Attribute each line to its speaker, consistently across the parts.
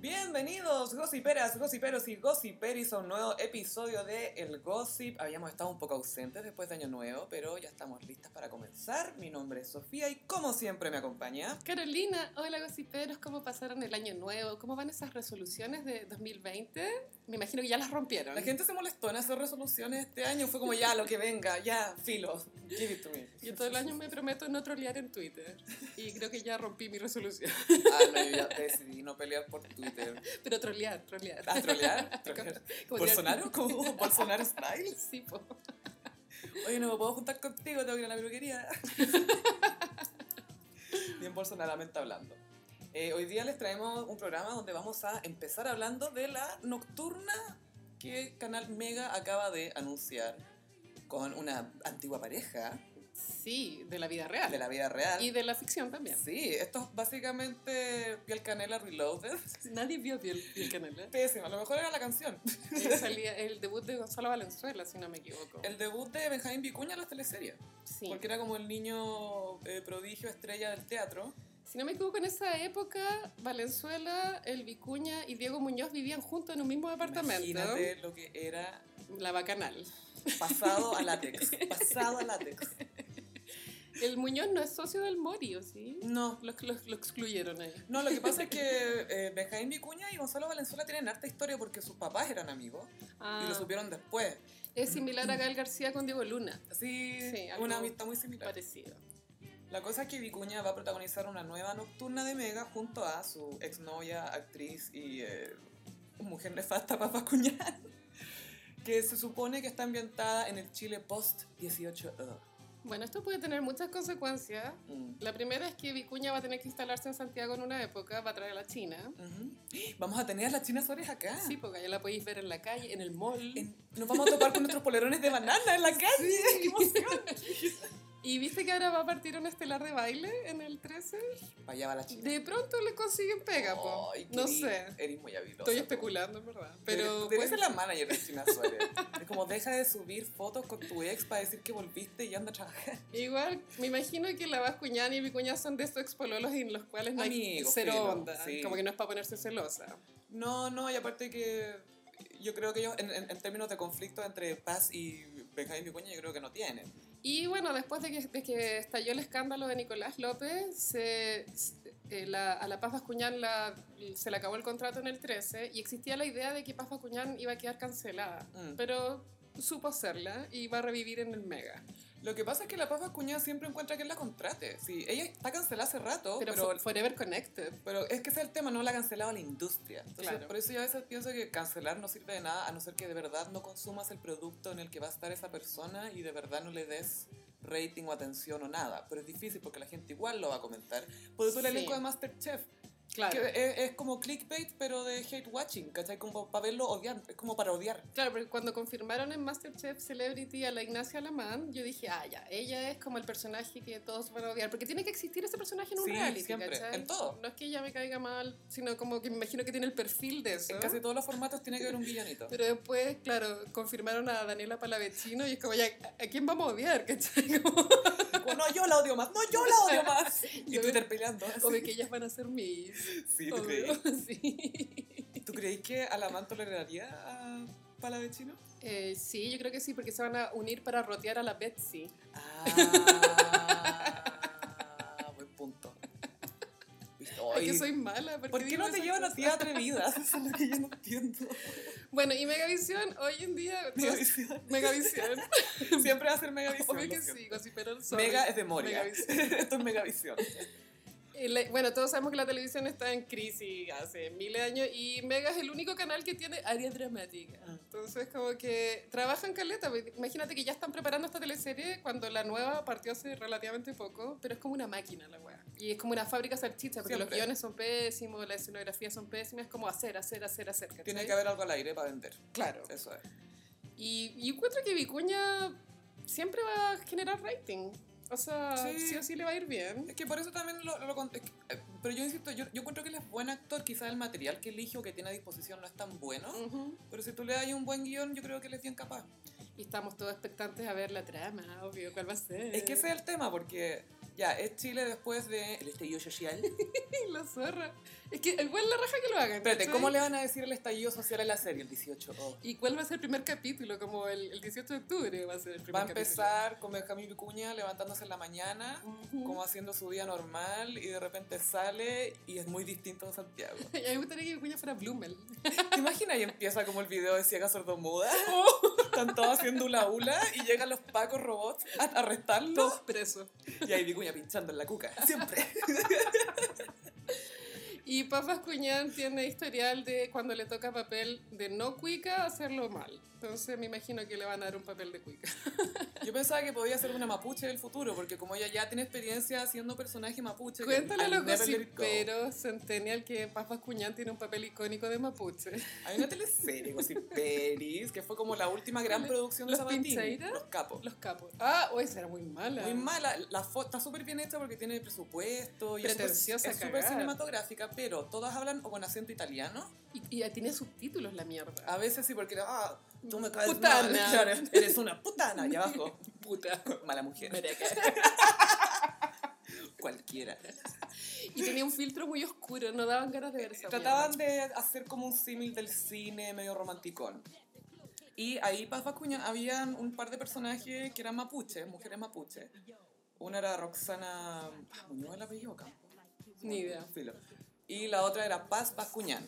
Speaker 1: Bienvenidos, gossiperas, gossiperos y gossiperis a un nuevo episodio de El Gossip. Habíamos estado un poco ausentes después de Año Nuevo, pero ya estamos listas para comenzar. Mi nombre es Sofía y como siempre me acompaña.
Speaker 2: Carolina, hola gossiperos, ¿cómo pasaron el año nuevo? ¿Cómo van esas resoluciones de 2020? Me imagino que ya las rompieron.
Speaker 1: La gente se molestó en hacer resoluciones este año, fue como ya lo que venga, ya, filo, give it to me.
Speaker 2: Yo todo el año me prometo no trolear en Twitter y creo que ya rompí mi resolución.
Speaker 1: Ah, no, yo ya decidí no pelear por Twitter.
Speaker 2: Pero trolear, trolear.
Speaker 1: ¿A Ah, trolear? ¿Trolear?
Speaker 2: Como
Speaker 1: ¿Bolsonaro? ¿Cómo? ¿Bolsonaro style?
Speaker 2: Sí, po.
Speaker 1: Oye, no me puedo juntar contigo, tengo que ir a la peluquería. Bien bolsonaramente hablando. Eh, hoy día les traemos un programa donde vamos a empezar hablando de la nocturna que Canal Mega acaba de anunciar con una antigua pareja
Speaker 2: Sí, de la vida
Speaker 1: de
Speaker 2: real.
Speaker 1: la vida real.
Speaker 2: Y de la ficción también.
Speaker 1: Sí, esto es básicamente Piel Canela Reloaded.
Speaker 2: Nadie vio Piel, Piel Canela.
Speaker 1: Pésima, a lo mejor era la canción.
Speaker 2: Eh, salía el debut de Gonzalo Valenzuela, si no me equivoco.
Speaker 1: El debut de Benjamín Vicuña en las teleseries.
Speaker 2: Sí.
Speaker 1: Porque era como el niño eh, prodigio estrella del teatro.
Speaker 2: Si no me equivoco, en esa época, Valenzuela, el Vicuña y Diego Muñoz vivían juntos en un mismo apartamento.
Speaker 1: Imagínate lo que era
Speaker 2: La Bacanal.
Speaker 1: pasado a látex. Pasado a látex.
Speaker 2: El Muñoz no es socio del Mori, ¿o sí?
Speaker 1: No.
Speaker 2: Lo, lo- lo excluyeron ahí.
Speaker 1: No, lo que pasa es que eh, Benjamín Vicuña y Gonzalo Valenzuela tienen harta historia porque sus papás eran amigos
Speaker 2: Ah,
Speaker 1: y lo supieron después.
Speaker 2: es similar a Gael García con Diego Luna,
Speaker 1: Sí,
Speaker 2: Sí, algo
Speaker 1: una amistad muy similar.
Speaker 2: parecido.
Speaker 1: La cosa es que Vicuña va a protagonizar una nueva nocturna de Mega junto a su exnovia, actriz y eh, mujer nefasta, Papa Cuñal, que se supone que está ambientada en el Chile post-18.
Speaker 2: Bueno, esto puede tener muchas consecuencias. La primera es que Vicuña va a tener que instalarse en Santiago en una época, va a traer a la China.
Speaker 1: Vamos a tener a las chinas Suárez acá.
Speaker 2: Sí, porque ya la podéis ver en la calle, en el mall.
Speaker 1: Ah. En- nos vamos a topar con nuestros polerones de banana en la calle. ¡Qué emoción!
Speaker 2: Y viste que ahora va a partir un estelar de baile en el 13.
Speaker 1: Para allá va la china.
Speaker 2: De pronto le consiguen pega, po.
Speaker 1: Ay,
Speaker 2: No
Speaker 1: Kiri,
Speaker 2: sé.
Speaker 1: Eres muy habilosa.
Speaker 2: Estoy
Speaker 1: po.
Speaker 2: especulando, en verdad.
Speaker 1: Pero
Speaker 2: Pero
Speaker 1: debe
Speaker 2: puede
Speaker 1: ser la manager de China Suárez. Es como deja de subir fotos con tu ex para decir que volviste y anda a trabajar.
Speaker 2: Igual, me imagino que la Vascuñana y Vicuña son de estos expololos en los cuales no hay
Speaker 1: Amigos,
Speaker 2: cero
Speaker 1: filo,
Speaker 2: onda.
Speaker 1: sí.
Speaker 2: Como que no es para ponerse celosa.
Speaker 1: No, no, y aparte que yo creo que ellos, en, en- en términos de conflicto entre Paz y Benjamín Vicuña, yo creo que no tienen.
Speaker 2: Y bueno, después de que, de que estalló el escándalo de Nicolás López, se, se- eh, la- a la Paz Vascuñán la- se le acabó el contrato en el 13 y existía la idea de que Paz Vascuñán iba a quedar cancelada.
Speaker 1: Mm.
Speaker 2: Pero supo serla y va a revivir en el Mega.
Speaker 1: Lo que pasa es que la Paz Cuñada siempre encuentra que él la contrate. Sí, ella está cancelada hace rato,
Speaker 2: Pero,
Speaker 1: Oh, pero,
Speaker 2: fo- Forever Connected.
Speaker 1: pero es que ese es el tema, no la ha cancelado la industria. Entonces,
Speaker 2: Claro.
Speaker 1: Por eso yo a veces pienso que cancelar no sirve de nada, a no ser que de verdad no consumas el producto en el que va a estar esa persona y de verdad no le des rating o atención o nada. Pero es difícil porque la gente igual lo va a comentar. Por eso el
Speaker 2: Sí.
Speaker 1: elenco de Masterchef,
Speaker 2: Claro.
Speaker 1: Que es, es como clickbait, pero de hate watching, ¿cachai? Como para verlo odiar, es como para odiar.
Speaker 2: Claro, porque cuando confirmaron en Masterchef Celebrity a la Ignacia Alamán, yo dije, ah, ya, ella es como el personaje que todos van a odiar. Porque tiene que existir ese personaje en un
Speaker 1: Sí,
Speaker 2: reality,
Speaker 1: siempre,
Speaker 2: ¿cachai?
Speaker 1: en todo.
Speaker 2: No es que ella me caiga mal, sino como que me imagino que tiene el perfil de eso.
Speaker 1: En casi todos los formatos tiene que haber un villanito.
Speaker 2: Pero después, claro, confirmaron a Daniela Palavecino y es como, ya, ¿a quién vamos a odiar? ¿cachai? Como,
Speaker 1: Como, no, yo la odio más, no, yo la odio más. Y
Speaker 2: Yo-
Speaker 1: Twitter peleando.
Speaker 2: obvio que ellas van a ser mis.
Speaker 1: Sí, ¿tú creí?
Speaker 2: obvio, sí.
Speaker 1: ¿Tú creí que Alamán toleraría a Palavecino?
Speaker 2: Eh, sí, yo creo que sí, porque se van a unir para rotear a la Betsy.
Speaker 1: Ah, buen punto.
Speaker 2: Es que soy mala.
Speaker 1: ¿Por qué
Speaker 2: digo
Speaker 1: no te
Speaker 2: esas
Speaker 1: llevan a
Speaker 2: cosas?
Speaker 1: ti atrevida? Eso es lo que yo no entiendo.
Speaker 2: Bueno, y Megavisión hoy en día...
Speaker 1: Megavisión.
Speaker 2: Megavisión.
Speaker 1: Siempre va a ser Megavisión.
Speaker 2: Obvio
Speaker 1: lo
Speaker 2: que
Speaker 1: siento.
Speaker 2: sí, Gossiperos sorry.
Speaker 1: Mega es de Moria.
Speaker 2: Megavisión.
Speaker 1: Esto es Megavisión.
Speaker 2: Y la- Bueno, todos sabemos que la televisión está en crisis hace miles de años y Mega es el único canal que tiene área dramática.
Speaker 1: Ah.
Speaker 2: Entonces, como que trabajan caleta. pues, Imagínate que ya están preparando esta teleserie cuando la nueva partió hace relativamente poco, pero es como una máquina la weá. Y es como una fábrica salchicha, porque los
Speaker 1: Siempre.
Speaker 2: guiones son pésimos, las escenografías son pésimas, es como hacer, hacer, hacer, hacer. ¿cachai?
Speaker 1: Tiene que haber algo al aire para vender.
Speaker 2: Claro.
Speaker 1: Eso es.
Speaker 2: Y, y encuentro que Vicuña siempre va a generar rating. O sea,
Speaker 1: Sí.
Speaker 2: sí, o sí le va a ir bien.
Speaker 1: Es que por eso también lo, lo con- es que, eh, Pero yo insisto, yo, yo encuentro que él es buen actor. Quizás el material que elige o que tiene a disposición no es tan bueno.
Speaker 2: Ujú.
Speaker 1: Pero si tú le das un buen guión, yo creo que él es bien capaz.
Speaker 2: Y estamos todos expectantes a ver la trama, obvio, cuál va a ser.
Speaker 1: Es que ese es el tema, porque Ya, es Chile después de Eh. el estallido social.
Speaker 2: la zorra. Es que igual la raja que lo hagan.
Speaker 1: Espérate,
Speaker 2: ¿cachai?
Speaker 1: ¿cómo le van a decir el estallido social a la serie el 18? Oh.
Speaker 2: ¿Y cuál va a ser el primer capítulo? Como el, el 18 de octubre va a ser el primer
Speaker 1: Va a
Speaker 2: capítulo.
Speaker 1: empezar con Benjamín Vicuña levantándose en la mañana,
Speaker 2: Ujú.
Speaker 1: como haciendo su día normal, y de repente sale y es muy distinto a Santiago.
Speaker 2: A mí me gustaría que Vicuña fuera Blumel.
Speaker 1: ¿Te imaginas? Y empieza como el video de Ciega Sordomuda. Están todos haciendo hula hula y llegan los pacos robots a arrestarlo.
Speaker 2: Todos presos.
Speaker 1: Y ahí Vicuña pinchando en la cuca. Siempre.
Speaker 2: Y Papas Cuñán tiene historial de cuando le toca papel de no cuica hacerlo mal. Entonces me imagino que le van a dar un papel de cuica.
Speaker 1: Yo pensaba que podía ser una mapuche del futuro, porque como ella ya tiene experiencia haciendo personaje mapuche. que
Speaker 2: Cuéntale a
Speaker 1: I'll
Speaker 2: los
Speaker 1: never let it go.
Speaker 2: gossiperos Centennial que Papas Cuñán tiene un papel icónico de Mapuche.
Speaker 1: Hay una teleserie, Gossiperis, que fue como la última gran producción de
Speaker 2: ¿Los
Speaker 1: Sabatini.
Speaker 2: Pincheira?
Speaker 1: Los capos.
Speaker 2: Los capos. Ah, uy, será muy mala.
Speaker 1: Muy mala, la foto está súper bien hecha porque tiene presupuesto y es súper-
Speaker 2: Pretenciosa
Speaker 1: es
Speaker 2: a
Speaker 1: súper
Speaker 2: cagar.
Speaker 1: cinematográfica, pero todas hablan o con acento italiano.
Speaker 2: Y, y tiene subtítulos la mierda.
Speaker 1: A veces sí, porque ah, tú me caes
Speaker 2: Putana.
Speaker 1: mal, claro, eres una putana. Y abajo,
Speaker 2: Puta.
Speaker 1: mala mujer, cualquiera.
Speaker 2: Y tenía un filtro muy oscuro, no daban ganas de ver esa
Speaker 1: Trataban de hacer como un símil del cine medio romanticón. Y ahí, Paz Bascuñán, habían un par de personajes que eran mapuches, mujeres mapuches. Una era Roxana ah, Muñoz, la apellido Ocampo.
Speaker 2: Ni idea.
Speaker 1: Filo. Y la otra era Paz Bascuñán.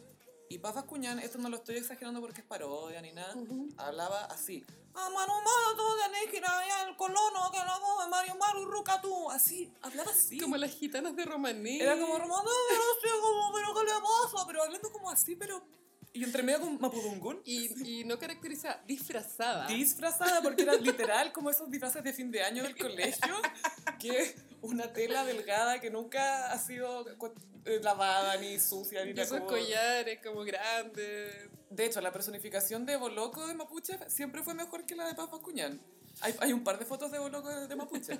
Speaker 1: Y Paz Bascuñán, esto no lo estoy exagerando porque es parodia ni nada,
Speaker 2: Ujú.
Speaker 1: hablaba así. "Ah, Amanumato de Negira, ya el colono que lo come, Mario Maru Rucatú. Así, hablaba así.
Speaker 2: Como las gitanas de Romaní.
Speaker 1: Era como Román, "Ay, no sé cómo, pero qué le pasa, pero hablando como así, pero. Y entre medio con Mapudungún.
Speaker 2: Y, y no caracteriza, disfrazada.
Speaker 1: Disfrazada, porque era literal como esos disfraces de fin de año del colegio, que es una tela delgada que nunca ha sido cu- eh, lavada, ni sucia, ni
Speaker 2: Y
Speaker 1: nada.
Speaker 2: esos
Speaker 1: como-
Speaker 2: collares como grandes.
Speaker 1: De hecho, la personificación de Boloco de Mapuche siempre fue mejor que la de Paz Bascuñán. Hay, hay un par de fotos de Boloco de, de Mapuche.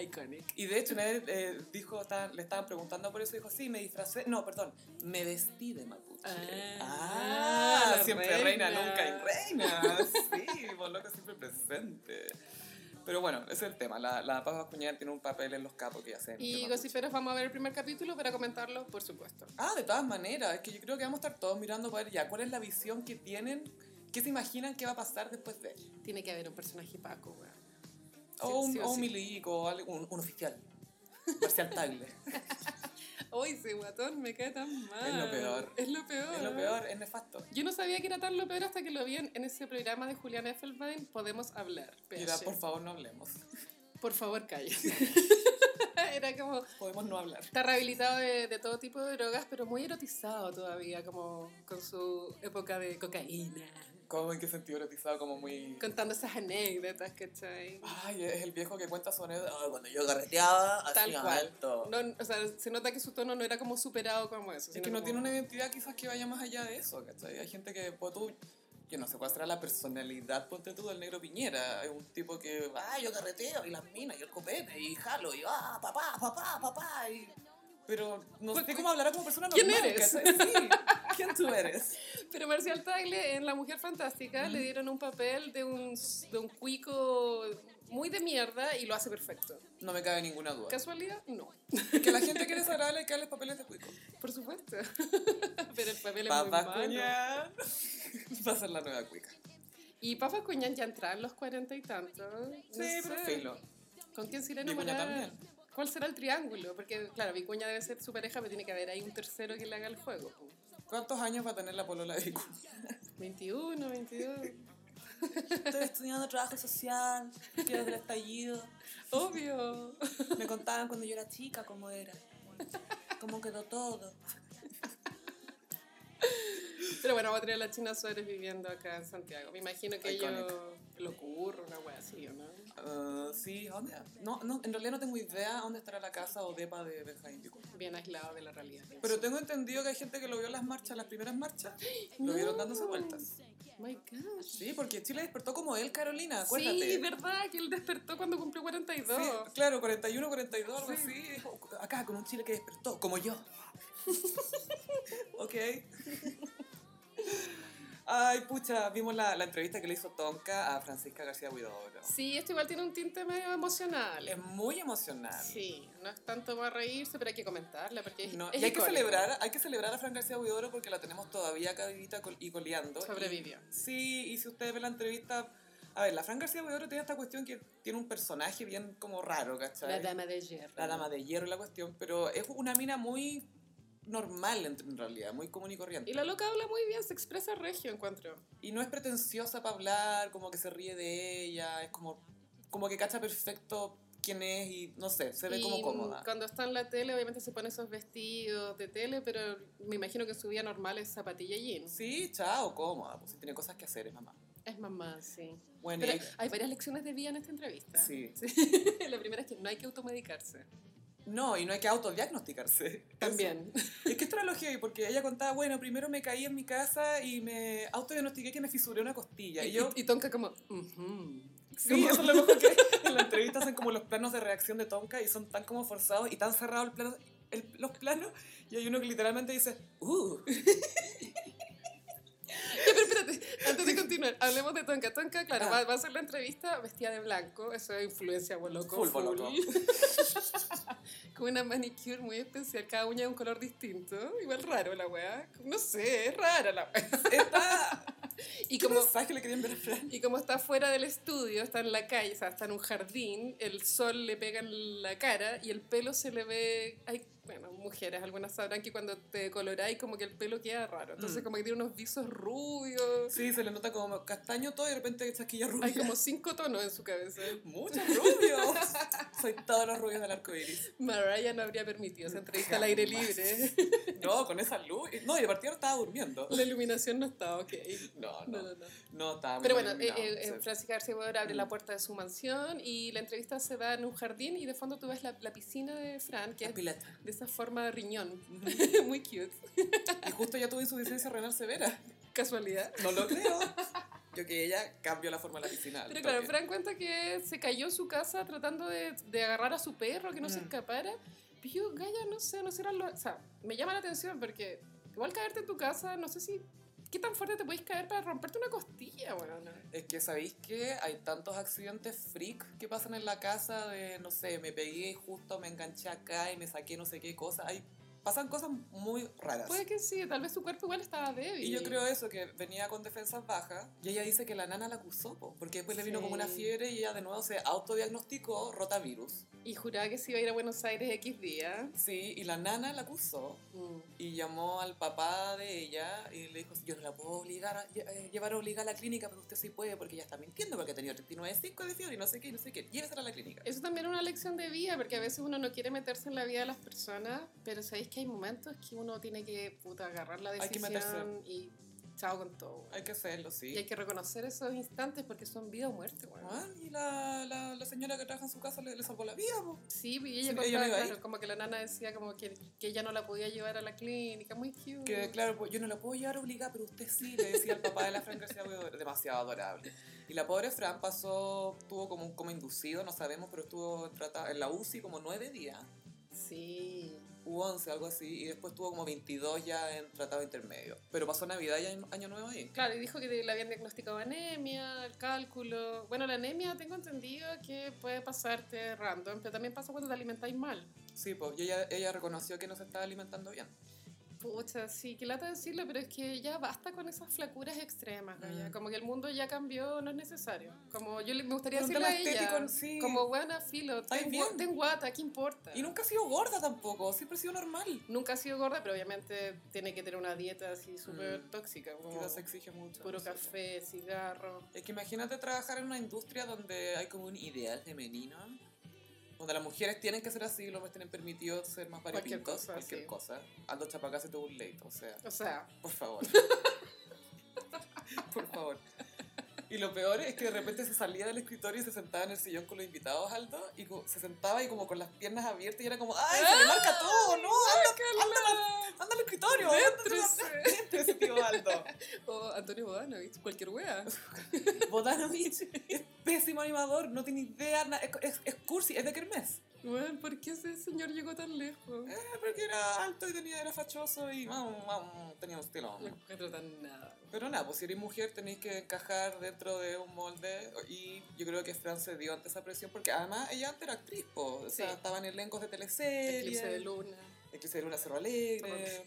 Speaker 2: Iconic.
Speaker 1: Y de hecho, una vez eh, dijo, estaban- le estaban preguntando por eso, dijo, sí, me disfracé, no, perdón, me vestí de mapuche.
Speaker 2: Ah, la
Speaker 1: siempre reina.
Speaker 2: reina.
Speaker 1: nunca hay reina. Sí, por loco, siempre presente. Pero bueno, ese es el tema. La, la Paz Bascuñán tiene un papel en los capos que hacen.
Speaker 2: Y gossiperos, vamos a ver el primer capítulo para comentarlo, por supuesto.
Speaker 1: Ah, de todas maneras, es que yo creo que vamos a estar todos mirando para ver ya cuál es la visión que tienen, qué se imaginan que va a pasar después de él.
Speaker 2: Tiene que haber un personaje Paco, weón.
Speaker 1: O un,
Speaker 2: sí o
Speaker 1: o un
Speaker 2: sí.
Speaker 1: milico, o algo- un, un oficial. Marcial Tagle.
Speaker 2: Uy, ese guatón me cae tan mal.
Speaker 1: Es lo peor.
Speaker 2: Es lo peor.
Speaker 1: es lo peor, es nefasto.
Speaker 2: Yo no sabía que era tan lo peor hasta que lo vi en, en ese programa de Julián Effelbein, Podemos Hablar.
Speaker 1: Y era,
Speaker 2: PH.
Speaker 1: por favor, no hablemos.
Speaker 2: Por favor, cállate. era como,
Speaker 1: Podemos no hablar.
Speaker 2: está rehabilitado de, de todo tipo de drogas, pero muy erotizado todavía, como con su época de cocaína.
Speaker 1: ¿Cómo? ¿En qué sentido erotizado? Como muy...
Speaker 2: Contando esas anécdotas, ¿cachai?
Speaker 1: Ay, es el viejo que cuenta su anécdota. Ay, cuando yo carreteaba,
Speaker 2: Tal
Speaker 1: hacía
Speaker 2: cual.
Speaker 1: alto.
Speaker 2: No, o sea, se nota que su tono no era como superado como eso.
Speaker 1: es
Speaker 2: sino
Speaker 1: que no
Speaker 2: como-
Speaker 1: tiene una identidad quizás que vaya más allá de eso, ¿cachai? Hay gente que, pues tú, yo no sé cuál será la personalidad, ponte tú, del negro Piñera. Es un tipo que, ah, yo carreteo, y las minas, y el copete, y jalo, y ah, papá, papá, papá, y... Pero no
Speaker 2: Pues,
Speaker 1: sé cómo hablará como persona
Speaker 2: ¿quién
Speaker 1: normal,
Speaker 2: eres?
Speaker 1: ¿cachai? Sí, ¿quién tú eres?
Speaker 2: Pero Marcial Tagle en La Mujer Fantástica le dieron un papel de un, de un cuico muy de mierda y lo hace perfecto.
Speaker 1: No me cabe ninguna duda.
Speaker 2: ¿Casualidad? No.
Speaker 1: Es que la gente que es desagradable que los papeles de cuico.
Speaker 2: Por supuesto. Pero el papel es muy
Speaker 1: Papá
Speaker 2: malo.
Speaker 1: Cuñán va a ser la nueva cuica.
Speaker 2: Y Papas Cuñán ya entra en los cuarenta y tantos. No
Speaker 1: Sí, pero
Speaker 2: sé.
Speaker 1: filo.
Speaker 2: ¿Con quién se irá a
Speaker 1: Vicuña
Speaker 2: enamorar?
Speaker 1: también.
Speaker 2: ¿Cuál será el triángulo? Porque, claro, Vicuña debe ser su pareja, pero tiene que haber ahí un tercero que le haga el juego. po.
Speaker 1: ¿Cuántos años va a tener la polola de Vicuña?
Speaker 2: 21, 22.
Speaker 1: Estoy estudiando trabajo social, quiero ver estallido.
Speaker 2: Obvio.
Speaker 1: Me contaban cuando yo era chica cómo era, cómo quedó todo.
Speaker 2: Pero bueno, va a tener a la China Suárez viviendo acá en Santiago. Me imagino que yo
Speaker 1: Iconic.
Speaker 2: lo curro, una wea así, ¿o ¿no?
Speaker 1: Ah, sí, ¿a ¿dónde? No, no, en realidad no tengo idea dónde estará la casa o depa de Benjamín Vicuña.
Speaker 2: Bien aislado de la realidad. pienso.
Speaker 1: Pero tengo entendido que hay gente que lo vio en las marchas, las primeras marchas, lo vieron dándose vueltas.
Speaker 2: My gosh.
Speaker 1: Sí, porque Chile despertó como él, Carolina, acuérdate.
Speaker 2: Sí, verdad, que él despertó cuando cumplió 42.
Speaker 1: Sí, claro, 41, 42, algo
Speaker 2: Sí.
Speaker 1: así. Dijo, Acá, con un chile que despertó, como yo. ok. Ay, pucha, vimos la, la entrevista que le hizo Tonka a Francisca García Huidobro.
Speaker 2: Sí, esto igual tiene un tinte medio emocional.
Speaker 1: Es muy emocional.
Speaker 2: Sí, no es tanto para reírse, pero hay que comentarla porque es,
Speaker 1: No,
Speaker 2: es
Speaker 1: y hay que,
Speaker 2: icónico.
Speaker 1: celebrar, hay que celebrar a Fran García Huidobro porque la tenemos todavía acá vivita col- y coleando. Y-
Speaker 2: Sobrevivió.
Speaker 1: Sí, y si ustedes ven la entrevista, a ver, la Fran García Huidobro tiene esta cuestión que tiene un personaje bien como raro, ¿cachai?
Speaker 2: La dama de hierro.
Speaker 1: La dama de hierro es la cuestión, pero es una mina muy normal en en realidad, muy común y corriente.
Speaker 2: Y la loca habla muy bien, se expresa regio, encuentro.
Speaker 1: Y no es pretenciosa para hablar, como que se ríe de ella, es como, como que cacha perfecto quién es y no sé, se ve
Speaker 2: Y
Speaker 1: como cómoda.
Speaker 2: Cuando está en la tele, obviamente se pone esos vestidos de tele, pero me imagino que su vida normal es zapatilla y jeans.
Speaker 1: Sí, chao, cómoda, pues si tiene cosas que hacer, es mamá.
Speaker 2: Es mamá, sí.
Speaker 1: Bueno,
Speaker 2: Pero
Speaker 1: y-
Speaker 2: hay varias lecciones de vida en esta entrevista.
Speaker 1: sí.
Speaker 2: la primera es que no hay que automedicarse.
Speaker 1: No, y no hay que autodiagnosticarse.
Speaker 2: También.
Speaker 1: Es que esto era lo heavy, porque ella contaba, bueno, primero me caí en mi casa y me autodiagnostiqué que me fisuré una costilla. Y yo,
Speaker 2: y, y Tonka como... "Ujú".
Speaker 1: Sí, eso es lo mejor que en la entrevista hacen como los planos de reacción de Tonka y son tan como forzados y tan cerrados el plano- el- los planos y hay uno que literalmente dice, uh,
Speaker 2: Pero espérate, antes de continuar, hablemos de Tonka. Tonka, claro,
Speaker 1: Ah.
Speaker 2: va, va a hacer la entrevista vestida de blanco. Eso es influencia boloco.
Speaker 1: Full boloco.
Speaker 2: Con una manicure muy especial, cada uña de un color distinto. Igual raro la weá. No sé, es rara la weá.
Speaker 1: esta,
Speaker 2: Y
Speaker 1: ¿qué
Speaker 2: como,
Speaker 1: mensaje le querían ver a Fran?
Speaker 2: y como está fuera del estudio, está en la calle, o sea, está en un jardín, el sol le pega en la cara y el pelo se le ve... Hay, bueno, mujeres, algunas sabrán que cuando te coloráis como que el pelo queda raro. Entonces
Speaker 1: Mm.
Speaker 2: como que tiene unos visos rubios.
Speaker 1: Sí, se le nota como castaño todo y de repente chasquilla rubia.
Speaker 2: Hay como cinco tonos en su cabeza.
Speaker 1: Muchos rubios. Soy todos los rubios del arco iris.
Speaker 2: Mariah no habría permitido esa entrevista al aire
Speaker 1: Jamás.
Speaker 2: libre.
Speaker 1: No, con esa luz. No, y de partida estaba durmiendo.
Speaker 2: La iluminación no estaba ok.
Speaker 1: No,
Speaker 2: No,
Speaker 1: no,
Speaker 2: no, no.
Speaker 1: no estaba muy
Speaker 2: Pero bueno, eh,
Speaker 1: iluminado,
Speaker 2: eh,
Speaker 1: sí.
Speaker 2: Francisca García Bóveda abre
Speaker 1: Mm.
Speaker 2: la puerta de su mansión y la entrevista se da en un jardín y de fondo tú ves la, la piscina de Fran, que
Speaker 1: La
Speaker 2: es de
Speaker 1: pileta.
Speaker 2: esa forma de riñón.
Speaker 1: Ujú.
Speaker 2: Muy cute.
Speaker 1: Y justo ya tuvo insuficiencia renal severa.
Speaker 2: Casualidad.
Speaker 1: No lo creo. Yo que ella cambió la forma de la piscina. al
Speaker 2: Pero claro,
Speaker 1: toque.
Speaker 2: Fran cuenta que se cayó en su casa tratando de, de agarrar a su perro, que no se
Speaker 1: Mm.
Speaker 2: escapara. Pero yo, Gaya, no sé, no será lo... O sea, me llama la atención porque igual caerte en tu casa, no sé si... ¿Qué tan fuerte te podéis caer para romperte una costilla, bueno?
Speaker 1: Es que sabéis que hay tantos accidentes freak que pasan en la casa de, no sé, me pegué y justo, me enganché acá y me saqué no sé qué cosa. Hay, pasan cosas muy raras.
Speaker 2: Puede que sí, tal vez su cuerpo igual estaba débil.
Speaker 1: y yo creo eso, que venía con defensas bajas y ella dice que la nana la acusó, po, porque después le vino
Speaker 2: Sí.
Speaker 1: como una fiebre y ella de nuevo se autodiagnosticó rotavirus.
Speaker 2: Y juraba que se iba a ir a Buenos Aires X día.
Speaker 1: Sí, y la nana la acusó y llamó al papá de ella y le dijo, yo no la puedo obligar a, lle- eh, llevar obligada a la clínica, pero usted sí puede porque ella está mintiendo porque ha tenido 39.5 de fiebre y no sé qué, y no sé qué. Llévesela a la clínica.
Speaker 2: Eso también es una lección de vida, porque a veces uno no quiere meterse en la vida de las personas, pero sabéis que hay momentos que uno tiene que puta, agarrar la
Speaker 1: Hay que
Speaker 2: decisión
Speaker 1: meterse.
Speaker 2: y chao con todo.
Speaker 1: Hay que hacerlo,
Speaker 2: Y hay
Speaker 1: sí.
Speaker 2: que reconocer esos instantes porque son vida o muerte, weón.
Speaker 1: Juan, y la, la, la señora que trabaja en su casa le, le salvó la vida, po.
Speaker 2: Sí, pues, y ella
Speaker 1: Sí, pues,
Speaker 2: contaba,
Speaker 1: ella no iba a
Speaker 2: claro,
Speaker 1: ir.
Speaker 2: como que la nana decía como que, que ella no la podía llevar a la clínica, muy cute.
Speaker 1: Que claro, pues, yo no la puedo llevar obligada, pero usted sí, le decía al papá de la Fran García Huidobro. demasiado adorable. Y la pobre Fran pasó, tuvo como un coma inducido, no sabemos, pero estuvo en trata- en la UCI como nueve días,
Speaker 2: Sí.
Speaker 1: u once, algo así, y después tuvo como 22 ya en tratado intermedio. Pero pasó Navidad y Año- Año Nuevo ahí.
Speaker 2: Claro, y dijo que le habían diagnosticado anemia, el cálculo. Bueno, la anemia tengo entendido que puede pasarte random, pero también pasa cuando te alimentáis mal.
Speaker 1: Sí, pues y ella, ella reconoció que no se estaba alimentando bien.
Speaker 2: Pucha, sí, qué lata decirlo, pero es que ya basta con esas flacuras extremas, Gaya.
Speaker 1: Mm.
Speaker 2: Como que el mundo ya cambió, no es necesario. Como yo le, me gustaría
Speaker 1: Por un
Speaker 2: decirle a
Speaker 1: tema estético,
Speaker 2: ella,
Speaker 1: sí.
Speaker 2: como buena filo,
Speaker 1: Estáis
Speaker 2: ten,
Speaker 1: bien.
Speaker 2: gua- ten guata, ¿qué importa?
Speaker 1: Y nunca ha sido gorda tampoco, siempre ha sido normal.
Speaker 2: Nunca ha sido gorda, pero obviamente tiene que tener una dieta así súper
Speaker 1: Mm.
Speaker 2: tóxica, como
Speaker 1: Quizás se exige mucho.
Speaker 2: Oh, puro
Speaker 1: no sé.
Speaker 2: café, cigarro.
Speaker 1: Es que imagínate trabajar en una industria donde hay como un ideal femenino, donde las mujeres tienen que ser así, los hombres tienen permitido ser más
Speaker 2: Cualquier
Speaker 1: variopintos,
Speaker 2: cosa,
Speaker 1: cualquier
Speaker 2: sí.
Speaker 1: cosa. Aldo Chapacá se tuvo un late, o sea,
Speaker 2: O sea,
Speaker 1: por favor. por favor. Y lo peor es que de repente se salía del escritorio y se sentaba en el sillón con los invitados, Aldo, y co- se sentaba y como con las piernas abiertas y era como, ¡ay, se le marca todo! ¡No, Aldo, anda, anda Oh, al escritorio!
Speaker 2: Déntrese.
Speaker 1: ¡Déntrese! ese tío Aldo!
Speaker 2: O Antonio Bodanovich, cualquier wea.
Speaker 1: Bodanovich es pésimo animador, no tiene idea, na- es, es, es cursi, es de kermés.
Speaker 2: Weón, ¿por qué ese señor llegó tan lejos?
Speaker 1: Eh, Porque era alto y tenía, era fachoso y vamos, vamos, tenía un estilo.
Speaker 2: No encuentro tan nada.
Speaker 1: Pero nada, pues si eres mujer tenéis que encajar dentro de un molde y yo creo que Fran se dio ante esa presión porque además ella antes era actriz, po, o sea,
Speaker 2: Sí.
Speaker 1: estaba en elencos de
Speaker 2: Eclipse de
Speaker 1: teleseries,
Speaker 2: luna.
Speaker 1: Eclipse de Luna Cerro Alegre,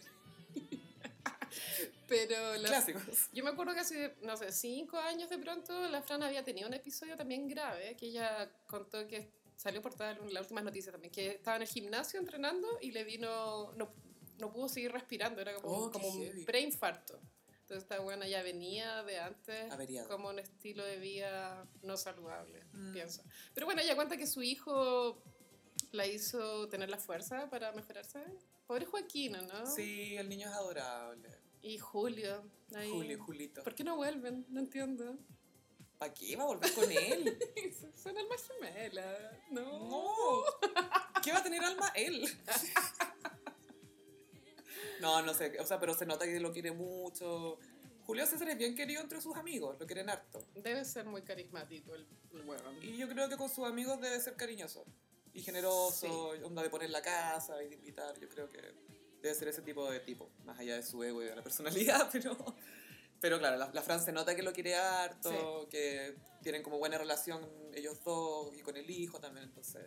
Speaker 2: Pero la-
Speaker 1: clásicos.
Speaker 2: yo me acuerdo que hace, no sé, cinco años de pronto la Fran había tenido un episodio también grave que ella contó que salió portada en las últimas noticias también, que estaba en el gimnasio entrenando y le vino, no, no pudo seguir respirando, era como,
Speaker 1: Oh, qué
Speaker 2: un- como un
Speaker 1: heavy.
Speaker 2: preinfarto. Entonces esta buena ya venía de antes
Speaker 1: Averiado.
Speaker 2: como un estilo de vida no saludable,
Speaker 1: Mm.
Speaker 2: pienso. Pero bueno, ella cuenta que su hijo la hizo tener la fuerza para mejorarse. Pobre Joaquina, ¿no?
Speaker 1: Sí, el niño es adorable.
Speaker 2: Y Julio. ahí.
Speaker 1: Julio, Julito.
Speaker 2: ¿Por qué no vuelven? No entiendo.
Speaker 1: ¿Para qué va a volver con él?
Speaker 2: Son almas gemelas. No.
Speaker 1: No. ¿Qué va a tener alma él? No, no sé. O sea, pero se nota que lo quiere mucho. Julio César es bien querido entre sus amigos, lo quieren harto.
Speaker 2: Debe ser muy carismático el, el huevón.
Speaker 1: Y yo creo que con sus amigos debe ser cariñoso y generoso, onda de poner la casa y de invitar. Yo creo que debe ser ese tipo de tipo, más allá de su ego y de la personalidad, pero. Pero claro, la, la Fran se nota que lo quiere harto, que tienen como buena relación ellos dos y con el hijo también, entonces.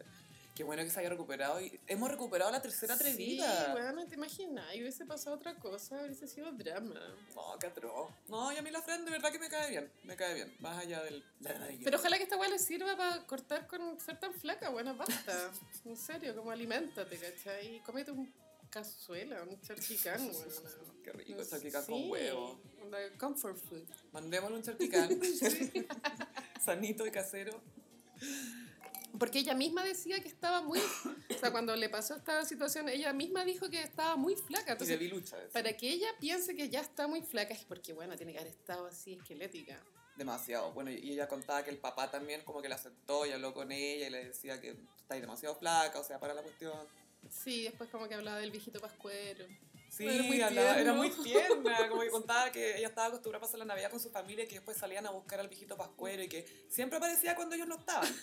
Speaker 1: Qué bueno que se haya recuperado y hemos recuperado la tercera
Speaker 2: Sí,
Speaker 1: atrevida.
Speaker 2: bueno, te imaginas. Y hubiese pasado otra cosa, hubiese sido drama.
Speaker 1: No, qué atroz. No, y a mí la Fran de verdad que me cae bien, me cae bien, más allá del.
Speaker 2: Pero ojalá que esta weá le sirva para cortar con ser tan flaca, buena basta. en serio, como alimentate, ¿cachai? Y cómete un cazuela, un charquicán, weón.
Speaker 1: Qué rico, salpicán con huevo.
Speaker 2: onda comfort food.
Speaker 1: Mandémosle un charquicán. sanito y casero.
Speaker 2: Porque ella misma decía que estaba muy. O sea, cuando le pasó esta situación, ella misma dijo que estaba muy flaca.
Speaker 1: Y de
Speaker 2: Entonces,
Speaker 1: bilucha. es
Speaker 2: para que ella piense que ya está muy flaca es porque, bueno, tiene que haber estado así esquelética.
Speaker 1: Demasiado. Bueno, y ella contaba que el papá también como que la aceptó y habló con ella y le decía que estáis demasiado flaca, o sea, para la cuestión.
Speaker 2: Sí, después como que hablaba del viejito pascuero.
Speaker 1: Sí,
Speaker 2: Era
Speaker 1: era
Speaker 2: muy
Speaker 1: muy, era muy
Speaker 2: tierno.
Speaker 1: tierna. Como que contaba que ella estaba acostumbrada a pasar la Navidad con su familia y que después salían a buscar al viejito pascuero y que siempre aparecía cuando ellos no estaban.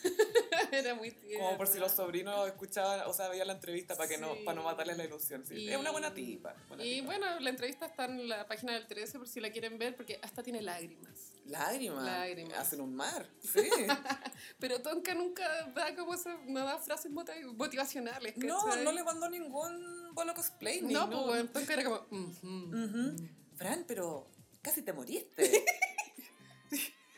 Speaker 2: Era muy tierno.
Speaker 1: Como por si los sobrinos escuchaban, o sea, veían la entrevista para que no,
Speaker 2: Sí.
Speaker 1: para no matarles la ilusión. Sí,
Speaker 2: Y-
Speaker 1: Es una buena tipa. buena
Speaker 2: Y
Speaker 1: tipa.
Speaker 2: bueno, la entrevista está en la página del 13 por si la quieren ver, porque hasta tiene lágrimas.
Speaker 1: Lágrimas.
Speaker 2: Lágrimas.
Speaker 1: Hacen un mar. Sí.
Speaker 2: Pero Tonka nunca da como esa, no da frases mota- motivacionales.
Speaker 1: no,
Speaker 2: ¿cachai?
Speaker 1: no le mandó ningún bolo cosplay. ni no.
Speaker 2: No,
Speaker 1: Mm.
Speaker 2: pues bueno, Tonka era como. mm". "Ujú".
Speaker 1: Ujú. Fran, pero casi te moriste.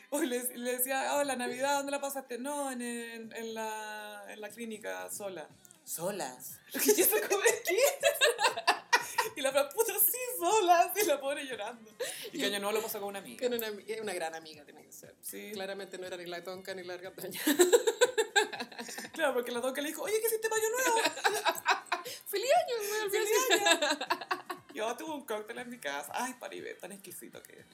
Speaker 1: o le, le decía, oh, la Navidad, ¿dónde la pasaste? No, en, en- en la, en la clínica, sola. Solas. ¿Y eso cómo es que es? Y la Fran, puta, sí, solas. Y la pobre llorando. Y que año nuevo lo pasó con una amiga.
Speaker 2: Con una, ami- una gran amiga tiene que ser.
Speaker 1: Sí, claro.
Speaker 2: Claramente no era ni la tonca ni la argataña.
Speaker 1: porque la doca le dijo, oye, ¿qué hiciste para año nuevo?
Speaker 2: ¡Feliz año! güey, al final.
Speaker 1: Yo tuve un cóctel en mi casa. Ay, Paribé, tan exquisito que es.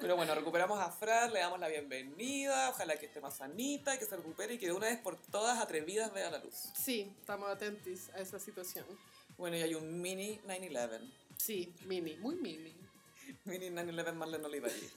Speaker 1: Pero bueno, recuperamos a Fran, le damos la bienvenida. Ojalá que esté más sanita, que se recupere y que de una vez por todas atrevidas vea la luz.
Speaker 2: Sí, estamos atentos a esa situación.
Speaker 1: Bueno, y hay un mini 9-11.
Speaker 2: Sí, mini, muy mini.
Speaker 1: Mini 9-11 Marlene Olivarí.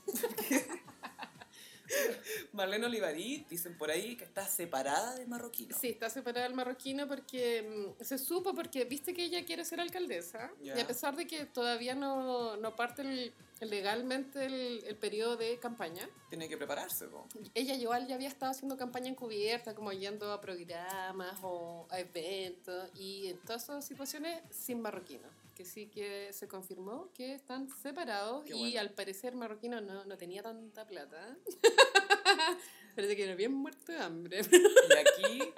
Speaker 1: Marlene Olivarí, dicen por ahí que está separada de marroquino.
Speaker 2: Sí, está separada del marroquino porque mm, se supo porque viste que ella quiere ser alcaldesa
Speaker 1: Ya.
Speaker 2: y a pesar de que todavía no, no parte el- legalmente el, el periodo de campaña,
Speaker 1: Tiene que prepararse, po.
Speaker 2: ella igual ya había estado haciendo campaña encubierta, como yendo a programas o a eventos y en todas esas situaciones sin marroquino. Que sí que se confirmó que están separados
Speaker 1: Qué
Speaker 2: y
Speaker 1: bueno.
Speaker 2: al parecer marroquino no, no tenía tanta plata. Parece que era bien muerto de hambre.
Speaker 1: Y aquí,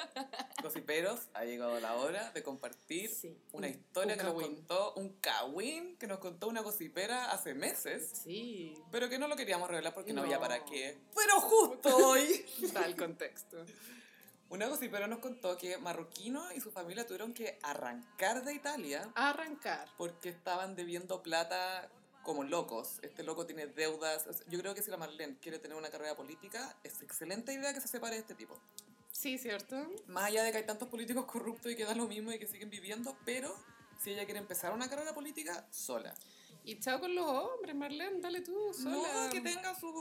Speaker 1: gossiperos, ha llegado la hora de compartir una historia
Speaker 2: Un
Speaker 1: que nos
Speaker 2: cagüín.
Speaker 1: contó un cagüín que nos contó una gocipera hace meses,
Speaker 2: Sí.
Speaker 1: pero que no lo queríamos revelar porque no, había
Speaker 2: No.
Speaker 1: para qué. Pero justo hoy,
Speaker 2: Está el contexto.
Speaker 1: una gocipera nos contó que Marroquino y su familia tuvieron que arrancar de Italia
Speaker 2: Arrancar.
Speaker 1: porque estaban debiendo plata como locos. Este loco tiene deudas. O sea, Yo creo que si la Marlene quiere tener una carrera política, es excelente idea que se separe de este tipo.
Speaker 2: Sí, ¿cierto?
Speaker 1: Más allá de que hay tantos políticos corruptos y que dan lo mismo y que siguen viviendo, pero si ella quiere empezar una carrera política, sola.
Speaker 2: Y chao con los hombres, Marlene, dale tú, sola.
Speaker 1: No, que tenga sus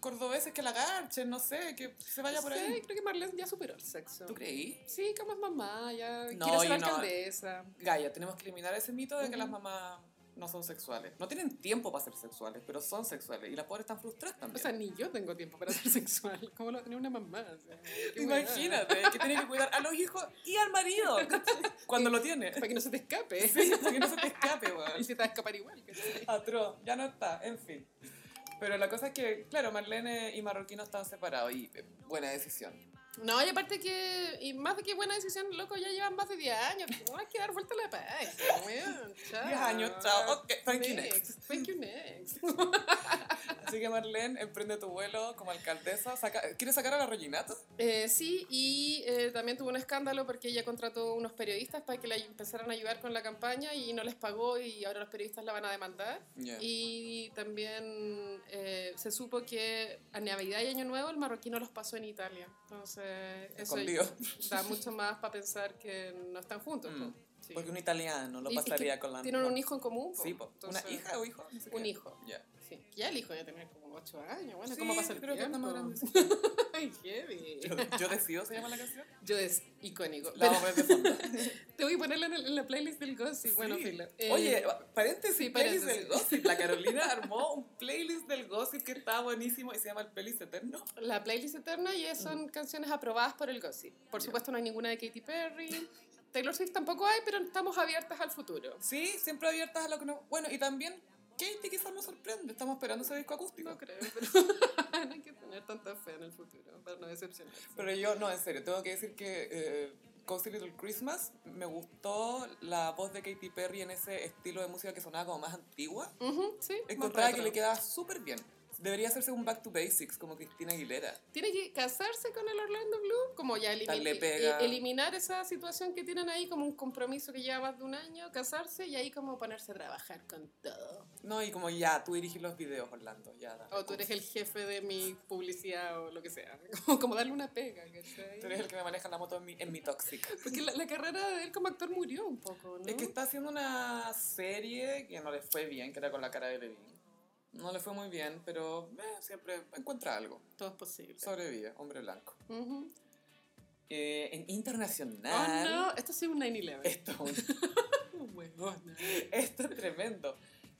Speaker 1: cordobeses que la garchen, no sé, que se vaya por
Speaker 2: Sí,
Speaker 1: ahí.
Speaker 2: creo que Marlene ya superó el sexo.
Speaker 1: ¿Tú creí?
Speaker 2: Sí, como es mamá, ya
Speaker 1: No,
Speaker 2: quiere ser
Speaker 1: y no.
Speaker 2: alcaldesa.
Speaker 1: Gaia, tenemos que eliminar ese mito de que
Speaker 2: Ujú.
Speaker 1: las mamás no son sexuales. No tienen tiempo para ser sexuales, pero son sexuales. Y las pobres están frustradas
Speaker 2: O
Speaker 1: también.
Speaker 2: sea, ni yo tengo tiempo para ser sexual. ¿Cómo lo va a tener una mamá? O sea, qué weá.
Speaker 1: Imagínate, que tiene que cuidar a los hijos y al marido cuando lo tiene.
Speaker 2: Para que no se te escape.
Speaker 1: Sí, para que no se te escape, weón.
Speaker 2: Y se te va a escapar igual. ¿cachai?
Speaker 1: Atroz, ya no está, en fin. Pero la cosa es que, claro, Marlene y Marroquino estaban separados y eh, buena decisión.
Speaker 2: No, y aparte que, y más de que buena decisión, loco, ya llevan más de 10 años. Pues, ¿Cómo vas a dar vuelta a la página? weón? Chao.
Speaker 1: 10 años, chao. Ok, thank you next.
Speaker 2: Thank you next.
Speaker 1: Así que Marlene, emprende tu vuelo como alcaldesa. Saca, ¿Quieres sacar a la Reginato?
Speaker 2: Eh, sí, y eh, también tuvo un escándalo porque ella contrató unos periodistas para que la empezaran a ayudar con la campaña y no les pagó y ahora los periodistas la van a demandar. Y también eh, se supo que a Navidad y Año Nuevo el marroquino los pasó en Italia. Entonces, eso
Speaker 1: Escondido.
Speaker 2: da mucho más para pensar que no están juntos.
Speaker 1: Mm,
Speaker 2: pues. Sí.
Speaker 1: Porque un italiano lo
Speaker 2: Y es que
Speaker 1: pasaría con la...
Speaker 2: Tienen un hijo en común. pues.
Speaker 1: Sí, po.
Speaker 2: Entonces,
Speaker 1: ¿Una hija o hijo? No sé
Speaker 2: Un
Speaker 1: qué.
Speaker 2: hijo.
Speaker 1: Ya.
Speaker 2: Sí. Ya el hijo ya tenía como 8 años. Bueno,
Speaker 1: Sí,
Speaker 2: ¿cómo pasa el
Speaker 1: creo que está más
Speaker 2: tiempo?
Speaker 1: grandecito.
Speaker 2: Ay, heavy.
Speaker 1: Yo, yo decido, se llama la canción.
Speaker 2: Yo es icónico.
Speaker 1: La
Speaker 2: Pero-
Speaker 1: vamos a poner de fondo.
Speaker 2: Te voy a ponerla en, el- en la playlist del Gossip. Bueno,
Speaker 1: Sí.
Speaker 2: filo. Eh,
Speaker 1: Oye, paréntesis,
Speaker 2: sí,
Speaker 1: playlist del
Speaker 2: paréntesis.
Speaker 1: gossip. La Carolina armó un playlist del gossip que está buenísimo y se llama el playlist eterno.
Speaker 2: La playlist eterna y es- son canciones aprobadas por el Gossip. Por
Speaker 1: Ya.
Speaker 2: supuesto, no hay ninguna de Katy Perry. Taylor Swift tampoco hay, pero estamos abiertas al futuro.
Speaker 1: Sí, siempre abiertas a lo que no... Bueno, y también Katie quizás nos sorprende. Estamos esperando ese disco acústico.
Speaker 2: No creo, pero no hay que tener tanta fe en el futuro para no decepcionarse.
Speaker 1: Pero yo, no, en serio, tengo que decir que eh, Cozy Little Christmas me gustó la voz de Katy Perry en ese estilo de música que sonaba como más antigua.
Speaker 2: Ujú, sí, más
Speaker 1: Encontraba que
Speaker 2: retro.
Speaker 1: le quedaba súper bien. Debería hacerse un back to basics como Cristina Aguilera.
Speaker 2: Tiene que casarse con el Orlando Blue, como ya elimi-
Speaker 1: Tal le
Speaker 2: e-
Speaker 1: pega.
Speaker 2: eliminar esa situación que tienen ahí, como un compromiso que lleva más de un año, casarse y ahí como ponerse a trabajar con todo.
Speaker 1: No, y como ya, tú dirigís los videos, Orlando. Ya, dale.
Speaker 2: O tú eres el jefe de mi publicidad o lo que sea. Como, como darle una pega, ¿cachai?
Speaker 1: Tú eres el que me maneja la moto en mi, en mi Toxic.
Speaker 2: Porque la, la carrera de él como actor murió un poco, ¿no?
Speaker 1: Es que está haciendo una serie que no le fue bien, que era con la cara de Levine. No le fue muy bien, pero eh, siempre encuentra algo.
Speaker 2: todo es posible.
Speaker 1: Sobrevive, hombre blanco.
Speaker 2: Ujú.
Speaker 1: Eh, en internacional.
Speaker 2: Oh, no, esto sí es un 9-11.
Speaker 1: Esto, Ah. es un-
Speaker 2: Huevona.
Speaker 1: esto es tremendo.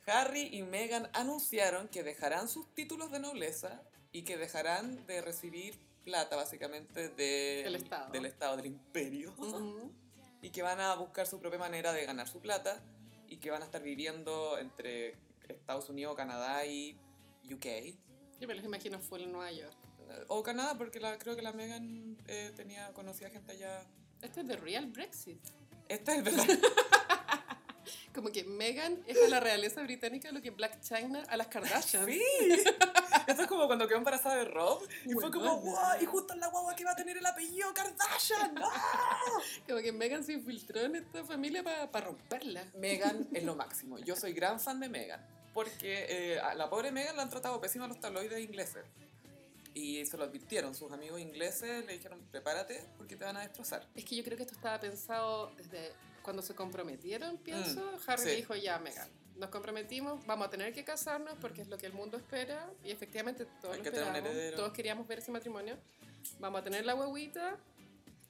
Speaker 1: Harry y Meghan anunciaron que dejarán sus títulos de nobleza y que dejarán de recibir plata, básicamente, de-
Speaker 2: Del Estado.
Speaker 1: del Estado, del imperio.
Speaker 2: Ujú.
Speaker 1: Y que van a buscar su propia manera de ganar su plata y que van a estar viviendo entre Estados Unidos, Canadá y UK.
Speaker 2: Yo me los imagino full en Nueva York.
Speaker 1: O Canadá, porque la- creo que la Meghan eh, tenía, conocía gente allá.
Speaker 2: Este es de Real Brexit.
Speaker 1: Esta es verdad.
Speaker 2: Como que Megan es a la realeza británica lo que Black China a las Kardashian.
Speaker 1: Sí. Esto es como cuando quedó embarazada de Rob y fue
Speaker 2: Bueno.
Speaker 1: como, wow, y justo en la guagua que va a tener el apellido Kardashian.
Speaker 2: Como que Megan se infiltró en esta familia para romperla.
Speaker 1: Megan es lo máximo. Yo soy gran fan de Megan porque eh, a la pobre Megan la han tratado pésima los tabloides ingleses. Y se lo advirtieron, sus amigos ingleses le dijeron, prepárate porque te van a destrozar.
Speaker 2: Es que yo creo que esto estaba pensado desde cuando se comprometieron, pienso. Harry
Speaker 1: Mm, sí.
Speaker 2: dijo ya, Megan, nos comprometimos, vamos a tener que casarnos porque es lo que el mundo espera. Y efectivamente todos
Speaker 1: Hay
Speaker 2: lo
Speaker 1: que tener un
Speaker 2: esperábamos,
Speaker 1: heredero.
Speaker 2: todos queríamos ver ese matrimonio. Vamos a tener la huevita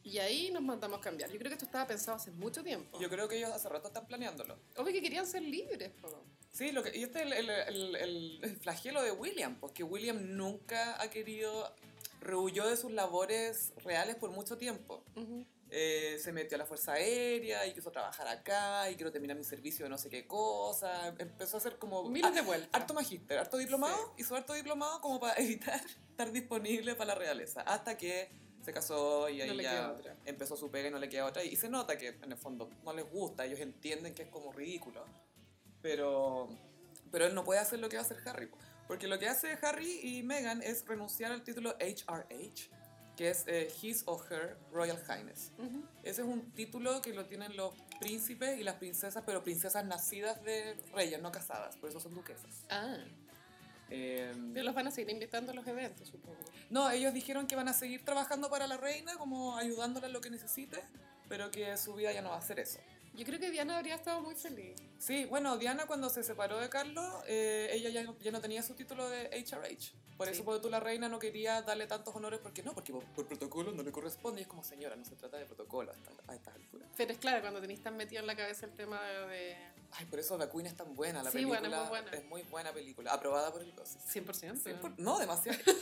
Speaker 2: y ahí nos mandamos a cambiar. Yo creo que esto estaba pensado hace mucho tiempo.
Speaker 1: Yo creo que ellos hace rato están planeándolo.
Speaker 2: Obvio que querían ser libres, po.
Speaker 1: Sí, lo que, y este es el, el- el- el- el flagelo de William, porque William nunca ha querido, rehuyó de sus labores reales por mucho tiempo.
Speaker 2: Ujú.
Speaker 1: eh, se metió a la Fuerza Aérea y quiso trabajar acá y quiero terminar mi servicio de no sé qué cosa. Empezó a hacer como
Speaker 2: Miles de
Speaker 1: har-
Speaker 2: vueltas.
Speaker 1: Oh, ah, harto magíster, harto diplomado, hizo harto diplomado como para evitar estar disponible para la realeza. Hasta que se casó y ahí
Speaker 2: No le queda
Speaker 1: ya
Speaker 2: otra.
Speaker 1: empezó su pega y no le queda otra. Y se nota que en el fondo no les gusta, ellos entienden que es como ridículo. Pero, pero él no puede hacer lo que va a hacer Harry. po. Porque lo que hace Harry y Meghan es renunciar al título HRH, que es eh, His or Her Royal Highness.
Speaker 2: Ujú.
Speaker 1: Ese es un título que lo tienen los príncipes y las princesas, pero princesas nacidas de reyes, no casadas, por eso son duquesas.
Speaker 2: Ah.
Speaker 1: Eh,
Speaker 2: Pero los van a seguir invitando a los eventos, supongo.
Speaker 1: no, ellos dijeron que van a seguir trabajando para la reina, como ayudándola en lo que necesite, pero que su vida ya no va a ser eso.
Speaker 2: Yo creo que Diana habría estado muy feliz.
Speaker 1: Sí, bueno, Diana cuando se separó de Carlos, eh, ella ya no, ya no tenía su título de HRH. Por
Speaker 2: Sí.
Speaker 1: eso por tú la reina no quería darle tantos honores porque no, porque por, por protocolo no le corresponde. Y es como, señora, no se trata de protocolo hasta, a esta altura.
Speaker 2: Pero es claro, cuando tenéis tan metido en la cabeza el tema de...
Speaker 1: Ay, por eso la Queen es tan buena, la
Speaker 2: Sí,
Speaker 1: película.
Speaker 2: bueno, es muy buena.
Speaker 1: es muy buena película, aprobada por el Gossip.
Speaker 2: 100%.
Speaker 1: Sí, por- no, demasiado. es,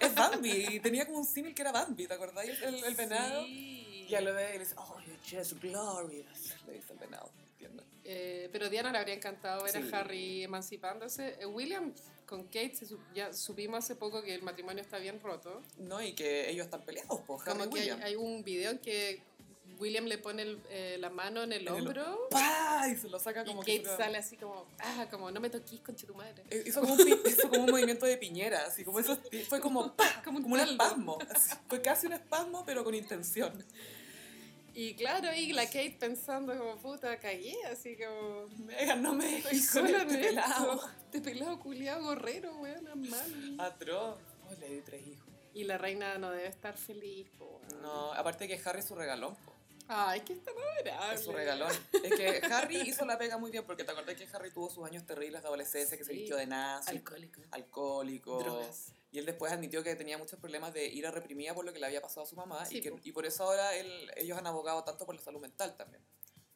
Speaker 1: es Bambi. y Tenía como un símil que era Bambi, ¿te acordáis? El, el venado.
Speaker 2: Sí.
Speaker 1: Y a lo ve y le dice, oh, you're just glorious. Le dice el venado, ¿entiendes?
Speaker 2: Eh, pero Diana le habría encantado ver
Speaker 1: Sí.
Speaker 2: a Harry emancipándose. Eh, William con Kate se su- ya supimos hace poco que el matrimonio está bien roto.
Speaker 1: No, y que ellos están peleados, por
Speaker 2: Como
Speaker 1: Harry y
Speaker 2: que hay,
Speaker 1: William.
Speaker 2: hay un video en que William le pone el- eh, la mano en el
Speaker 1: En el
Speaker 2: hombro
Speaker 1: ¡Pah! Y se lo saca
Speaker 2: y
Speaker 1: como que
Speaker 2: Kate
Speaker 1: se lo-
Speaker 2: sale así como, ah, como no me toquís conche tu madre.
Speaker 1: Eh, Hizo como, un, pi- hizo como un movimiento de piñera, así como eso, fue como, ¡pah!
Speaker 2: Como
Speaker 1: Ah,
Speaker 2: un
Speaker 1: como un
Speaker 2: caldo.
Speaker 1: espasmo, así. fue casi un espasmo pero con intención.
Speaker 2: Y claro, y la Kate pensando como, puta, cagué, así como...
Speaker 1: Megan, no me
Speaker 2: Estoy
Speaker 1: dejes con
Speaker 2: sola
Speaker 1: este
Speaker 2: en pelado.
Speaker 1: pelado.
Speaker 2: Este pelado culiado gorrero, weón, es malo.
Speaker 1: Atroz. Oh, le di tres hijos.
Speaker 2: Y la reina no debe estar feliz, po, weón.
Speaker 1: No, aparte que Harry es su regalón, po.
Speaker 2: Ay, que está adorable.
Speaker 1: es su regalón. Es que Harry hizo la pega muy bien porque te acordás que Harry tuvo sus años terribles de adolescencia, que se
Speaker 2: Sí.
Speaker 1: vistió de nazi,
Speaker 2: Alcohólico.
Speaker 1: alcohólico.
Speaker 2: Drogas.
Speaker 1: Y él después admitió que tenía muchos problemas de ira reprimida por lo que le había pasado a su mamá
Speaker 2: Sí,
Speaker 1: y, que-
Speaker 2: po.
Speaker 1: y por eso ahora él- ellos han abogado tanto por la salud mental también.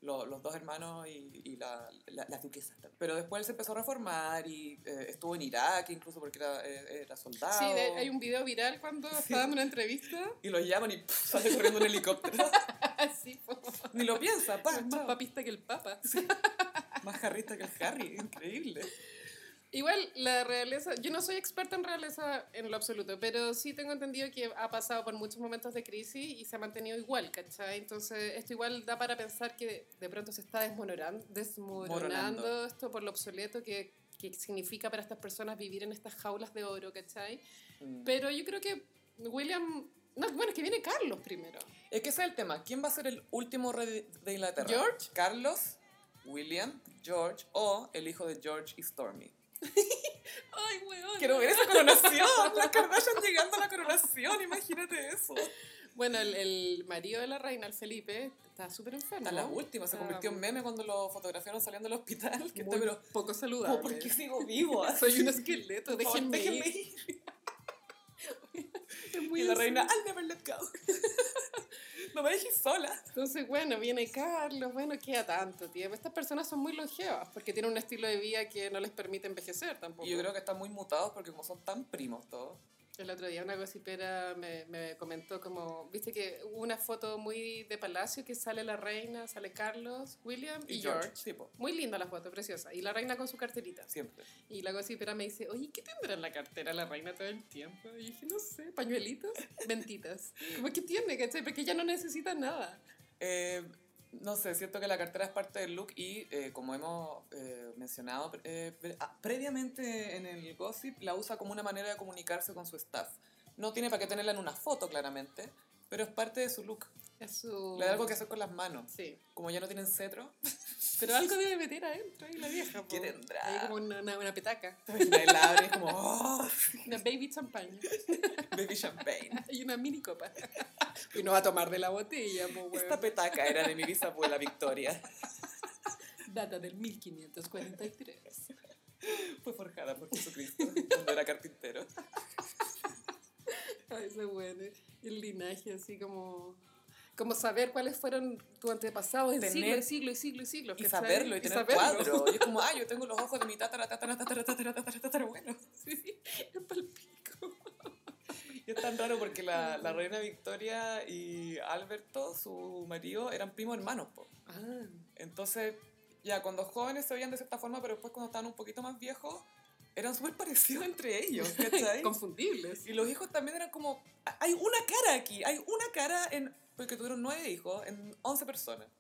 Speaker 1: Lo- los dos hermanos y, y la, la- las duquesas también. Pero después él se empezó a reformar y eh, estuvo en Irak incluso porque era, eh, era soldado.
Speaker 2: Sí, de- hay un video viral cuando está dando una entrevista.
Speaker 1: Y los llaman y pff, sale corriendo un helicóptero.
Speaker 2: Así, po.
Speaker 1: Ni lo piensa, pa,
Speaker 2: Es más
Speaker 1: chao.
Speaker 2: papista que el papa.
Speaker 1: Más jarrista que el Harry, increíble.
Speaker 2: Igual, la realeza, yo no soy experta en realeza en lo absoluto, pero sí tengo entendido que ha pasado por muchos momentos de crisis y se ha mantenido igual, ¿cachai? Entonces, esto igual da para pensar que de pronto se está desmoronando, desmoronando
Speaker 1: Moronando.
Speaker 2: esto por lo obsoleto que, que significa para estas personas vivir en estas jaulas de oro, ¿cachai? Pero yo creo que William... No, bueno, es que viene Carlos primero.
Speaker 1: Mm. Es que ese es el tema. ¿Quién va a ser el último rey de- de Inglaterra?
Speaker 2: ¿George?
Speaker 1: Carlos, William, George o el hijo de George y Stormy.
Speaker 2: ¡Ay, weón!
Speaker 1: Quiero ver esa coronación. Las Kardashian llegando a la coronación, imagínate eso.
Speaker 2: Bueno, el, el marido de la reina, el Felipe, está súper enfermo.
Speaker 1: A la última, se
Speaker 2: Ah,
Speaker 1: convirtió en meme cuando lo fotografiaron saliendo del hospital. Que
Speaker 2: Muy
Speaker 1: estoy, pero,
Speaker 2: poco saludable.
Speaker 1: como, ¿por qué sigo vivo?
Speaker 2: Soy un esqueleto,
Speaker 1: Por favor,
Speaker 2: déjenme,
Speaker 1: déjenme
Speaker 2: ir.
Speaker 1: ir.
Speaker 2: Es muy
Speaker 1: Y la
Speaker 2: así.
Speaker 1: reina, I'll never let go. No me dejé sola.
Speaker 2: Entonces, bueno, viene Carlos, bueno, queda tanto tiempo. Estas personas son muy longevas porque tienen un estilo de vida que no les permite envejecer tampoco.
Speaker 1: Y yo creo que están muy mutados porque como son tan primos todos.
Speaker 2: El otro día una gocipera me, me comentó como, viste que hubo una foto muy de palacio que sale la reina, sale Carlos, William y, George.
Speaker 1: Sí, po,
Speaker 2: Muy linda la foto, preciosa. Y la reina con su carterita.
Speaker 1: siempre.
Speaker 2: Y la gocipera me dice, oye, ¿qué tendrá en la cartera la reina todo el tiempo? Y dije, no sé, pañuelitos, ventitas. Como que tiene, ¿cachai? Porque ella no necesita nada.
Speaker 1: Eh, no sé, siento que la cartera es parte del look y eh, como hemos eh, mencionado eh, pre- ah, previamente en el gossip, la usa como una manera de comunicarse con su staff. No tiene para qué tenerla en una foto, claramente, pero es parte de su look.
Speaker 2: Es su...
Speaker 1: Le da algo que hacer con las manos.
Speaker 2: Sí.
Speaker 1: Como ya no tienen cetro,
Speaker 2: Pero algo debe meter adentro ahí la vieja. po.
Speaker 1: ¿qué tendrá?
Speaker 2: Ahí como una, una, una petaca.
Speaker 1: Entonces, la abre y es como, "Oh,
Speaker 2: Una baby champagne.
Speaker 1: baby champagne.
Speaker 2: Y una mini copa. Y no va a tomar de la botella, po, weón.
Speaker 1: Esta petaca era de mi bisabuela Victoria.
Speaker 2: Data del 1543.
Speaker 1: Fue forjada por Jesucristo cuando era carpintero.
Speaker 2: Ay, ese bueno. El linaje así como... Como saber cuáles fueron tus antepasados en
Speaker 1: Tener-
Speaker 2: siglo, siglo y siglo y siglo.
Speaker 1: y
Speaker 2: ¿cachai?
Speaker 1: saberlo y tener
Speaker 2: saberlo.
Speaker 1: cuadro. Y es como, ah, yo tengo los ojos de mi tatara, tatara, tatara, tatara, tatara, tatara, bueno.
Speaker 2: Sí, es palpico.
Speaker 1: Y es tan raro porque la, la reina Victoria y Alberto, su marido, eran primos hermanos, po.
Speaker 2: Ah,
Speaker 1: Entonces, ya cuando jóvenes se veían de cierta forma, pero después cuando estaban un poquito más viejos, eran súper parecidos entre ellos, ¿cachai?
Speaker 2: confundibles.
Speaker 1: Y los hijos también eran como, hay una cara aquí, hay una cara en, porque tuvieron nueve hijos, en once personas.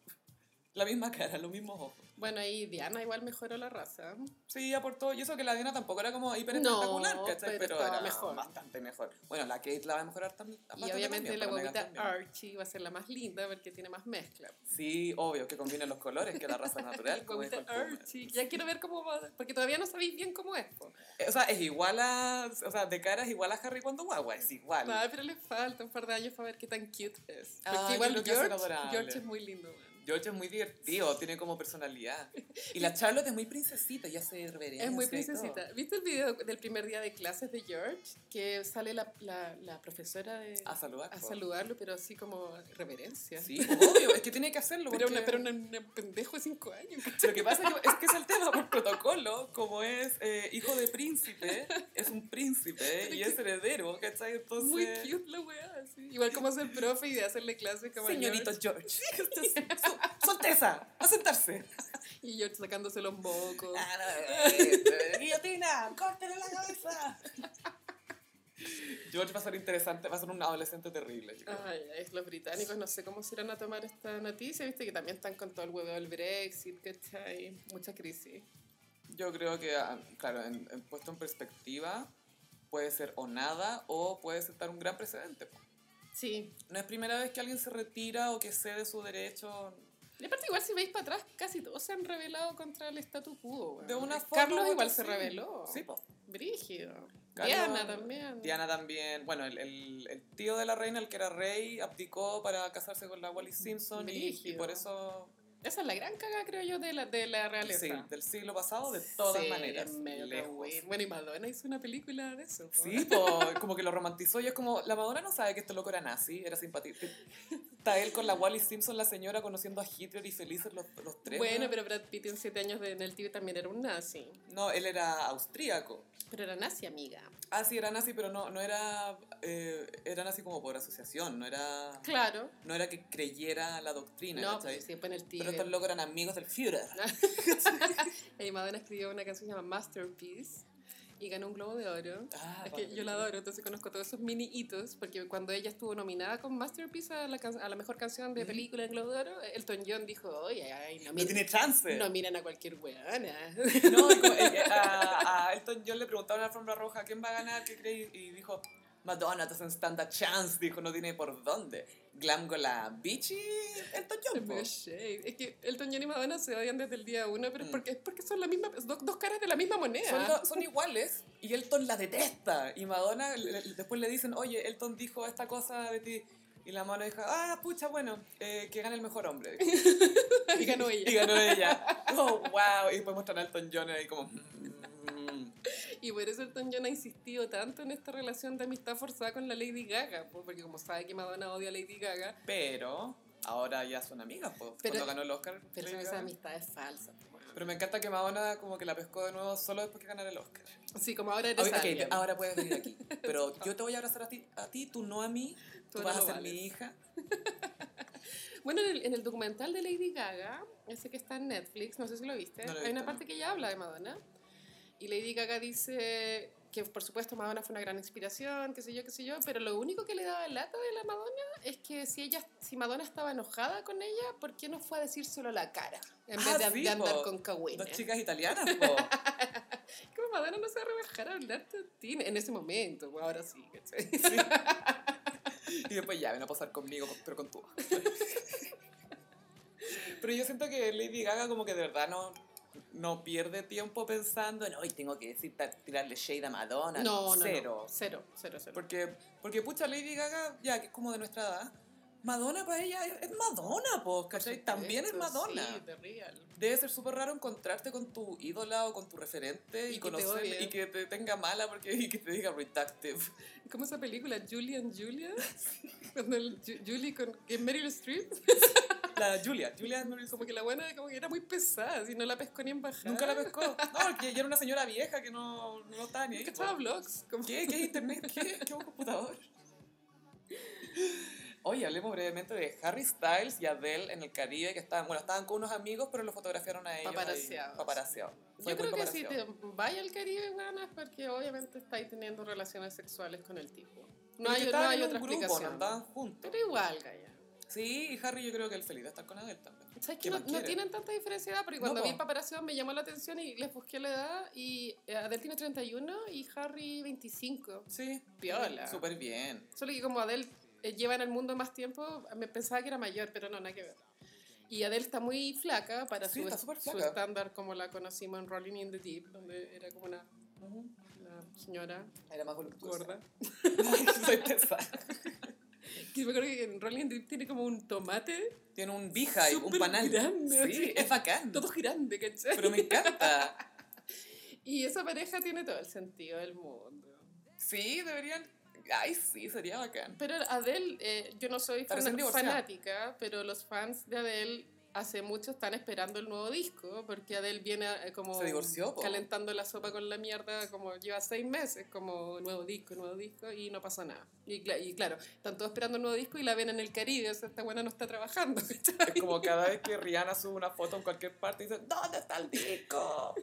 Speaker 1: La misma cara, los mismos ojos.
Speaker 2: Bueno, ahí Diana igual mejoró la raza.
Speaker 1: Sí, aportó. Y eso que la Diana tampoco era como hiper
Speaker 2: No,
Speaker 1: espectacular, ¿cachai?
Speaker 2: pero
Speaker 1: Pero,
Speaker 2: estaba
Speaker 1: era
Speaker 2: mejor.
Speaker 1: bastante mejor. Bueno, la Kate la va a mejorar también.
Speaker 2: Y
Speaker 1: bastante
Speaker 2: obviamente
Speaker 1: también,
Speaker 2: la ah,
Speaker 1: pero Meghan
Speaker 2: guaguita
Speaker 1: también.
Speaker 2: Archie va a ser la más linda porque tiene más mezcla.
Speaker 1: Sí, obvio, que combinen los colores, que la raza natural. como dijo
Speaker 2: guaguita
Speaker 1: el Pullman.
Speaker 2: Archie. Ya quiero ver cómo va, porque todavía no sabéis bien cómo es. po.
Speaker 1: Eh, o sea, es igual a. O sea, de cara es igual a Harry cuando guagua, es igual.
Speaker 2: Nada, pero le falta un par de años para ver qué tan cute es. Porque
Speaker 1: Ah, yo
Speaker 2: igual
Speaker 1: creo que va a ser
Speaker 2: George,
Speaker 1: adorable.
Speaker 2: George es muy lindo. man.
Speaker 1: George es muy divertido, tiene como personalidad. Y la Charlotte es muy princesita, ya se reverencia.
Speaker 2: Es muy
Speaker 1: y todo.
Speaker 2: princesita. ¿Viste el video del primer día de clases de George? Que sale la, la, la profesora de-
Speaker 1: A saludar.
Speaker 2: a
Speaker 1: po.
Speaker 2: saludarlo, pero así como reverencia.
Speaker 1: Sí, obvio, es que tiene que hacerlo.
Speaker 2: Pero,
Speaker 1: porque-
Speaker 2: una, pero una- una pendejo de 5 años.
Speaker 1: Lo que pasa es que, es que es el tema por protocolo, como es eh, hijo de príncipe, es un príncipe y es heredero, ¿cachai? Entonces,
Speaker 2: Muy cute la weá, así. Igual como ser profe y de hacerle clases como a
Speaker 1: Señorito
Speaker 2: George.
Speaker 1: George, Su- solteza, a sentarse.
Speaker 2: Y George sacándose los mocos.
Speaker 1: Ah. Guillotina, córtale la cabeza. George va a ser interesante, va a ser un adolescente terrible. yo creo.
Speaker 2: Ay, ay, los británicos no sé cómo se irán a tomar esta noticia, viste que también están con todo el huevo del Brexit, ¿cachai? Mucha crisis.
Speaker 1: Yo creo que, ah, claro, en- en puesto en perspectiva, puede ser o nada o puede sentar un gran precedente. po.
Speaker 2: Sí.
Speaker 1: No es primera vez que alguien se retira o que cede su derecho.
Speaker 2: Y aparte igual si veis para atrás, casi todos se han rebelado contra el statu quo. weón.
Speaker 1: De una forma u
Speaker 2: Carlos
Speaker 1: otra,
Speaker 2: igual se
Speaker 1: sí.
Speaker 2: rebeló.
Speaker 1: Sí, po.
Speaker 2: Brígido.
Speaker 1: Carlos-
Speaker 2: Diana también.
Speaker 1: Diana también. Bueno, el, el- el tío de la reina, el que era rey, abdicó para casarse con la Wally Simpson y, y
Speaker 2: Brígido.
Speaker 1: por eso.
Speaker 2: Esa es la gran caga, creo yo, de la, de la realeza.
Speaker 1: Sí, del siglo pasado, de todas
Speaker 2: Sí,
Speaker 1: maneras.
Speaker 2: es medio
Speaker 1: Lejos.
Speaker 2: Tawin. Bueno, y Madonna hizo una película de eso. po.
Speaker 1: Sí, po, como que lo romantizó y es como, la Madonna no sabe que este loco era nazi, era simpático. Está él con la Wally Simpson, la señora, conociendo a Hitler y felices los, los tres.
Speaker 2: Bueno,
Speaker 1: ¿no?
Speaker 2: pero Brad Pitt en siete años de, en el TV también era un nazi.
Speaker 1: No, él era austríaco.
Speaker 2: Pero era nazi, amiga.
Speaker 1: Ah, sí, era nazi, pero no, no era... eh, era nazi como por asociación, no era...
Speaker 2: Claro.
Speaker 1: No era que creyera la doctrina,
Speaker 2: No,
Speaker 1: Ah.
Speaker 2: pues,
Speaker 1: ¿cachai?
Speaker 2: pero siempre en el
Speaker 1: Pero estos
Speaker 2: TV.
Speaker 1: locos eran amigos del Führer.
Speaker 2: Y Madonna escribió una canción llamada Masterpiece y ganó un Globo de Oro.
Speaker 1: Ah,
Speaker 2: Es que yo la adoro, entonces conozco todos esos mini hitos, porque cuando ella estuvo nominada con Masterpiece a la, can- a la mejor canción de
Speaker 1: Mm.
Speaker 2: película en Globo de Oro, Elton John dijo, oye, ay, no,
Speaker 1: No
Speaker 2: miren,
Speaker 1: tiene chance.
Speaker 2: no miran a cualquier weana.
Speaker 1: No, y como, eh, a, a Elton John le preguntaron en la alfombra roja quién va a ganar, qué cree, y dijo, Madonna doesn't stand a chance, dijo, no tiene por dónde. Glam con la bichi Elton
Speaker 2: Es
Speaker 1: John. po.
Speaker 2: medio shade. Es que Elton John y Madonna se odian desde el día uno, pero
Speaker 1: Mm.
Speaker 2: es porque, es porque son la misma, do- dos caras de la misma moneda.
Speaker 1: Son, do- son iguales y Elton la detesta. Y Madonna le- le- después le dicen, oye, Elton dijo esta cosa de ti. Y la mano dijo, ah, pucha, bueno, eh, que gane el mejor hombre. dijo.
Speaker 2: y ganó ella.
Speaker 1: Y ganó ella. Oh, wow. Y después muestran a Elton John ahí como... mm.
Speaker 2: Y por eso Elton John ha insistido tanto en esta relación de amistad forzada con la Lady Gaga, po, porque como sabe que Madonna odia a Lady Gaga,
Speaker 1: Pero ahora ya son amigas, pues.
Speaker 2: Pero-
Speaker 1: cuando ganó el Oscar.
Speaker 2: pero
Speaker 1: Lady
Speaker 2: son
Speaker 1: Gaga.
Speaker 2: esas amistades falsas. po.
Speaker 1: Pero me encanta que Madonna como que la pescó de nuevo solo después que ganara el Oscar.
Speaker 2: Sí, como ahora eres
Speaker 1: Oye, ok,
Speaker 2: alguien.
Speaker 1: ahora puedes venir aquí. Pero yo te voy a abrazar a ti, a ti tú no a mí. Tú,
Speaker 2: Tú
Speaker 1: vas
Speaker 2: no
Speaker 1: a ser
Speaker 2: vales.
Speaker 1: mi hija.
Speaker 2: Bueno, en el, en el documental de Lady Gaga, ese que está en Netflix, no sé si lo viste,
Speaker 1: No lo he
Speaker 2: hay una
Speaker 1: visto.
Speaker 2: parte que ella habla de Madonna. Y Lady Gaga dice que, por supuesto, Madonna fue una gran inspiración, qué sé yo, qué sé yo, pero lo único que le daba lata de la Madonna es que si, ella, si Madonna estaba enojada con ella, ¿por qué no fue a decírselo a la cara? En
Speaker 1: Ah,
Speaker 2: vez de,
Speaker 1: sí,
Speaker 2: de andar
Speaker 1: po.
Speaker 2: con cagüines.
Speaker 1: Dos chicas italianas, po.
Speaker 2: Como Madonna no se va a rebajar a hablar de ti en ese momento, pues, ahora sí, ¿cachai?
Speaker 1: Sí. Y después ya, ven a pasar conmigo, pero con tú. Pero yo siento que Lady Gaga como que de verdad no, no pierde tiempo pensando en, hoy tengo que decir, tirarle shade a Madonna.
Speaker 2: No, no, no.
Speaker 1: Cero.
Speaker 2: Cero, cero, cero.
Speaker 1: Porque, porque pucha, Lady Gaga, ya que es como de nuestra edad, Madonna para ella es, es Madonna, pues, ¿cachai? También es
Speaker 2: Esto,
Speaker 1: Madonna.
Speaker 2: Sí, de real.
Speaker 1: Debe ser súper raro encontrarte con tu ídola o con tu referente
Speaker 2: Y
Speaker 1: y,
Speaker 2: que te
Speaker 1: conocerle
Speaker 2: odie.
Speaker 1: y que te tenga mala porque y que te diga reductive.
Speaker 2: ¿Cómo esa película? Julie and Julia. Cuando el Ju- Julie con que es Meryl Streep,
Speaker 1: La Julia, Julia Andrews,
Speaker 2: como que la buena como que era muy pesada, si no la pescó ni en bajada.
Speaker 1: nunca la pescó. No, porque ella era una señora vieja que no, no estaba ni ahí.
Speaker 2: Nunca
Speaker 1: po.
Speaker 2: estaba blogs. Como
Speaker 1: ¿Qué? ¿Qué es internet? ¿Qué? ¿Qué es un computador? Oye, hablemos brevemente de Harry Styles y Adele en el Caribe, que estaban, bueno, estaban con unos amigos, pero los fotografiaron a ellos. ahí,
Speaker 2: Paparaseados.
Speaker 1: Paparaseados. Fue
Speaker 2: Yo
Speaker 1: muy
Speaker 2: creo que si te
Speaker 1: paparaseado.
Speaker 2: vaya al Caribe, weón, es porque obviamente estáis teniendo relaciones sexuales con el tipo.
Speaker 1: Pero que
Speaker 2: No hay, no
Speaker 1: estaban
Speaker 2: hay
Speaker 1: en un
Speaker 2: otra
Speaker 1: grupo, No
Speaker 2: explicación.
Speaker 1: andaban juntos.
Speaker 2: Pero igual, Gaya.
Speaker 1: Sí, y Harry yo creo que él feliz de estar con Adele también.
Speaker 2: ¿Sabes
Speaker 1: ¿Qué
Speaker 2: que no,
Speaker 1: más
Speaker 2: no
Speaker 1: quiere?
Speaker 2: tienen tanta diferencia de edad? Porque
Speaker 1: No,
Speaker 2: cuando
Speaker 1: po.
Speaker 2: vi Paparación me llamó la atención y les busqué la edad. Y eh, Adele tiene 31 y Harry 25.
Speaker 1: Sí.
Speaker 2: Piola.
Speaker 1: Súper bien.
Speaker 2: Solo que como Adele eh, lleva en el mundo más tiempo, me pensaba que era mayor, pero no, nada que ver. Y Adele está muy flaca para
Speaker 1: Sí,
Speaker 2: su,
Speaker 1: está súper
Speaker 2: su
Speaker 1: flaca.
Speaker 2: estándar como la conocimos en Rolling in the Deep, donde era como una, una señora
Speaker 1: Era más
Speaker 2: gorda.
Speaker 1: Soy pesada.
Speaker 2: Que me acuerdo que en Rolling Deep tiene como un tomate
Speaker 1: Tiene un beehive, un
Speaker 2: Súper
Speaker 1: panal.
Speaker 2: grande,
Speaker 1: sí,
Speaker 2: así.
Speaker 1: es bacán.
Speaker 2: todo grande, ¿cachai?
Speaker 1: Pero me encanta.
Speaker 2: Y esa pareja tiene todo el sentido del mundo.
Speaker 1: Sí, deberían. Ay, sí, sería bacán.
Speaker 2: Pero Adele, eh, yo no soy fan-
Speaker 1: Parecen divorciadas.
Speaker 2: fanática, pero los fans de Adele hace mucho están esperando el nuevo disco, porque Adele viene eh, como
Speaker 1: Se divorció, po.
Speaker 2: calentando la sopa con la mierda, como lleva seis meses, como nuevo disco, nuevo disco, y no pasa nada. Y, cla- y claro, están todos esperando el nuevo disco y la ven en el Caribe, o sea, esta buena no está trabajando. ¿cachai?
Speaker 1: Es como cada vez que Rihanna sube una foto en cualquier parte y dice, ¿dónde está el disco?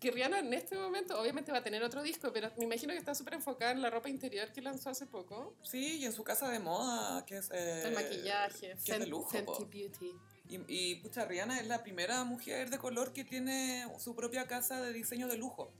Speaker 2: Que Rihanna en este momento obviamente va a tener otro disco, pero me imagino que está súper enfocada en la ropa interior que lanzó hace poco.
Speaker 1: Sí, y en su casa de moda, que es... eh,
Speaker 2: el maquillaje,
Speaker 1: que es de
Speaker 2: Fent-
Speaker 1: lujo,
Speaker 2: Fenty
Speaker 1: po.
Speaker 2: Beauty.
Speaker 1: Y, y, pucha, Rihanna es la primera mujer de color que tiene su propia casa de diseño de lujo.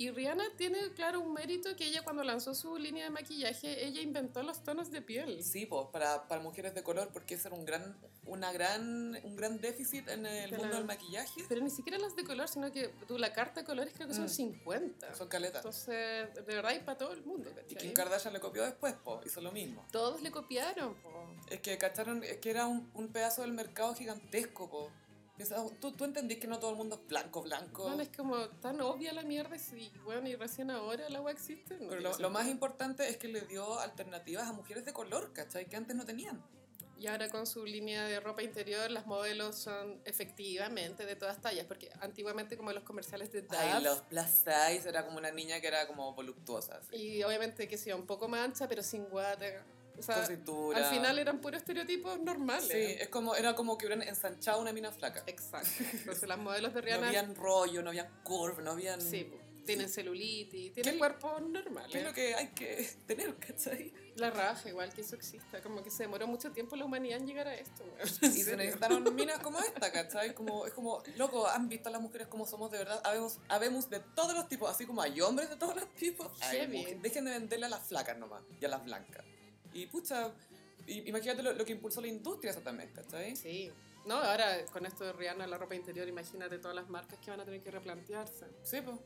Speaker 2: Y Rihanna tiene, claro, un mérito que ella cuando lanzó su línea de maquillaje, ella inventó los tonos de piel.
Speaker 1: Sí, po, para, para mujeres de color, porque ese era un gran, una gran, un gran déficit en el
Speaker 2: Claro.
Speaker 1: mundo del maquillaje.
Speaker 2: Pero ni siquiera las de color, sino que tú, la carta de colores creo que son
Speaker 1: Mm.
Speaker 2: 50.
Speaker 1: Son caletas.
Speaker 2: Entonces, de verdad, hay para todo el mundo.
Speaker 1: Y
Speaker 2: ¿cachai?
Speaker 1: Kim Kardashian le copió después, po, hizo lo mismo.
Speaker 2: Todos le copiaron. po.
Speaker 1: Es que cacharon, es que era un, un pedazo del mercado gigantesco, po. Piensa, ¿Tú, tú entendís que no todo el mundo es blanco, blanco.
Speaker 2: Bueno, es como tan obvia la mierda y, si- bueno, y recién ahora la agua existe.
Speaker 1: Pero
Speaker 2: no tiene
Speaker 1: lo, lo más
Speaker 2: sentido.
Speaker 1: importante es que le dio alternativas a mujeres de color, ¿cachai? Que antes no tenían.
Speaker 2: Y ahora con su línea de ropa interior, las modelos son efectivamente de todas tallas, porque antiguamente como los comerciales de Dove,
Speaker 1: Ay, los plus size, era como una niña que era como voluptuosa, así,
Speaker 2: Y obviamente que sea un poco mancha, pero sin guata. O sea,
Speaker 1: con cintura.
Speaker 2: al final eran puros estereotipos normales.
Speaker 1: Sí, es como, era como que hubieran ensanchado una mina flaca.
Speaker 2: Exacto. Entonces las modelos de
Speaker 1: No
Speaker 2: Rihanna
Speaker 1: habían rollo, no habían curve, no habían...
Speaker 2: sí, po, tienen celulitis, tienen
Speaker 1: ¿Qué-
Speaker 2: cuerpos
Speaker 1: ¿Qué es lo
Speaker 2: normales.
Speaker 1: que hay que tener, cachai?
Speaker 2: La raja, igual que eso exista. Como que se demoró mucho tiempo la humanidad en llegar a esto. weón.
Speaker 1: Y se necesitaron minas como esta, ¿cachai? Como, es como, loco, han visto a las mujeres como somos de verdad. Habemos, habemos de todos los tipos, así como hay hombres de todos los tipos. hay
Speaker 2: Heavy.
Speaker 1: mujeres. Dejen de venderle a las flacas nomás y a las blancas. Y pucha, y- imagínate lo, lo que impulsó la industria eso también, ¿cachai?
Speaker 2: Sí. No, ahora con esto de Rihanna, la ropa interior, imagínate todas las marcas que van a tener que replantearse.
Speaker 1: Sí, pues.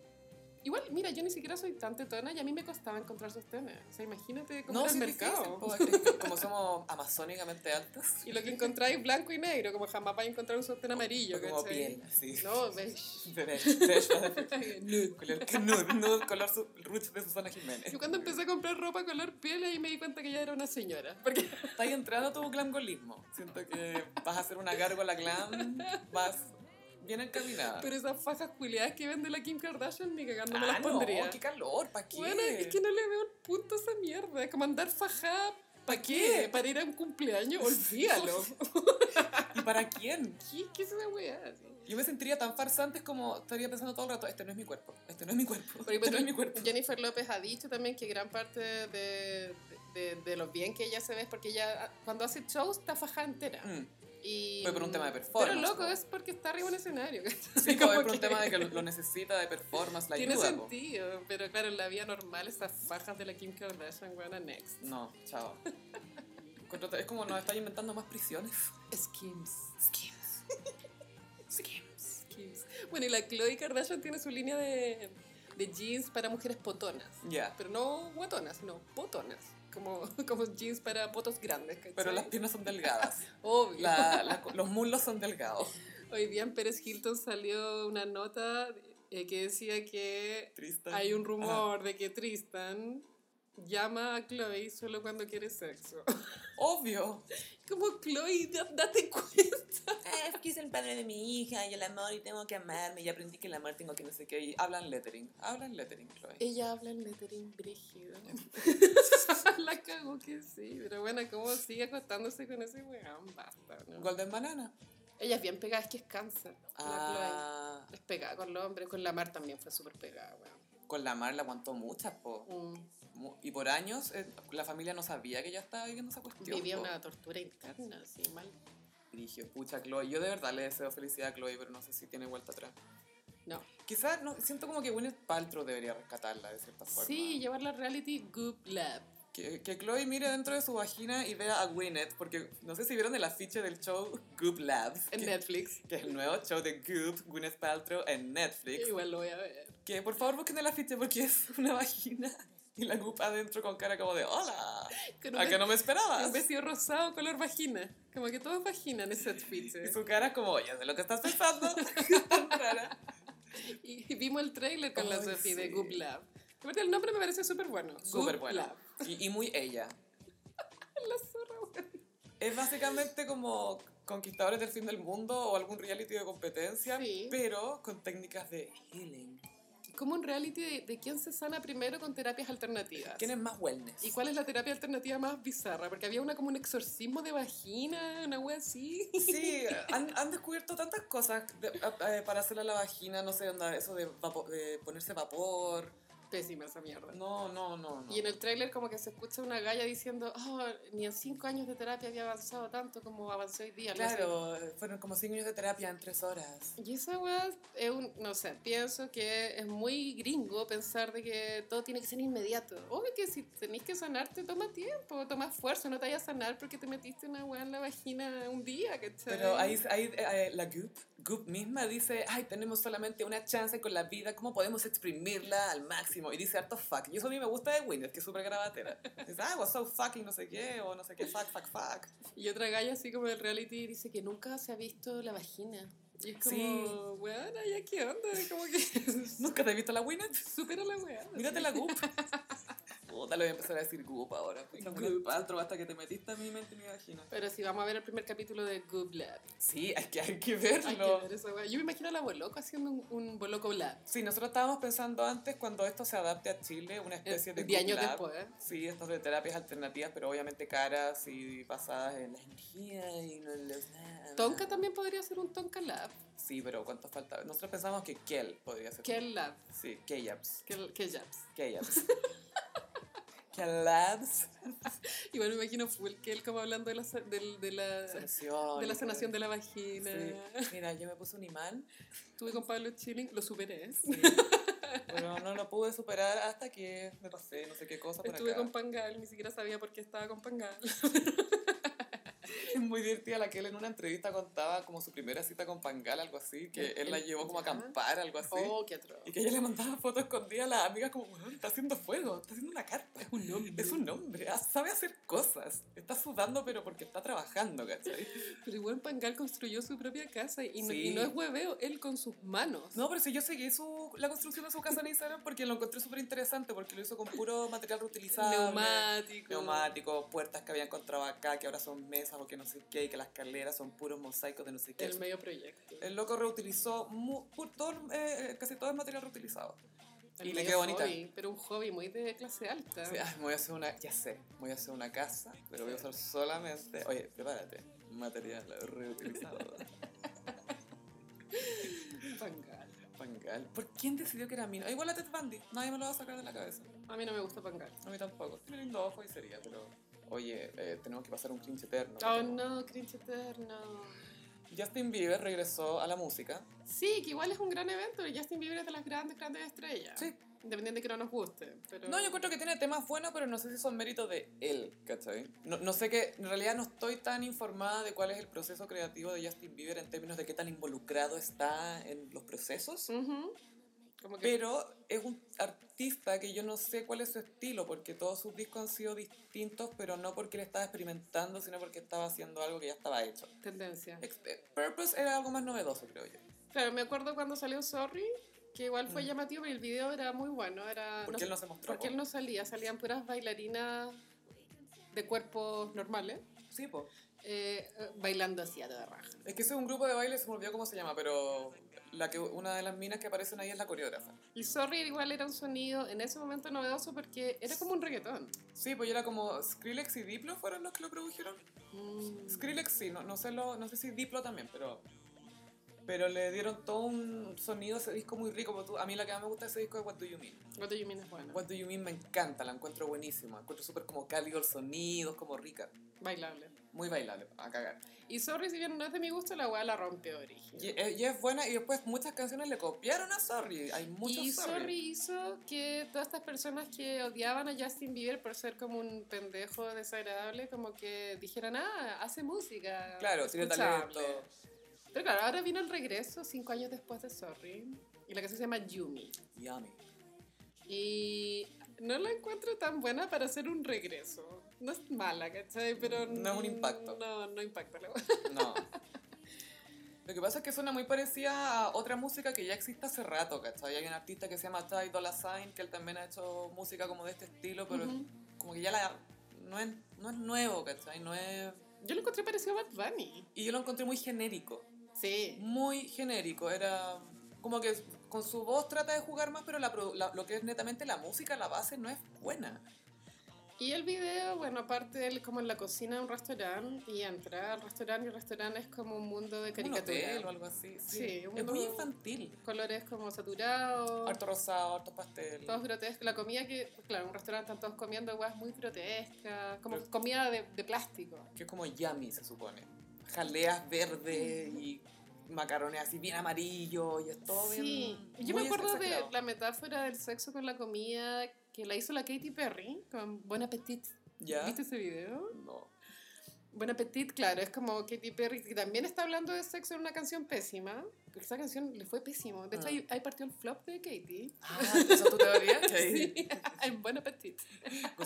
Speaker 2: Igual, mira, yo ni siquiera soy tan tetona y a mí me costaba encontrar sus tenis. O sea, imagínate cómo
Speaker 1: No,
Speaker 2: era el
Speaker 1: sí,
Speaker 2: mercado.
Speaker 1: mercado. Difícil, po, como somos amazónicamente altas.
Speaker 2: Y lo que encontráis blanco y negro, como jamás vais a encontrar un sostén amarillo,
Speaker 1: como
Speaker 2: ¿cachai?
Speaker 1: piel, sí.
Speaker 2: No, beige.
Speaker 1: Beige, beige,
Speaker 2: Nude.
Speaker 1: color que nude, nude, color su- ruch de Susana Jiménez.
Speaker 2: Yo cuando empecé a comprar ropa color piel, ahí me di cuenta que ya era una señora. Porque
Speaker 1: Estás entrando a tu glangolismo. Siento que vas a hacer una gárgola glam, vas bien encaminada.
Speaker 2: pero esas fajas culiadas que vende la Kim Kardashian, ni cagando me
Speaker 1: Ah,
Speaker 2: las
Speaker 1: no,
Speaker 2: pondría.
Speaker 1: qué calor, ¿para qué?
Speaker 2: Bueno, es que no le veo el punto a esa mierda. Es como andar fajada, ¿para qué? ¿Para ir a un cumpleaños? Olvídalo.
Speaker 1: ¿Y para quién?
Speaker 2: ¿Qué, qué es esa weá? así?
Speaker 1: Yo me sentiría tan farsante como estaría pensando todo el rato, este no es mi cuerpo, este no es mi cuerpo,
Speaker 2: Pero,
Speaker 1: este no es
Speaker 2: pues,
Speaker 1: mi cuerpo.
Speaker 2: Jennifer López ha dicho también que gran parte de, de, de lo bien que ella se ve es porque ella ah, cuando hace shows está fajada entera.
Speaker 1: Mm,
Speaker 2: Y, mm,
Speaker 1: Fue por un tema de performance,
Speaker 2: Pero loco,
Speaker 1: po.
Speaker 2: es porque está arriba en el escenario.
Speaker 1: Sí, como es por
Speaker 2: que
Speaker 1: un tema de que lo, lo necesita de performance, la
Speaker 2: Tiene
Speaker 1: ayuda. po.
Speaker 2: sentido, pero claro, en la vida normal esas fajas de la Kim Kardashian, weona, next.
Speaker 1: No, chao. Contrata- Es como nos está inventando más prisiones.
Speaker 2: Skims. Skims. Skims. Skims. Bueno, y la Chloe Kardashian tiene su línea de, de jeans para mujeres potonas.
Speaker 1: Ya.
Speaker 2: Pero no guatonas, sino potonas. Como, como jeans para potos grandes, ¿cachai?
Speaker 1: Pero las piernas son delgadas,
Speaker 2: Obvio.
Speaker 1: la- la- los muslos son delgados.
Speaker 2: Hoy día en Pérez Hilton salió una nota eh, que decía que
Speaker 1: Tristan.
Speaker 2: hay un
Speaker 1: Ajá.
Speaker 2: rumor de que Tristan llama a Chloe solo cuando quiere sexo.
Speaker 1: Obvio.
Speaker 2: Como Chloe, da- date cuenta.
Speaker 1: Ah, es que es el padre de mi hija y el amor y tengo que amarme y aprendí que el amor tengo que no sé qué. Y hablan lettering, hablan lettering, Chloe.
Speaker 2: Ella habla en lettering brígido. La cagó que sí, pero bueno, ¿cómo sigue acostándose con ese weón? Basta, ¿no?
Speaker 1: Golden Banana.
Speaker 2: Ella es bien pegada, es que es cáncer. La
Speaker 1: Ah,
Speaker 2: Chloe. Es pegada con los hombres, con la Mar también fue súper pegada, weón.
Speaker 1: con la Mar la aguantó muchas, po.
Speaker 2: Mm.
Speaker 1: Mu- Y por años eh, la familia no sabía que ella estaba viviendo esa cuestión.
Speaker 2: Vivía
Speaker 1: po.
Speaker 2: una tortura interna, así mal.
Speaker 1: Brigio, pucha, Chloe. Yo de verdad le deseo felicidad a Chloe, pero no sé si tiene vuelta atrás.
Speaker 2: No.
Speaker 1: Quizás, no, siento como que Gwyneth Paltrow debería rescatarla de cierta forma.
Speaker 2: Sí, llevarla a reality Goop Lab.
Speaker 1: Que, que Chloe mire dentro de su vagina y vea a Gwyneth, porque no sé si vieron el afiche del show Goop Labs,
Speaker 2: En
Speaker 1: que,
Speaker 2: Netflix.
Speaker 1: que es el nuevo show de Goop, Gwyneth Paltrow en Netflix.
Speaker 2: Igual lo voy a ver.
Speaker 1: Que por favor busquen el afiche porque es una vagina Y la Goop adentro con cara como de ¡Hola!
Speaker 2: Con
Speaker 1: ¿A que no me
Speaker 2: un
Speaker 1: esperabas?
Speaker 2: vestido rosado color vagina. Como que todo es vagina en ese outfit.
Speaker 1: Y
Speaker 2: eh.
Speaker 1: su cara como, ya sé lo que estás pensando. Tan rara.
Speaker 2: Y, y vimos el trailer con la
Speaker 1: Ay,
Speaker 2: Sophie de
Speaker 1: sí.
Speaker 2: Goop Lab. Aparte, El nombre me parece súper bueno.
Speaker 1: Súper
Speaker 2: Goop
Speaker 1: bueno.
Speaker 2: Lab.
Speaker 1: Y, y muy ella.
Speaker 2: La zorra, weón.
Speaker 1: Es básicamente como Conquistadores del Fin del Mundo o algún reality de competencia,
Speaker 2: Sí.
Speaker 1: pero con técnicas de healing.
Speaker 2: Como un reality de, de quién se sana primero con terapias alternativas.
Speaker 1: ¿Quién es más wellness?
Speaker 2: ¿Y cuál es la terapia alternativa más bizarra? Porque había una como un exorcismo de vagina, una wea así.
Speaker 1: Sí, han, han descubierto tantas cosas de- a- eh, para hacerle a la vagina, no sé, onda, eso de, vapo- de ponerse vapor.
Speaker 2: Pésima esa mierda.
Speaker 1: No, no, no. no.
Speaker 2: Y en el tráiler como que se escucha una galla diciendo, oh, ni en cinco años de terapia había avanzado tanto como avancé hoy día. no sé".
Speaker 1: Claro, fueron como cinco años de terapia en tres horas.
Speaker 2: Y esa weá es un, no sé, pienso que es muy gringo pensar de que todo tiene que ser inmediato. Obvio que si tenés que sanarte toma tiempo, toma esfuerzo, no te vayas a sanar porque te metiste una weá en la vagina un día, ¿cachai?
Speaker 1: Pero ahí, ahí eh, la Goop, Goop misma dice, ay, tenemos solamente una chance con la vida, ¿cómo podemos exprimirla al máximo? Y dice harto fuck. Y eso a mí me gusta de Winnet, que es súper grabatera. Dice, ah, what's so fucking no sé qué, o no sé qué, fuck, fuck, fuck.
Speaker 2: Y otra galla así como del reality dice que nunca se ha visto la vagina. Y es como,
Speaker 1: Sí.
Speaker 2: weón, ¿ya qué onda? Como que
Speaker 1: ¿Nunca te he visto la Winnet?
Speaker 2: supera la weá.
Speaker 1: Mírate la Goop. Puta, le voy a empezar a decir Goop ahora. pues,
Speaker 2: Goop.
Speaker 1: Pantro, hasta que te metiste a mi mente y mi vagina.
Speaker 2: Pero sí, vamos a ver el primer capítulo de Good Lab.
Speaker 1: Sí, hay que, hay que
Speaker 2: Hay
Speaker 1: verlo.
Speaker 2: que ver esa weá. Yo me imagino a la Boloco haciendo un, un Boloco Lab.
Speaker 1: Sí, nosotros estábamos pensando antes cuando esto se adapte a Chile, una especie Eh, de
Speaker 2: Diez
Speaker 1: Goop
Speaker 2: años
Speaker 1: Lab.
Speaker 2: después. ¿eh?
Speaker 1: Sí, estas de terapias alternativas, pero obviamente caras y basadas en la energía y no en los nada.
Speaker 2: Tonka también podría ser un Tonka Lab.
Speaker 1: Sí, pero ¿cuánto falta? Nosotros pensamos que Kel podría ser.
Speaker 2: Kel Lab.
Speaker 1: Sí, K-Labs.
Speaker 2: Kel, Kel Labs.
Speaker 1: K-Labs. K-Labs.
Speaker 2: Igual me imagino full Kel como hablando de la, sa- del- de la,
Speaker 1: Sanación.
Speaker 2: de la sanación de la vagina.
Speaker 1: pues. Sí. Mira, yo me puse un imán,
Speaker 2: Estuve con Pablo Chilling, lo superé.
Speaker 1: sí, pero no lo pude superar hasta que me pasé no sé qué cosa por
Speaker 2: Estuve
Speaker 1: acá.
Speaker 2: con Pangal, ni siquiera sabía por qué estaba con Pangal.
Speaker 1: Es muy divertida la que él en una entrevista contaba como su primera cita con Pangal, algo así, que él la llevó como a acampar, algo así.
Speaker 2: Oh, qué atroz.
Speaker 1: Y que ella le mandaba fotos escondidas a las amigas como, "Weón, está haciendo fuego, está haciendo una carta.
Speaker 2: Es un nombre.
Speaker 1: Es un hombre, ah, sabe hacer cosas. Está sudando, pero porque está trabajando, ¿cachai?
Speaker 2: Pero igual Pangal construyó su propia casa y no,
Speaker 1: Sí.
Speaker 2: y no es hueveo, él con sus manos.
Speaker 1: No, pero si yo seguí su, la construcción de su casa en Instagram porque lo encontré súper interesante, porque lo hizo con puro material reutilizable.
Speaker 2: Neumático.
Speaker 1: Neumáticos, puertas que había encontrado acá, que ahora son mesas o que no sé qué, y que las escaleras son puros mosaicos de no sé qué.
Speaker 2: El medio proyecto.
Speaker 1: El loco reutilizó mu- pu- todo, eh, casi todo el material reutilizado.
Speaker 2: Ah. El
Speaker 1: y le
Speaker 2: medio
Speaker 1: quedó bonita.
Speaker 2: hobby, Pero un hobby muy de clase alta.
Speaker 1: Sí, ay, me voy a hacer una, ya sé, me voy a hacer una casa, pero voy a usar solamente, oye, prepárate, material reutilizado.
Speaker 2: Pangal.
Speaker 1: Pangal. ¿Por quién decidió que era mío? Igual a Ted Bundy, nadie me lo va a sacar de la cabeza.
Speaker 2: A mí no me gusta Pangal.
Speaker 1: A mí tampoco. Tiene lindo ojo y sería, pero... Oye, eh, tenemos que pasar un cringe eterno.
Speaker 2: Oh no, cringe eterno.
Speaker 1: Justin Bieber regresó a la música.
Speaker 2: Sí, que igual es un gran evento. y Justin Bieber es de las grandes, grandes estrellas.
Speaker 1: Sí.
Speaker 2: Independiente de que no nos guste. Pero...
Speaker 1: No, yo creo que tiene temas buenos, pero no sé si son mérito de él, ¿cachai? No, no sé que, en realidad no estoy tan informada de cuál es el proceso creativo de Justin Bieber en términos de qué tan involucrado está en los procesos.
Speaker 2: Ujú. Como que
Speaker 1: Pero es un artista que yo no sé cuál es su estilo, porque todos sus discos han sido distintos, pero no porque él estaba experimentando, sino porque estaba haciendo algo que ya estaba hecho.
Speaker 2: tendencia.
Speaker 1: Ex- eh, Purpose era algo más novedoso, creo yo.
Speaker 2: Claro, me acuerdo cuando salió Sorry, que igual fue
Speaker 1: Mm.
Speaker 2: llamativo, pero el video era muy bueno. Era,
Speaker 1: Porque
Speaker 2: no-
Speaker 1: él no se mostró.
Speaker 2: porque
Speaker 1: po.
Speaker 2: él no salía, salían puras bailarinas de cuerpos normales,
Speaker 1: Sí, po.
Speaker 2: eh, eh, bailando así a toda raja.
Speaker 1: Es que ese es un grupo de baile, se me olvidó cómo se llama, pero la que, una de las minas que aparecen ahí es la coreógrafa.
Speaker 2: Y Sorry igual era un sonido en ese momento novedoso porque era como un reggaetón.
Speaker 1: Sí, pues yo era como Skrillex y Diplo fueron los que lo produjeron. Skrillex sí, no, no sé, lo, no sé si Diplo también, pero, pero le dieron todo un sonido a ese disco muy rico. como tú- a mí la que más me gusta de ese disco es What Do You Mean.
Speaker 2: What Do You Mean es bueno.
Speaker 1: What Do You Mean me encanta, la encuentro buenísima. Encuentro súper como cálido el sonido, es como rica.
Speaker 2: Bailable.
Speaker 1: Muy bailable, a cagar.
Speaker 2: Y Sorry, si bien no es de mi gusto, la weá la rompe de origen.
Speaker 1: Y, eh, y es buena y después muchas canciones le copiaron a Sorry. Hay muchos
Speaker 2: y
Speaker 1: Sorry.
Speaker 2: Sorry hizo que todas estas personas que odiaban a Justin Bieber por ser como un pendejo desagradable, como que dijeran, ah, hace música.
Speaker 1: Claro, tiene
Speaker 2: escuchable".
Speaker 1: talento.
Speaker 2: Pero claro, ahora vino el regreso cinco años después de Sorry. Y la canción se llama Yumi.
Speaker 1: Yummy.
Speaker 2: Y no la encuentro tan buena para hacer un regreso. No es mala, ¿cachai? Pero
Speaker 1: No es un impacto.
Speaker 2: No, no impacta la wea.
Speaker 1: No. Lo que pasa es que suena muy parecida a otra música que ya existe hace rato, ¿cachai? Hay un artista que se llama Ty Dolla Sign, que él también ha hecho música como de este estilo, pero
Speaker 2: Ujú.
Speaker 1: como que ya la... No es, no es nuevo, ¿cachai? No es...
Speaker 2: Yo lo encontré parecido a Bad Bunny.
Speaker 1: Y yo lo encontré muy genérico,
Speaker 2: Sí.
Speaker 1: muy genérico. Era como que con su voz trata de jugar más, pero la pro- la- lo que es netamente la música, la base, no es buena.
Speaker 2: Y el video, bueno, aparte él como en la cocina de un restaurante y entra al restaurante y el restaurante es como un mundo de
Speaker 1: Como un hotel o
Speaker 2: caricatura.
Speaker 1: algo así. Sí,
Speaker 2: Sí,
Speaker 1: es
Speaker 2: un-
Speaker 1: muy infantil.
Speaker 2: Colores como saturados.
Speaker 1: Harto rosado, harto pastel.
Speaker 2: Todos grotescos. La comida que, claro, en un restaurante están todos comiendo weas muy grotescas, como comida de, de plástico.
Speaker 1: que es como yami, se supone. Jaleas verdes y macarones así bien amarillos y es todo
Speaker 2: sí,
Speaker 1: bien.
Speaker 2: yo me
Speaker 1: muy
Speaker 2: acuerdo de
Speaker 1: exagerado.
Speaker 2: la metáfora del sexo con la comida que la hizo la Katy Perry con Bon Appetit.
Speaker 1: ¿Ya?
Speaker 2: ¿Viste ese video?
Speaker 1: No.
Speaker 2: Bon Appetit, claro, es como Katy Perry, que también está hablando de sexo en una canción pésima. porque Esa canción le fue pésimo. De hecho,
Speaker 1: Ah.
Speaker 2: ahí, ahí partió el flop de Katy.
Speaker 1: Ah, ¿esa es tu teoría?
Speaker 2: Sí,
Speaker 1: Sí.
Speaker 2: en Bon Appetit.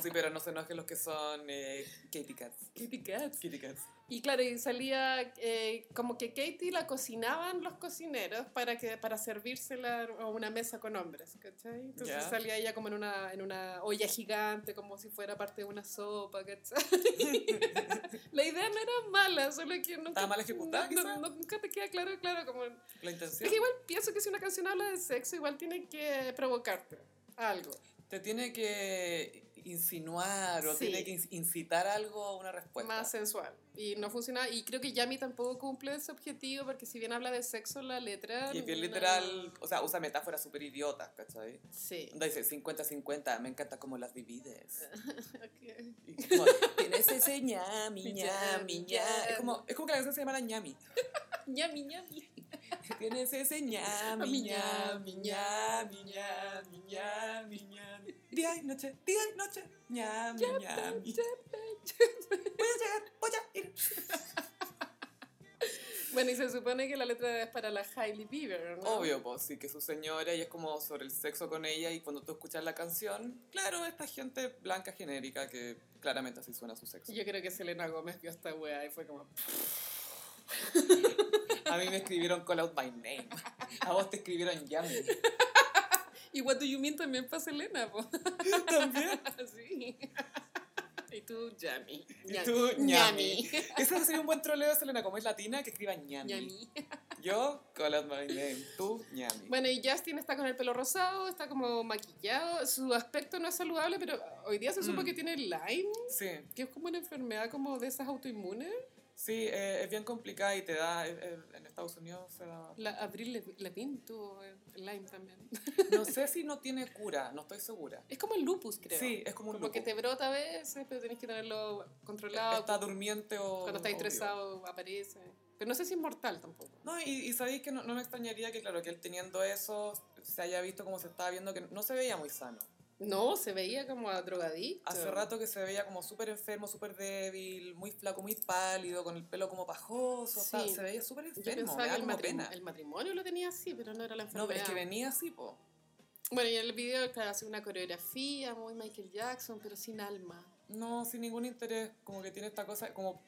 Speaker 1: Sí, pero no se enojen los que son eh, Katy Cats.
Speaker 2: Katy Cats.
Speaker 1: Kitty Cats.
Speaker 2: Y claro, y salía eh, como que Katie la cocinaban los cocineros para, que, para servírsela a una mesa con hombres, ¿cachai? Entonces
Speaker 1: Ya.
Speaker 2: salía ella como en una, en una olla gigante, como si fuera parte de una sopa, ¿cachai? la idea no era mala, solo que nunca...
Speaker 1: Estaba mal ejecutada,
Speaker 2: no-
Speaker 1: quizá.
Speaker 2: no- nunca te queda claro, claro, como...
Speaker 1: La
Speaker 2: Es
Speaker 1: intención.
Speaker 2: que igual pienso que si una canción habla de sexo, igual tiene que provocarte algo.
Speaker 1: Te tiene que insinuar o
Speaker 2: Sí.
Speaker 1: tiene que in- incitar algo a una respuesta.
Speaker 2: más sensual. Y no funciona. Y creo que Yami tampoco cumple ese objetivo porque si bien habla de sexo la letra...
Speaker 1: y es bien
Speaker 2: no-
Speaker 1: literal, o sea, usa metáforas súper idiotas, ¿cachai?
Speaker 2: Sí.
Speaker 1: Onda Dice 50-50, me encanta cómo las divides.
Speaker 2: Ok.
Speaker 1: Y como, Tienes ese ñami, ñami,
Speaker 2: Ñami,
Speaker 1: ñami. Es como, es como que la canción se llamara ñami.
Speaker 2: Yami, Yami.
Speaker 1: Tienes ese ñami,
Speaker 2: Mi
Speaker 1: ñami,
Speaker 2: ñami,
Speaker 1: ñami, ñami, ñami, ñami. Día y noche, día y noche, ñami, ñami. Voy a llegar, voy a ir.
Speaker 2: Bueno, y se supone que la letra es para la Hailey Bieber, ¿no?
Speaker 1: Obvio, pues sí, que su señora y es como sobre el sexo con ella y cuando tú escuchas la canción, claro, esta gente blanca genérica que claramente así suena su sexo.
Speaker 2: Yo creo que Selena Gómez vio esta wea y fue como...
Speaker 1: A mí me escribieron Call Out My Name. A vos te escribieron Yami.
Speaker 2: Y What Do You Mean también para Selena, po.
Speaker 1: También.
Speaker 2: Sí. Y tú, Yami.
Speaker 1: Y tú, ñami.
Speaker 2: Yami.
Speaker 1: Ese sería un buen troleo de Selena, como es latina, que escriba ñami.
Speaker 2: Yami.
Speaker 1: Yo, call out my name. Tú, ñami.
Speaker 2: Bueno, y Justin está con el pelo rosado, está como maquillado, su aspecto no es saludable, pero hoy día se supo
Speaker 1: Mm.
Speaker 2: que tiene Lyme,
Speaker 1: Sí,
Speaker 2: que es como una enfermedad como de esas autoinmunes, sí.
Speaker 1: sí, eh, es bien complicada y te da, eh, eh, en Estados Unidos se da...
Speaker 2: La Abril Lev- Lavigne tuvo eh, Lyme también.
Speaker 1: No sé si no tiene cura, no estoy segura.
Speaker 2: Es como el lupus, creo.
Speaker 1: Sí, es como un
Speaker 2: Como que
Speaker 1: lupus.
Speaker 2: te brota a veces, pero tenés que tenerlo controlado.
Speaker 1: Está durmiente o...
Speaker 2: Cuando estás
Speaker 1: o vivo.
Speaker 2: estresado aparece. Pero no sé si es mortal tampoco.
Speaker 1: No, y, y sabéis que no, no me extrañaría que, claro, que él teniendo eso se haya visto como se estaba viendo, que no se veía muy sano.
Speaker 2: No, se veía como a drogadicto.
Speaker 1: Hace rato que se veía como súper enfermo, súper débil, muy flaco, muy pálido, con el pelo como pajoso,
Speaker 2: Sí.
Speaker 1: tal. se veía súper
Speaker 2: Yo
Speaker 1: enfermo, me
Speaker 2: pensaba
Speaker 1: da
Speaker 2: que el,
Speaker 1: como
Speaker 2: matrim-
Speaker 1: pena.
Speaker 2: el matrimonio lo tenía así, pero no era la enfermedad.
Speaker 1: No, pero es que venía así, po.
Speaker 2: Bueno, y en el video, claro, hace una coreografía muy Michael Jackson, pero sin alma.
Speaker 1: No, sin ningún interés, como que tiene esta cosa, como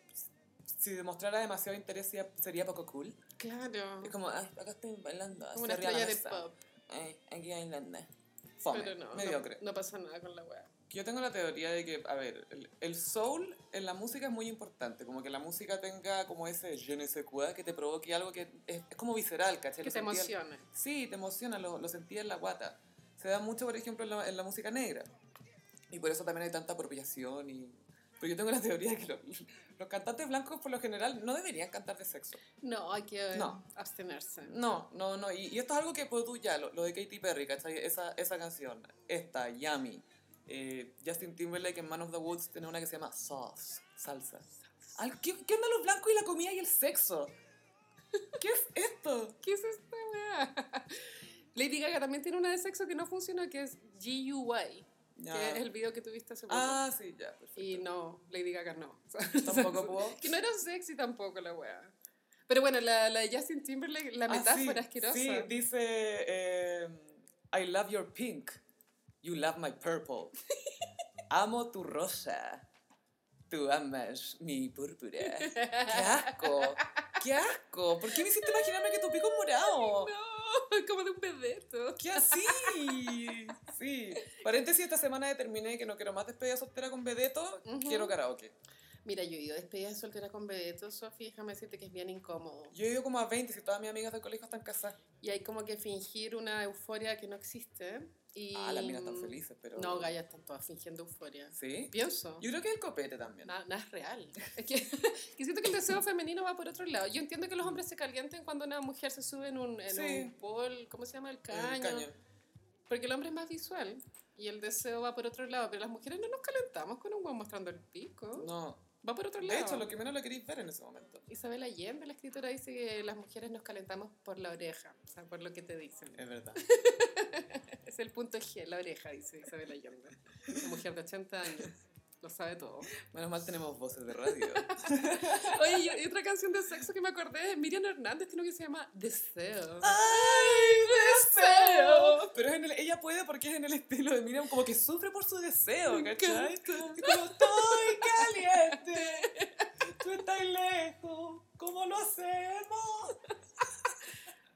Speaker 1: si demostrara demasiado interés sería, sería poco cool.
Speaker 2: Claro.
Speaker 1: Es como, "Ay, acá estoy bailando,
Speaker 2: Como una
Speaker 1: arriba
Speaker 2: estrella de
Speaker 1: mesa.
Speaker 2: pop.
Speaker 1: Ay, aquí bailando. Fome,
Speaker 2: Pero no, no,
Speaker 1: mediocre.
Speaker 2: no pasa nada con la wea.
Speaker 1: Yo tengo la teoría de que, a ver, el, el soul en la música es muy importante, como que la música tenga como ese je ne sais quoi que te provoque algo que es, es como visceral, ¿cachai?
Speaker 2: Que
Speaker 1: Lo
Speaker 2: te
Speaker 1: sentí al-
Speaker 2: emociona.
Speaker 1: Sí, te emociona, lo, lo sentí en la guata. Se da mucho, por ejemplo, en la, en la música negra. Y por eso también hay tanta apropiación y... Pero yo tengo la teoría de que lo- los cantantes blancos, por lo general, no deberían cantar de sexo.
Speaker 2: No, hay que eh,
Speaker 1: No.
Speaker 2: abstenerse.
Speaker 1: No, no, no. Y, y esto es algo que, pues tú ya, lo, lo de Katy Perry, ¿cachai? Esa, esa canción, esta, Yami, eh, Justin Timberlake en Man of the Woods tiene una que se llama Sauce, salsa. Al- ¿Qué, ¿Qué onda los blancos y la comida y el sexo? ¿Qué es esto?
Speaker 2: ¿Qué es esta wea? Lady Gaga también tiene una de sexo que no funciona, que es GUI, que
Speaker 1: Ya.
Speaker 2: es el video que tuviste hace poco.
Speaker 1: Ah, sí, ya, perfecto.
Speaker 2: Y no, Lady Gaga no.
Speaker 1: Tampoco puedo.
Speaker 2: que no era sexy tampoco la wea. Pero bueno, la, la de Justin Timberlake, la
Speaker 1: Ah,
Speaker 2: metáfora
Speaker 1: sí, em,
Speaker 2: asquerosa.
Speaker 1: Sí, dice eh, I love your pink. You love my purple. Amo tu rosa. Tú amas mi púrpura. ¡Qué asco! ¡Qué asco! ¿Por qué me hiciste imaginarme que tu pico es morado?
Speaker 2: No, como de un bebeto.
Speaker 1: ¡Qué así! Sí. Paréntesis, esta semana determiné que no quiero más despedida soltera con vedeto,
Speaker 2: Ujú.
Speaker 1: quiero karaoke.
Speaker 2: Mira, yo he ido a despedidas de soltera con bebeto, Sofía, déjame decirte que es bien incómodo.
Speaker 1: Yo he ido como a 20, si todas mis amigas del colegio están casadas.
Speaker 2: Y hay como que fingir una euforia que no existe. Y...
Speaker 1: Ah, las minas están felices, pero...
Speaker 2: No, Gaya, están todas fingiendo euforia.
Speaker 1: ¿Sí?
Speaker 2: Pienso.
Speaker 1: Yo creo que es el copete también.
Speaker 2: na- Nada es real. Es que, que siento que el deseo femenino va por otro lado. Yo entiendo que los hombres se calienten cuando una mujer se sube en un, en
Speaker 1: Sí.
Speaker 2: un pol, ¿cómo se llama? El caño.
Speaker 1: El caño.
Speaker 2: Porque el hombre es más visual y el deseo va por otro lado. Pero las mujeres no nos calentamos con un guan mostrando el pico.
Speaker 1: No.
Speaker 2: Va por otro
Speaker 1: De
Speaker 2: lado.
Speaker 1: hecho, lo que menos lo queréis ver en ese momento.
Speaker 2: Isabel Allende, la escritora, dice que las mujeres nos calentamos por la oreja, o sea, por lo que te dicen.
Speaker 1: Es verdad.
Speaker 2: Es el punto G, la oreja, dice Isabel Allende. Una mujer de 80 años, lo sabe todo.
Speaker 1: Menos mal tenemos voces de radio.
Speaker 2: Oye, y- y otra canción de sexo que me acordé es Miriam Hernández, tiene una que se llama Deseo.
Speaker 1: ¡Ay, deseo! Pero es en el- ella puede porque es en el estilo de Miriam, como que sufre por su deseo,
Speaker 2: Me
Speaker 1: ¿cachai? Y Como estoy caliente, tú estás lejos, ¿cómo lo hacemos?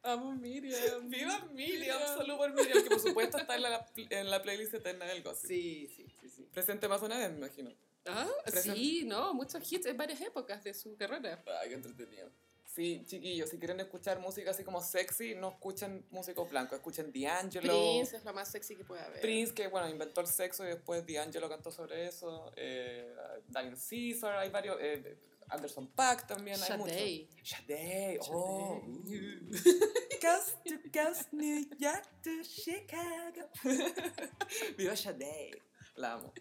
Speaker 2: Amo Miriam.
Speaker 1: Viva Miriam, solo por Miriam, que por supuesto está en la, en la playlist eterna del gossip.
Speaker 2: Sí, sí, sí, sí.
Speaker 1: Presente más de una vez, me imagino.
Speaker 2: Ah,
Speaker 1: Present-
Speaker 2: sí, no, muchos hits en varias épocas de su carrera.
Speaker 1: Ay, qué entretenido. Sí, chiquillos, si quieren escuchar música así como sexy, no escuchen músicos blancos, escuchen D'Angelo.
Speaker 2: Prince eh. es lo más sexy que puede haber.
Speaker 1: Prince, que bueno, inventó el sexo y después D'Angelo cantó sobre eso. Eh, Daniel Caesar, hay varios. eh, Anderson Paak también, hay muchos.
Speaker 2: Sade.
Speaker 1: Sade, oh.
Speaker 2: Sade.
Speaker 1: uh. Coast to coast, New York to Chicago. Viva Sade. La amo.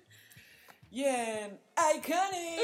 Speaker 1: Y en Iconic.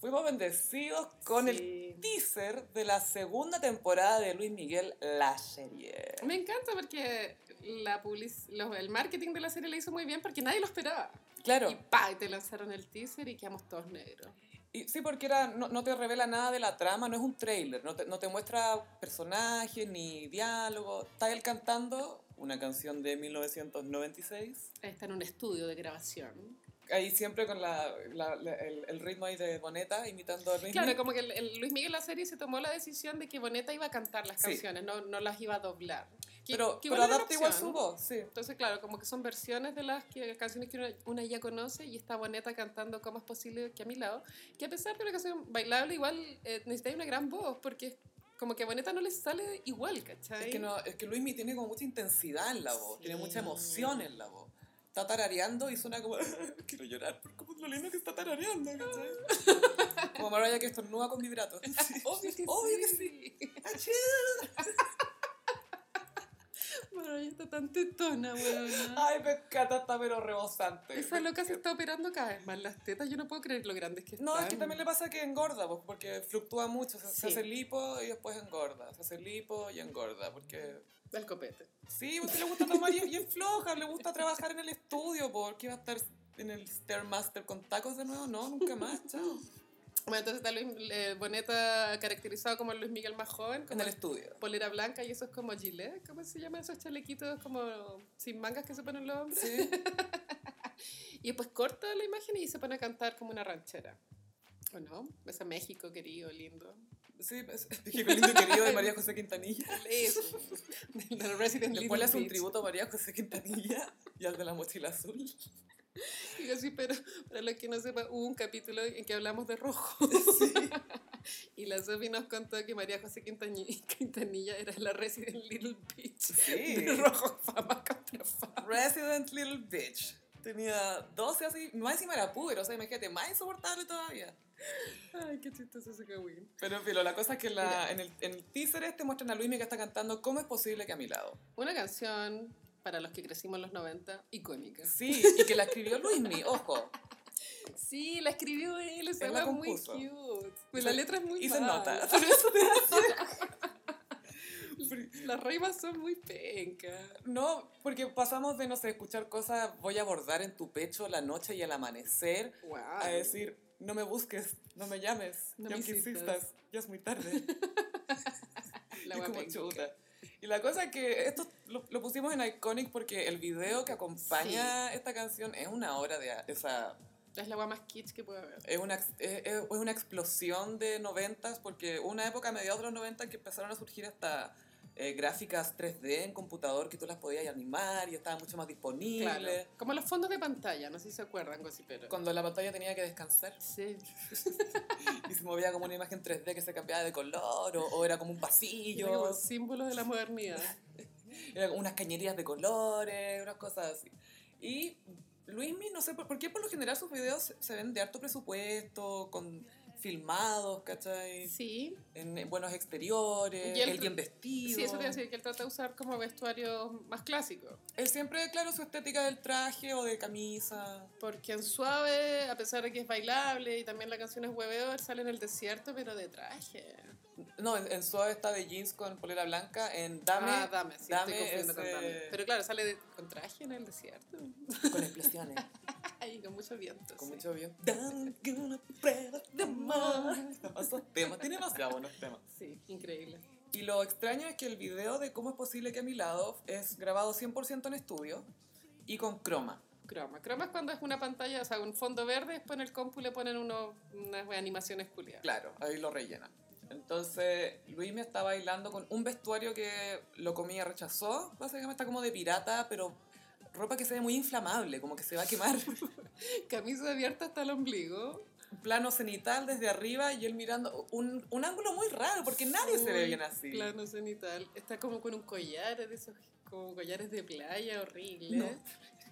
Speaker 1: Fuimos bendecidos con el
Speaker 2: Sí.
Speaker 1: teaser de la segunda temporada de Luis Miguel, la serie.
Speaker 2: Me encanta porque la public- los- el marketing de la serie la hizo muy bien porque nadie lo esperaba.
Speaker 1: Claro.
Speaker 2: Y pa, y te lanzaron el teaser y quedamos todos negros.
Speaker 1: Y sí, porque era, no, no te revela nada de la trama, no es un trailer, no te, no te muestra personajes ni diálogo. Está él cantando una canción de 1996,
Speaker 2: Está en un estudio de grabación.
Speaker 1: ahí siempre con la, la- la- el, el ritmo ahí de Boneta imitando al ritmo.
Speaker 2: Claro, como que el, el Luis Miguel la serie se tomó la decisión de que Boneta iba a cantar las
Speaker 1: Sí.
Speaker 2: canciones, no, no las iba a doblar. Que-
Speaker 1: pero
Speaker 2: que
Speaker 1: pero
Speaker 2: igual era una
Speaker 1: adapta igual
Speaker 2: opción.
Speaker 1: su voz, sí.
Speaker 2: Entonces, claro, como que son versiones de las que- canciones que una, una ya conoce y está Boneta cantando ¿Cómo es posible que a mi lado? Que a pesar de una canción bailable, igual eh, necesita una gran voz porque como que a Boneta no le sale igual, ¿cachai?
Speaker 1: Es que, no, es que Luismi tiene como mucha intensidad en la voz, tiene
Speaker 2: Sí.
Speaker 1: mucha emoción en la voz. Está tarareando y suena como, quiero llorar por cómo es lo lindo que está tarareando, ¿cachai? como Mariah que estornuda con vibrato.
Speaker 2: Obvio que
Speaker 1: Obvio que
Speaker 2: sí. Bueno, ella está tan tetona, weón.
Speaker 1: Ay, me encanta, está pero rebosante.
Speaker 2: Esa loca se está operando cada vez más las tetas. Yo no puedo creer lo grandes que están.
Speaker 1: No, es que también le pasa que engorda, pues, porque fluctúa mucho. Se, se
Speaker 2: Sí.
Speaker 1: hace lipo y después engorda. Se hace lipo y engorda. Porque
Speaker 2: Del copete.
Speaker 1: sí, a usted le gusta tomar y es bien floja, le gusta trabajar en el estudio, porque iba a estar en el Stairmaster con tacos de nuevo. No, nunca más, chao.
Speaker 2: Bueno, entonces está Luis eh, Boneta caracterizado como el Luis Miguel más joven,
Speaker 1: En
Speaker 2: como
Speaker 1: el
Speaker 2: el
Speaker 1: estudio.
Speaker 2: polera blanca y eso es como gilet. ¿Cómo se llaman esos chalequitos como sin mangas que se ponen los hombres?
Speaker 1: Sí.
Speaker 2: Y después corta la imagen y se pone a cantar como una ranchera. ¿O no? Ese México querido, lindo.
Speaker 1: Sí, es- dije que lindo y querido de María José Quintanilla.
Speaker 2: Eso. Del Resident
Speaker 1: Después le hace un
Speaker 2: Little Beach.
Speaker 1: tributo a María José Quintanilla y al de la mochila azul.
Speaker 2: Y yo, sí, pero para los que no sepan, hubo un capítulo en que hablamos de rojo. y la Sophie nos contó que María José Quintañi- Quintanilla era la Resident Little Bitch.
Speaker 1: Sí.
Speaker 2: De rojo, fama contra fama.
Speaker 1: Resident Little Bitch. Tenía 12 así, más encima era puber, o sea, imagínate, más insoportable todavía.
Speaker 2: Ay, qué chistoso ese Kawin.
Speaker 1: Pero, filo, la cosa es que la,
Speaker 2: Mira.
Speaker 1: en, el, en el teaser este muestran a Luismi que está cantando ¿Cómo es posible que a mi lado?
Speaker 2: Una canción, para los que crecimos en los 90, icónica.
Speaker 1: Sí, y que la escribió Luismi, ojo.
Speaker 2: Sí, la escribió él, esa
Speaker 1: Él la
Speaker 2: hueá es muy
Speaker 1: compuso.
Speaker 2: cute. Pues la
Speaker 1: Se-
Speaker 2: letra es muy
Speaker 1: Y se
Speaker 2: mala.
Speaker 1: nota. Por eso te-
Speaker 2: Las rimas son muy pencas.
Speaker 1: No, porque pasamos de, no sé, escuchar cosas, voy a abordar en tu pecho la noche y el amanecer,
Speaker 2: Wow.
Speaker 1: a decir, no me busques, no me llames,
Speaker 2: No
Speaker 1: ya
Speaker 2: me
Speaker 1: aunque
Speaker 2: insistas.
Speaker 1: insistas, ya es muy tarde.
Speaker 2: la
Speaker 1: y
Speaker 2: hueá
Speaker 1: como
Speaker 2: penca.
Speaker 1: chuta. Y la cosa es que esto lo, lo pusimos en Iconic porque el video que acompaña esta canción es una hora de a- esa
Speaker 2: Es la agua más kitsch que puede haber.
Speaker 1: es una, ex- es, es- es una explosión de noventas, porque hubo una época a mediados de los 90 en que empezaron a surgir hasta eh, gráficas 3D en computador que tú las podías animar y estaban mucho más disponibles.
Speaker 2: Claro. Como los fondos de pantalla, no sé si se acuerdan, Gossipero.
Speaker 1: Cuando la pantalla tenía que descansar
Speaker 2: Sí.
Speaker 1: y se movía como una imagen 3D que se cambiaba de color, o, o era como un
Speaker 2: Era como
Speaker 1: pasillo,
Speaker 2: el símbolo de la modernidad.
Speaker 1: eran unas cañerías de colores, unas cosas así. Y Luismi, no sé por, por qué por lo general sus videos se ven de harto presupuesto, con filmados, ¿cachai?
Speaker 2: Sí.
Speaker 1: en buenos exteriores,
Speaker 2: Y él-
Speaker 1: él bien vestido.
Speaker 2: Sí, eso te iba a decir, que él trata de usar como vestuarios más clásicos.
Speaker 1: Él siempre, claro, su estética del traje o de camisa.
Speaker 2: Porque en Suave, a pesar de que es bailable y también la canción es hueveo, él sale en el desierto, pero de traje.
Speaker 1: No, en, en Suave está de jeans con polera blanca, en Dame,
Speaker 2: ah, dame, sí,
Speaker 1: Dame
Speaker 2: estoy confundiendo con
Speaker 1: ese-
Speaker 2: dame. Pero claro, sale de- con traje en el desierto.
Speaker 1: con explosiones,
Speaker 2: Ay, con mucho viento.
Speaker 1: con
Speaker 2: sí.
Speaker 1: mucho bien. Dame una prueba de amor. Esos temas, tiene demasiado buenos temas.
Speaker 2: Sí, increíble.
Speaker 1: Y lo extraño es que el video de cómo es posible que a mi lado es grabado 100% en estudio y con croma.
Speaker 2: Croma. Croma es cuando es una pantalla, o sea, un fondo verde, después en el compu le ponen uno, unas animaciones culiadas.
Speaker 1: Claro, ahí lo rellenan. Entonces, Luis me está bailando con un vestuario que lo comía rechazó. Básicamente está como de pirata, pero ropa que se ve muy inflamable, como que se va a quemar.
Speaker 2: Camisa abierta hasta el ombligo.
Speaker 1: Plano cenital desde arriba y él mirando. Un, un ángulo muy raro, porque nadie se ve
Speaker 2: Uy,
Speaker 1: bien así.
Speaker 2: Plano cenital. Está como con un collar de esos, como collares de playa horrible.
Speaker 1: No.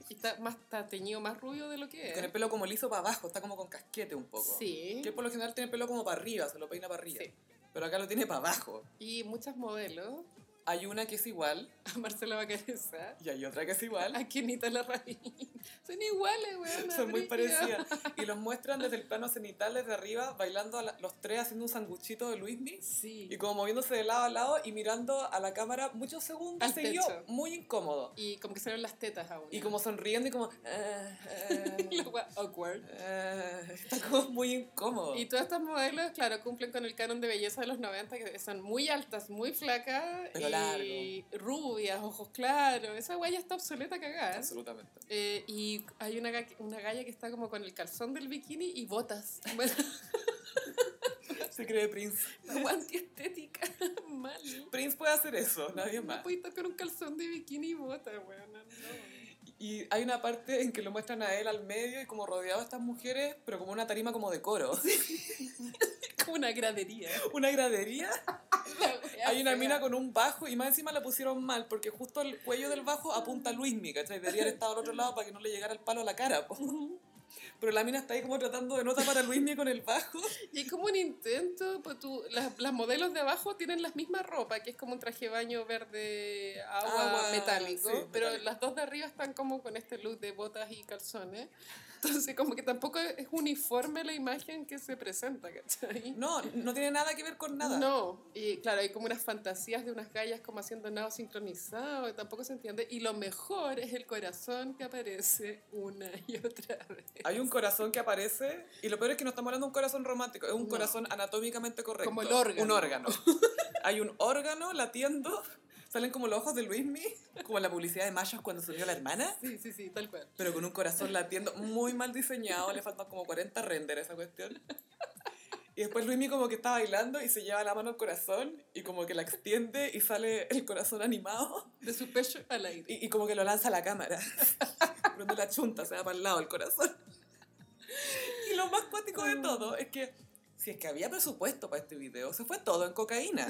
Speaker 2: Y está, más, está teñido más rubio de lo que
Speaker 1: Y
Speaker 2: es.
Speaker 1: Con el pelo como liso para abajo, está como con casquete un poco.
Speaker 2: Sí.
Speaker 1: Que por lo general tiene el pelo como para arriba, se lo peina para arriba.
Speaker 2: Sí.
Speaker 1: Pero acá lo tiene para abajo.
Speaker 2: Y muchas modelos.
Speaker 1: Hay una que es igual
Speaker 2: A Marcela Bacareza.
Speaker 1: y hay otra que es igual.
Speaker 2: A Kenita Larraín. Son iguales, weón.
Speaker 1: Son muy parecidas. Y los muestran desde el plano cenital, desde arriba, bailando a la- los tres haciendo un sanguchito de Luismi.
Speaker 2: Sí.
Speaker 1: Y como moviéndose de lado a lado y mirando a la cámara muchos segundos
Speaker 2: Al
Speaker 1: seguido,
Speaker 2: techo.
Speaker 1: muy incómodo.
Speaker 2: Y como que se ven las tetas aún.
Speaker 1: Y como sonriendo y como... eh, eh,
Speaker 2: La wea awkward.
Speaker 1: eh, está como muy incómodo.
Speaker 2: Y todas estas modelos, claro, cumplen con el canon de belleza de los 90, que son muy altas, muy flacas,
Speaker 1: Pelo
Speaker 2: y rubias, ojos claros. Esa guaya está obsoleta cagada.
Speaker 1: Absolutamente.
Speaker 2: Eh, y hay una, ga- una galla que está como con el calzón del bikini y botas. Bueno,
Speaker 1: Se cree Prince.
Speaker 2: una wea antiestética, mal.
Speaker 1: Prince puede hacer eso, nadie
Speaker 2: No
Speaker 1: más.
Speaker 2: puedes tocar un calzón de bikini y botas, weón. No.
Speaker 1: Y hay una parte en que lo muestran a él al medio y como rodeado de estas mujeres, pero como una tarima como de coro.
Speaker 2: Como una gradería.
Speaker 1: Una gradería
Speaker 2: La wea
Speaker 1: Hay una
Speaker 2: fea.
Speaker 1: mina con un bajo y más encima la pusieron mal porque justo el cuello del bajo apunta a Luismi, ¿cachai? Debería haber estado al otro lado para que no le llegara el palo a la cara, po. Pero la mina está ahí como tratando de nota para Luismi con el bajo.
Speaker 2: Y es como un intento, pues tú, las, las modelos de abajo tienen la misma ropa, que es como un traje de baño verde, agua,
Speaker 1: Agua,
Speaker 2: metálico,
Speaker 1: Ah, sí,
Speaker 2: pero
Speaker 1: metálico.
Speaker 2: las dos de arriba están como con este look de botas y calzones. Entonces como que tampoco es uniforme la imagen que se presenta, ¿cachai?
Speaker 1: No, no tiene nada que ver con nada.
Speaker 2: No, y claro, hay como unas fantasías de unas gallas como haciendo nado sincronizado, y tampoco se entiende. Y lo mejor es el corazón que aparece una y otra vez.
Speaker 1: Hay un corazón que aparece y lo peor es que no estamos hablando de un corazón romántico, es un
Speaker 2: No.
Speaker 1: corazón anatómicamente correcto.
Speaker 2: Como el órgano.
Speaker 1: Un órgano. Hay un órgano latiendo, salen como los ojos de Luismi, como en la publicidad de Mayos cuando se unió la hermana.
Speaker 2: Sí, sí, sí, tal cual.
Speaker 1: pero con un corazón latiendo muy mal diseñado, le faltan como 40 render a esa cuestión. Y después Luismi como que está bailando y se lleva la mano al corazón y como que la extiende y sale el corazón animado
Speaker 2: De su pecho al aire.
Speaker 1: y, y como que lo lanza a la cámara. Prende la chunta, se va para el lado el corazón. Y lo más cuático de todo es que si es que había presupuesto para este video, se fue todo en cocaína.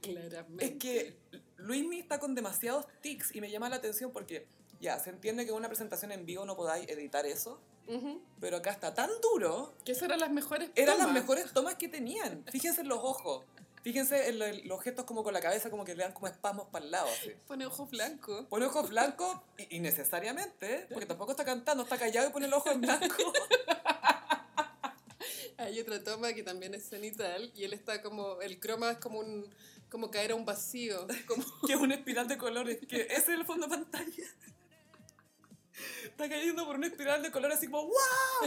Speaker 2: Claramente.
Speaker 1: Es que Luismi está con demasiados tics y me llama la atención porque ya, se entiende que en una presentación en vivo no podáis editar eso,
Speaker 2: Ujú.
Speaker 1: pero acá está tan duro.
Speaker 2: Que esas eran las mejores
Speaker 1: Eran las
Speaker 2: tomas.
Speaker 1: mejores tomas que tenían. Fíjense en los ojos. Fíjense en lo- en los gestos como con la cabeza, como que le dan como espasmos para el lado. Así.
Speaker 2: Pone ojos blancos.
Speaker 1: Pone ojos blancos i- innecesariamente, porque tampoco está cantando, está callado y pone el ojo en blanco.
Speaker 2: Hay otra toma que también es cenital y él está como, el croma es como un, como caer a un vacío. Como,
Speaker 1: que es una espiral de colores, que ese es el fondo de pantalla. Está cayendo por una espiral de colores así como ¡Wow!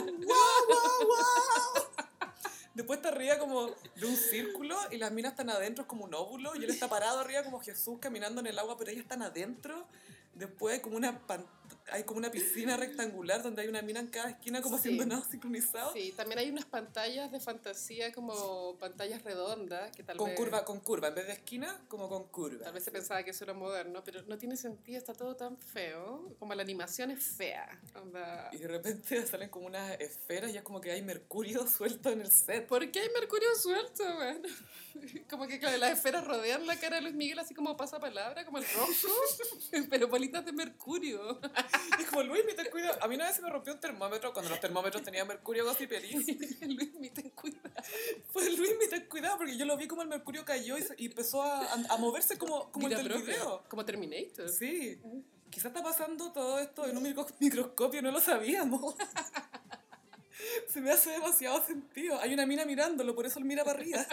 Speaker 1: ¡Wow! ¡Wow! ¡Wow! Después está arriba como de un círculo y las minas están adentro, es como un óvulo. Y él está parado arriba como Jesús caminando en el agua, pero ellas están adentro. Después hay como una, pan- hay como una piscina rectangular donde hay una mina en cada esquina como
Speaker 2: Sí.
Speaker 1: haciendo nada sincronizado.
Speaker 2: Sí, también hay unas pantallas de fantasía como pantallas redondas que tal
Speaker 1: Con
Speaker 2: vez...
Speaker 1: curva, con curva. En vez de esquina, como con curva.
Speaker 2: Tal vez se pensaba que eso era moderno, pero no tiene sentido, está todo tan feo. Como la animación es fea. onda.
Speaker 1: Y de repente salen como unas esferas y es como que hay mercurio suelto en el set.
Speaker 2: ¿Por qué hay mercurio suelto, weón? Como que claro, las esferas rodean la cara de Luis Miguel así como pasapalabra, como el rojo, pero bolitas de mercurio.
Speaker 1: Y es como, Luis, ni te cuido. A mí una vez se me rompió un termómetro cuando los termómetros tenían mercurio, gossiperín.
Speaker 2: Luis, mi ten cuidado.
Speaker 1: Fue Luis, me ten cuidado, porque yo lo vi como el mercurio cayó y, se- y empezó a, a- a moverse como, como el
Speaker 2: Vida
Speaker 1: del
Speaker 2: propia,
Speaker 1: video.
Speaker 2: Como Terminator.
Speaker 1: Sí. Quizás está pasando todo esto en un micro- microscopio, no lo sabíamos. Se me hace demasiado sentido. Hay una mina mirándolo, por eso él mira para arriba.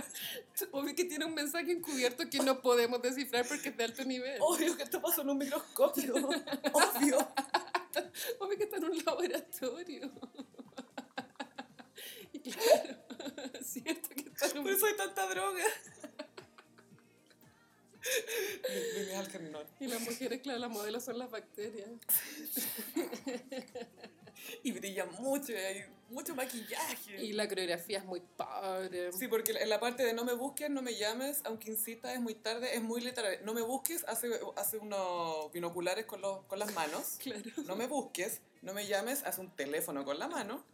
Speaker 2: Obvio que tiene un mensaje encubierto que no podemos descifrar porque es de alto nivel.
Speaker 1: Obvio que esto pasó en un microscopio. Obvio.
Speaker 2: Obvio que está en un laboratorio. Y claro, cierto que está en
Speaker 1: Por
Speaker 2: un...
Speaker 1: eso hay tanta droga. Me, me al caminón.
Speaker 2: Y las mujeres, claro, las modelos son las bacterias.
Speaker 1: Y brilla mucho, y hay mucho maquillaje.
Speaker 2: Y la coreografía es muy pobre.
Speaker 1: Sí, porque en la parte de no me busques, no me llames, aunque incita, es muy tarde, es muy literal. No me busques, hace, hace unos binoculares con, los, con las manos.
Speaker 2: Claro.
Speaker 1: No me busques, no me llames, hace un teléfono con la mano.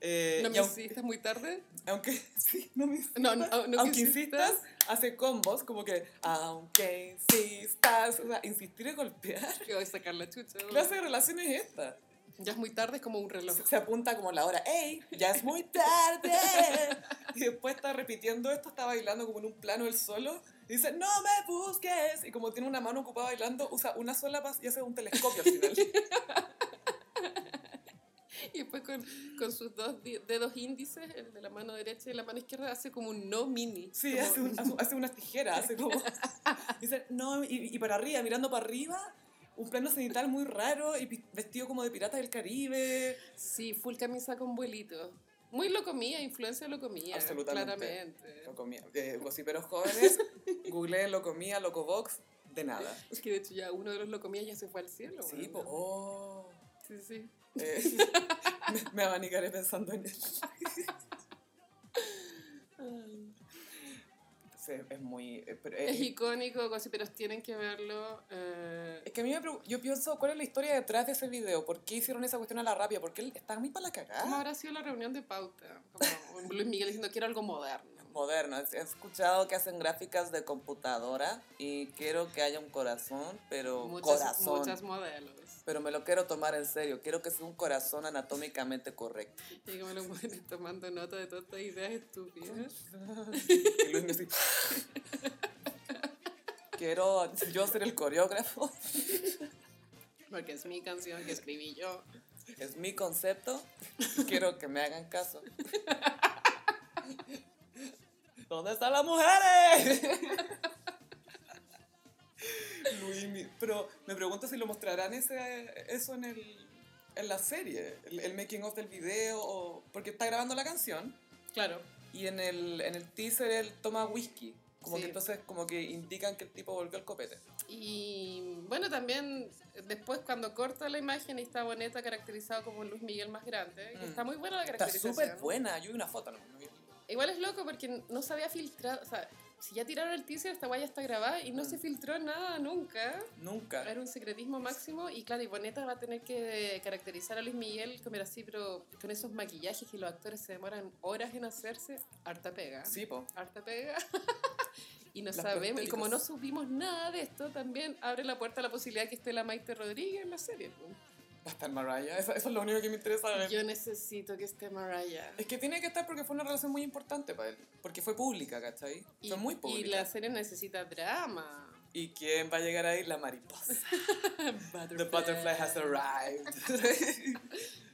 Speaker 1: Eh,
Speaker 2: No
Speaker 1: y
Speaker 2: me
Speaker 1: aun-
Speaker 2: insistas muy tarde.
Speaker 1: aunque, sí, no me insistas.
Speaker 2: No, no, no
Speaker 1: aunque
Speaker 2: que
Speaker 1: insistas, hace combos como que, aunque insistas, o sea, insistir es golpear.
Speaker 2: Que voy a sacar la chucha.
Speaker 1: ¿Qué clase de relación es esta?
Speaker 2: Ya es muy tarde, es como un reloj.
Speaker 1: se, se apunta como la hora, ¡Ey! ¡Ya es muy tarde! Y después está repitiendo esto, está bailando como en un plano él solo. Y dice, ¡No me busques! Y como tiene una mano ocupada bailando, usa una sola paz y hace un telescopio al final.
Speaker 2: Y después con, con sus dos di- dedos índices, el de la mano derecha y la mano izquierda, hace como un no mini.
Speaker 1: Sí,
Speaker 2: Como-
Speaker 1: hace, un- hace- hace unas tijeras, hace como... Dice, no, y, y para arriba, mirando para arriba, un plano cenital muy raro y pi- vestido como de pirata del Caribe.
Speaker 2: Sí, full camisa con vuelitos. Muy lo comía, influencia lo comía.
Speaker 1: Absolutamente.
Speaker 2: Claramente.
Speaker 1: Lo comía. Eh, gossiperos jóvenes, googleé lo comía, locobox, de nada.
Speaker 2: Es que de hecho ya uno de los lo comía ya se fue al cielo.
Speaker 1: Sí,
Speaker 2: weón.
Speaker 1: po, oh.
Speaker 2: Sí, sí.
Speaker 1: Eh, me, me abanicaré pensando en él. Ah.
Speaker 2: Ay.
Speaker 1: Sí, es muy... eh, pero, eh,
Speaker 2: Es icónico, cosas, pero tienen que verlo. eh,
Speaker 1: es que a mí me preocupa, yo pienso, ¿cuál es la historia detrás de ese video? ¿Por qué hicieron esa cuestión a la rabia? Porque él está muy para la
Speaker 2: ¿Cómo
Speaker 1: cagada.
Speaker 2: habrá sido la reunión de pauta? Como Luis Miguel diciendo, quiero algo moderno.
Speaker 1: Moderno, he escuchado que hacen gráficas de computadora y quiero que haya un corazón, pero
Speaker 2: Muchas, muchas modelos.
Speaker 1: Pero me lo quiero tomar en serio, quiero que sea un corazón anatómicamente correcto.
Speaker 2: Y como los mujeres tomando nota de todas estas ideas estúpidas.
Speaker 1: Y Luis me dice, quiero yo ser el coreógrafo,
Speaker 2: Porque es mi canción que escribí yo.
Speaker 1: es mi concepto, quiero que me hagan caso. ¿Dónde están las mujeres? Luis, mi- pero me pregunto si lo mostrarán ese, eso en, el, en la serie, el, el making of del video, o, porque está grabando la canción
Speaker 2: Claro.
Speaker 1: y en el, en el teaser él toma whisky. Como
Speaker 2: Sí.
Speaker 1: que entonces como que indican que el tipo volvió al copete.
Speaker 2: Y bueno, también después cuando corta la imagen y está Boneta caracterizado como un Luis Miguel más grande. que
Speaker 1: Mm.
Speaker 2: Está muy buena la
Speaker 1: Está
Speaker 2: caracterización.
Speaker 1: súper buena. Yo vi una foto. No, no vi-
Speaker 2: Igual es loco porque no se había filtrado. O sea, si ya tiraron el teaser, esta guaya está grabada y no
Speaker 1: Mm.
Speaker 2: se filtró nada nunca.
Speaker 1: Nunca.
Speaker 2: Era un secretismo máximo y claro, y Boneta va a tener que caracterizar a Luis Miguel como era así, pero con esos maquillajes que los actores se demoran horas en hacerse, harta pega.
Speaker 1: Sí, po.
Speaker 2: Harta pega. y no
Speaker 1: Las
Speaker 2: sabemos, y
Speaker 1: prostéticas.
Speaker 2: como no supimos nada de esto, también abre la puerta a la posibilidad de que esté la Maite Rodríguez en la serie. po.
Speaker 1: Va a estar Mariah. Eso, eso es lo único que me interesa. ver.
Speaker 2: Yo necesito que esté Mariah.
Speaker 1: Es que tiene que estar porque fue una relación muy importante para él. Porque fue pública, ¿cachai?
Speaker 2: Y,
Speaker 1: fue muy
Speaker 2: y
Speaker 1: pública.
Speaker 2: la serie necesita drama.
Speaker 1: ¿Y quién va a llegar ahí? La mariposa. The butterfly has arrived.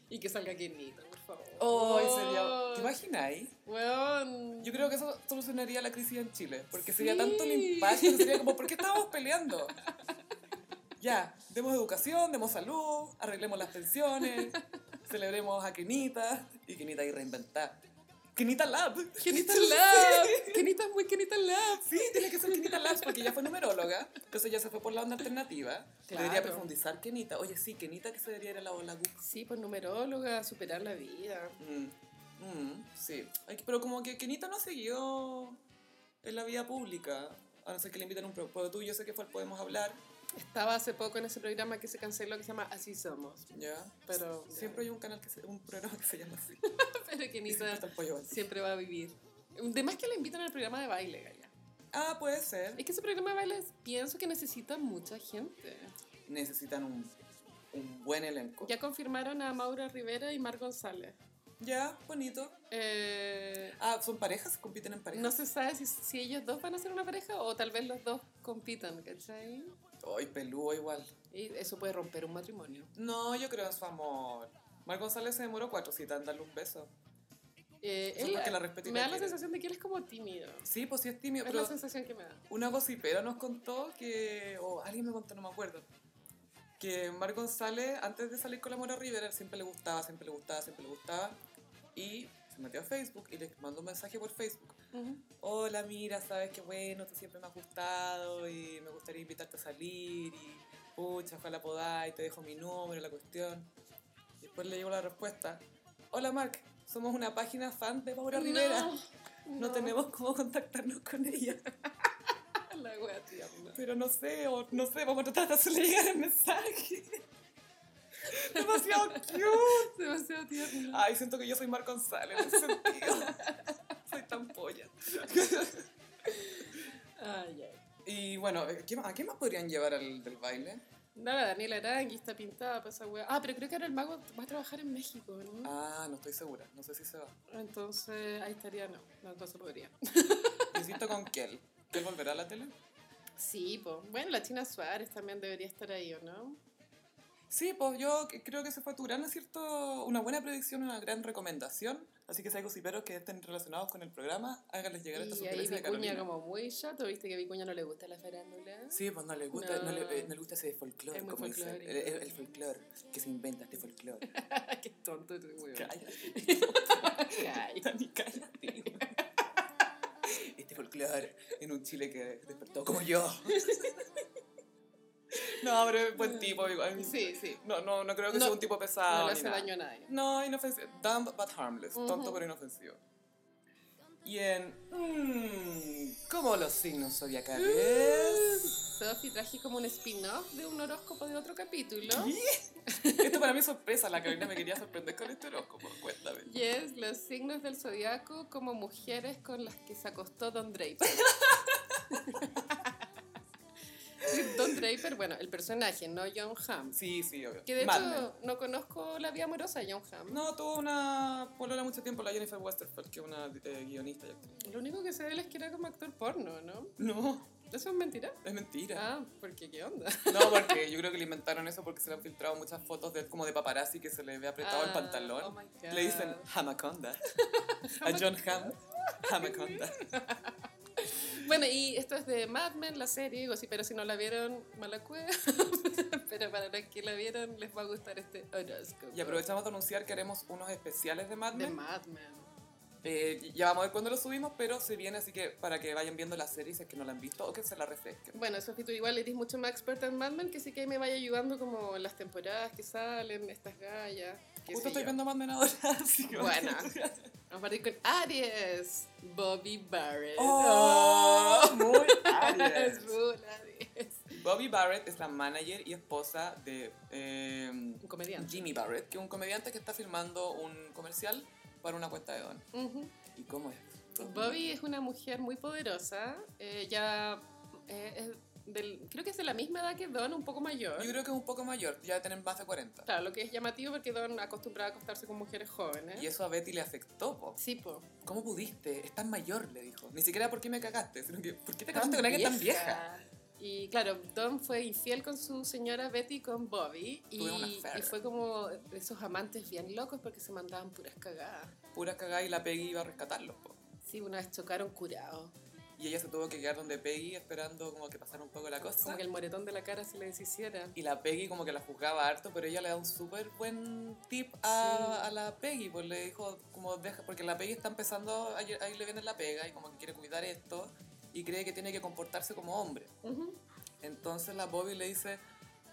Speaker 2: Y que salga Kenita, por favor.
Speaker 1: oh, sería... ¿Te imaginas ahí?
Speaker 2: Weón.
Speaker 1: Yo creo que eso solucionaría la crisis en Chile, porque sería
Speaker 2: Sí.
Speaker 1: tanto el impacto, sería como, ¿por qué estábamos peleando? Ya, demos educación, demos salud, arreglemos las pensiones, celebremos a Quinita, y Quinita ahí reinventar. Kenita Lab.
Speaker 2: Kenita Lab. Kenita es muy Kenita Lab.
Speaker 1: Sí, tiene que ser Kenita Labs porque ella fue numeróloga, entonces ella se fue por la onda alternativa.
Speaker 2: Claro.
Speaker 1: Debería profundizar Kenita. Oye, sí, Kenita que se debería ir a la ola Gu.
Speaker 2: Sí, pues numeróloga, superar la vida.
Speaker 1: Mm, mm, sí. Ay, Pero como que Kenita no siguió en la vida pública, a no ser que le inviten a un programa. Tú, yo sé que fue el Podemos Hablar,
Speaker 2: Estaba hace poco en ese programa que se canceló que se llama Así Somos.
Speaker 1: ¿ya?
Speaker 2: Pero-
Speaker 1: siempre hay un canal, que se- un programa que se llama así.
Speaker 2: Pero
Speaker 1: Y siempre
Speaker 2: Kenita
Speaker 1: está el pollo así.
Speaker 2: siempre va a vivir. Además que la invitan al programa de baile, Gaya.
Speaker 1: Ah, puede ser.
Speaker 2: Es que ese programa de baile pienso que necesita mucha gente.
Speaker 1: Necesitan un, un buen elenco.
Speaker 2: Ya confirmaron a Maura Rivera y Mar González.
Speaker 1: Ya, bonito.
Speaker 2: Eh,
Speaker 1: Ah, ¿son parejas? ¿Compiten en parejas?
Speaker 2: no se sabe si, si ellos dos van a ser una pareja o tal vez los dos compitan, ¿cachai?
Speaker 1: Ay, peludo igual.
Speaker 2: Y eso puede romper un matrimonio.
Speaker 1: No, yo creo en su amor. Mar González se demoró cuatro citas en darle un beso.
Speaker 2: Eh,
Speaker 1: Eso
Speaker 2: él-
Speaker 1: porque la respeta y
Speaker 2: me
Speaker 1: la
Speaker 2: da la
Speaker 1: quiere.
Speaker 2: sensación de que él es como tímido.
Speaker 1: Sí, pues sí es tímido,
Speaker 2: es
Speaker 1: pero
Speaker 2: la sensación que me da.
Speaker 1: una gocipera nos contó que, o alguien me contó, no me acuerdo, que Mar González, antes de salir con la Mora Rivera, él siempre le gustaba, siempre le gustaba, siempre le gustaba, y se metió a Facebook y le mandó un mensaje por Facebook. Hola, mira, sabes que bueno, tú siempre me has gustado y me gustaría invitarte a salir y pucha, ojalá podáis, te dejo mi número, la cuestión. Y después le llegó la respuesta. Hola, Marc, somos una página fan de Maura Rivera. No,
Speaker 2: no.
Speaker 1: tenemos cómo contactarnos con ella.
Speaker 2: La wea tierna.
Speaker 1: Pero no sé, o no sé, vamos a tratar de hacerle llegar el mensaje. Demasiado cute.
Speaker 2: Demasiado tierna.
Speaker 1: Ay, siento que yo soy Marc González en ese sentido. Soy tan polla. Ah,
Speaker 2: Ay, ay.
Speaker 1: Y bueno, ¿qué más- ¿a qué más podrían llevar al del baile?
Speaker 2: Nada, Daniela Arangui está pintada para esa wea. Ah, pero creo que ahora el mago va a trabajar en México, ¿no?
Speaker 1: Ah, no estoy segura, no sé si se va.
Speaker 2: Entonces, ahí estaría, no. No, entonces podría.
Speaker 1: Insisto con Kiel. ¿Kiel volverá a la tele?
Speaker 2: Sí, pues. Bueno, la China Suárez también debería estar ahí, ¿o no?
Speaker 1: Sí, pues yo c- creo que se fue a Turán, ¿no es cierto? Una buena predicción, una gran recomendación. Así que si hay gossiperos que estén relacionados con el programa, háganles llegar esta
Speaker 2: Y ahí
Speaker 1: sugerencia de
Speaker 2: Vicuña
Speaker 1: Carolina.
Speaker 2: como muy chato, ¿viste que a Vicuña no le gusta la farándula?
Speaker 1: Sí, pues no le gusta, no.
Speaker 2: No.
Speaker 1: le, eh, no le gusta ese folclore,
Speaker 2: Es muy
Speaker 1: como dice. El,
Speaker 2: folclórico.
Speaker 1: el- el folclore, que se inventa este folclore.
Speaker 2: Qué tonto tu weón.
Speaker 1: Cállate,
Speaker 2: Ay.
Speaker 1: Dani, cállate. Este folclore en un Chile que despertó como yo. No, pero es buen tipo. igual.
Speaker 2: Sí, sí.
Speaker 1: No, no, no creo que
Speaker 2: No,
Speaker 1: sea un tipo pesado.
Speaker 2: No
Speaker 1: ni
Speaker 2: le hace
Speaker 1: nada.
Speaker 2: daño a nadie.
Speaker 1: No, inofensivo. Dumb but harmless. Tonto
Speaker 2: Ujú.
Speaker 1: pero inofensivo. Y en. mm, ¿Cómo los signos zodiacales?
Speaker 2: Sophie traje como un spin-off de un horóscopo de otro capítulo.
Speaker 1: Esto para mí es sorpresa. La Carolina me quería sorprender con este horóscopo. Cuéntame.
Speaker 2: Y es los signos del zodiaco como mujeres con las que se acostó Don Draper. Don Draper, bueno, el personaje, no John Hamm.
Speaker 1: Sí, sí, obvio.
Speaker 2: Que de
Speaker 1: Mad Men.
Speaker 2: hecho no conozco la vida amorosa de John Hamm.
Speaker 1: No, tuvo una polola mucho tiempo, la Jennifer Westerfeld, que es una eh, guionista. y actriz.
Speaker 2: Lo único que sé de él es que era como actor porno, ¿no?
Speaker 1: No,
Speaker 2: ¿Eso es mentira?
Speaker 1: es mentira.
Speaker 2: Ah, porque qué onda.
Speaker 1: No, porque yo creo que le inventaron eso porque se le han filtrado muchas fotos de él como de paparazzi que se le ve apretado el
Speaker 2: Ah,
Speaker 1: pantalón.
Speaker 2: oh my God.
Speaker 1: Le dicen Hamaconda. A John Hamm. Hamaconda.
Speaker 2: Bueno, y esto es de Mad Men, la serie, digo, sí, pero si no la vieron, mala cueva. pero para los que la vieron, les va a gustar este horóscopo.
Speaker 1: Y aprovechamos de anunciar que haremos unos especiales de Mad
Speaker 2: De
Speaker 1: Men.
Speaker 2: Mad Men.
Speaker 1: Eh, ya vamos a ver cuándo lo subimos, pero se viene así que para que vayan viendo la serie si es que no la han visto o que se la refresquen.
Speaker 2: Bueno, Sofi, tú igual eres mucho más experta en Mad Men, que sí que ahí me vaya ayudando como en las temporadas que salen, estas gallas. qué sé
Speaker 1: Justo estoy
Speaker 2: yo.
Speaker 1: viendo Mad Men ahora, así que...
Speaker 2: Bueno. Vamos a partir con Aries, Bobby Barrett.
Speaker 1: ¡Oh! Muy Aries.
Speaker 2: Es full Aries.
Speaker 1: Bobby Barrett es la manager y esposa de eh,
Speaker 2: Un comediante.
Speaker 1: Jimmy Barrett, que es un comediante que está filmando un comercial para una cuenta de don.
Speaker 2: Ujú.
Speaker 1: ¿Y cómo es?
Speaker 2: Bobby es una mujer muy poderosa, eh, ya eh, es del- creo que es de la misma edad que Don, un poco mayor.
Speaker 1: Yo creo que es un poco mayor, ya tienen más de 40.
Speaker 2: Claro, lo que es llamativo porque Don acostumbraba a acostarse con mujeres jóvenes.
Speaker 1: Y eso a Betty le afectó, po.
Speaker 2: Sí, po.
Speaker 1: ¿Cómo pudiste? Es tan mayor, le dijo. Ni siquiera por qué me cagaste, sino que ¿por qué te cagaste con alguien tan vieja?
Speaker 2: Y claro, Don fue infiel con su señora Betty con Bobby y,
Speaker 1: Tuvieron una affair.
Speaker 2: y fue como esos amantes bien locos porque se mandaban puras cagadas.
Speaker 1: Pura cagada y la Peggy iba a rescatarlos, po.
Speaker 2: Sí, una vez chocaron curados.
Speaker 1: Y y ella se tuvo que quedar donde Peggy esperando como que pasara un poco la cosa.
Speaker 2: Como que el moretón de la cara se le deshiciera.
Speaker 1: Y la Peggy como que la juzgaba harto, pero ella le da un súper buen tip a, a la Peggy, pues le dijo como deja, porque la Peggy está empezando, ahí, ahí le viene la pega y como que quiere cuidar esto y cree que tiene que comportarse como hombre.
Speaker 2: Ujú.
Speaker 1: Entonces la Bobby le dice,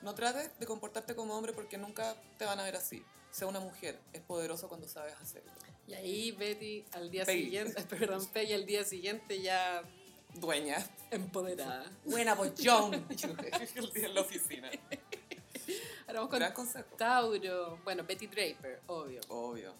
Speaker 1: no trates de comportarte como hombre porque nunca te van a ver así. Sé una mujer, es poderoso cuando sabes hacerlo.
Speaker 2: Y ahí Betty al día
Speaker 1: Peggy.
Speaker 2: siguiente, perdón, Peggy al día siguiente ya
Speaker 1: Dueña.
Speaker 2: empoderada.
Speaker 1: Buena, pues John. El día en la oficina.
Speaker 2: Ahora vamos con
Speaker 1: Gran consejo.
Speaker 2: Tauro. Bueno, Betty Draper, obvio.
Speaker 1: Obvio.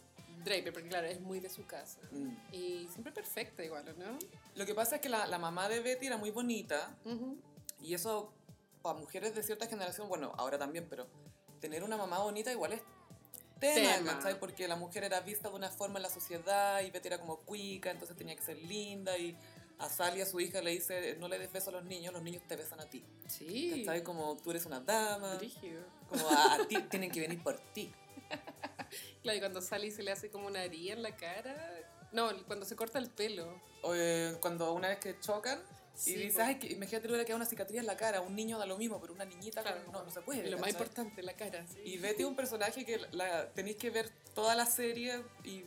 Speaker 2: Draper, porque claro, es muy de su casa.
Speaker 1: Mm.
Speaker 2: Y siempre perfecta igual, ¿no?
Speaker 1: Lo que pasa es que la, la mamá de Betty era muy bonita
Speaker 2: Ujú.
Speaker 1: y eso para mujeres de cierta generación, bueno, ahora también, pero tener una mamá bonita igual es tema,
Speaker 2: Tema.
Speaker 1: ¿cachai? Porque la mujer era vista de una forma en la sociedad y Betty era como cuica, entonces tenía que ser linda y a Sally, a su hija, le dice, no le des besos a los niños, los niños te besan a ti.
Speaker 2: Sí.
Speaker 1: ¿Cachai? Como tú eres una dama,
Speaker 2: Brígido.
Speaker 1: como a, a ti, tienen que venir por ti.
Speaker 2: Claro, y cuando sale y se le hace como una herida en la cara. No, cuando se corta el pelo.
Speaker 1: O, eh, cuando una vez que chocan,
Speaker 2: Sí,
Speaker 1: y dices,
Speaker 2: po.
Speaker 1: ay, que, imagínate, le hubiera quedado una cicatriz en la cara, a un niño da lo mismo, pero una niñita
Speaker 2: Claro,
Speaker 1: no, no se puede.
Speaker 2: lo más
Speaker 1: ¿cachai?
Speaker 2: importante, la cara. sí.
Speaker 1: Y Betty es un personaje que la, tenéis que ver toda la serie y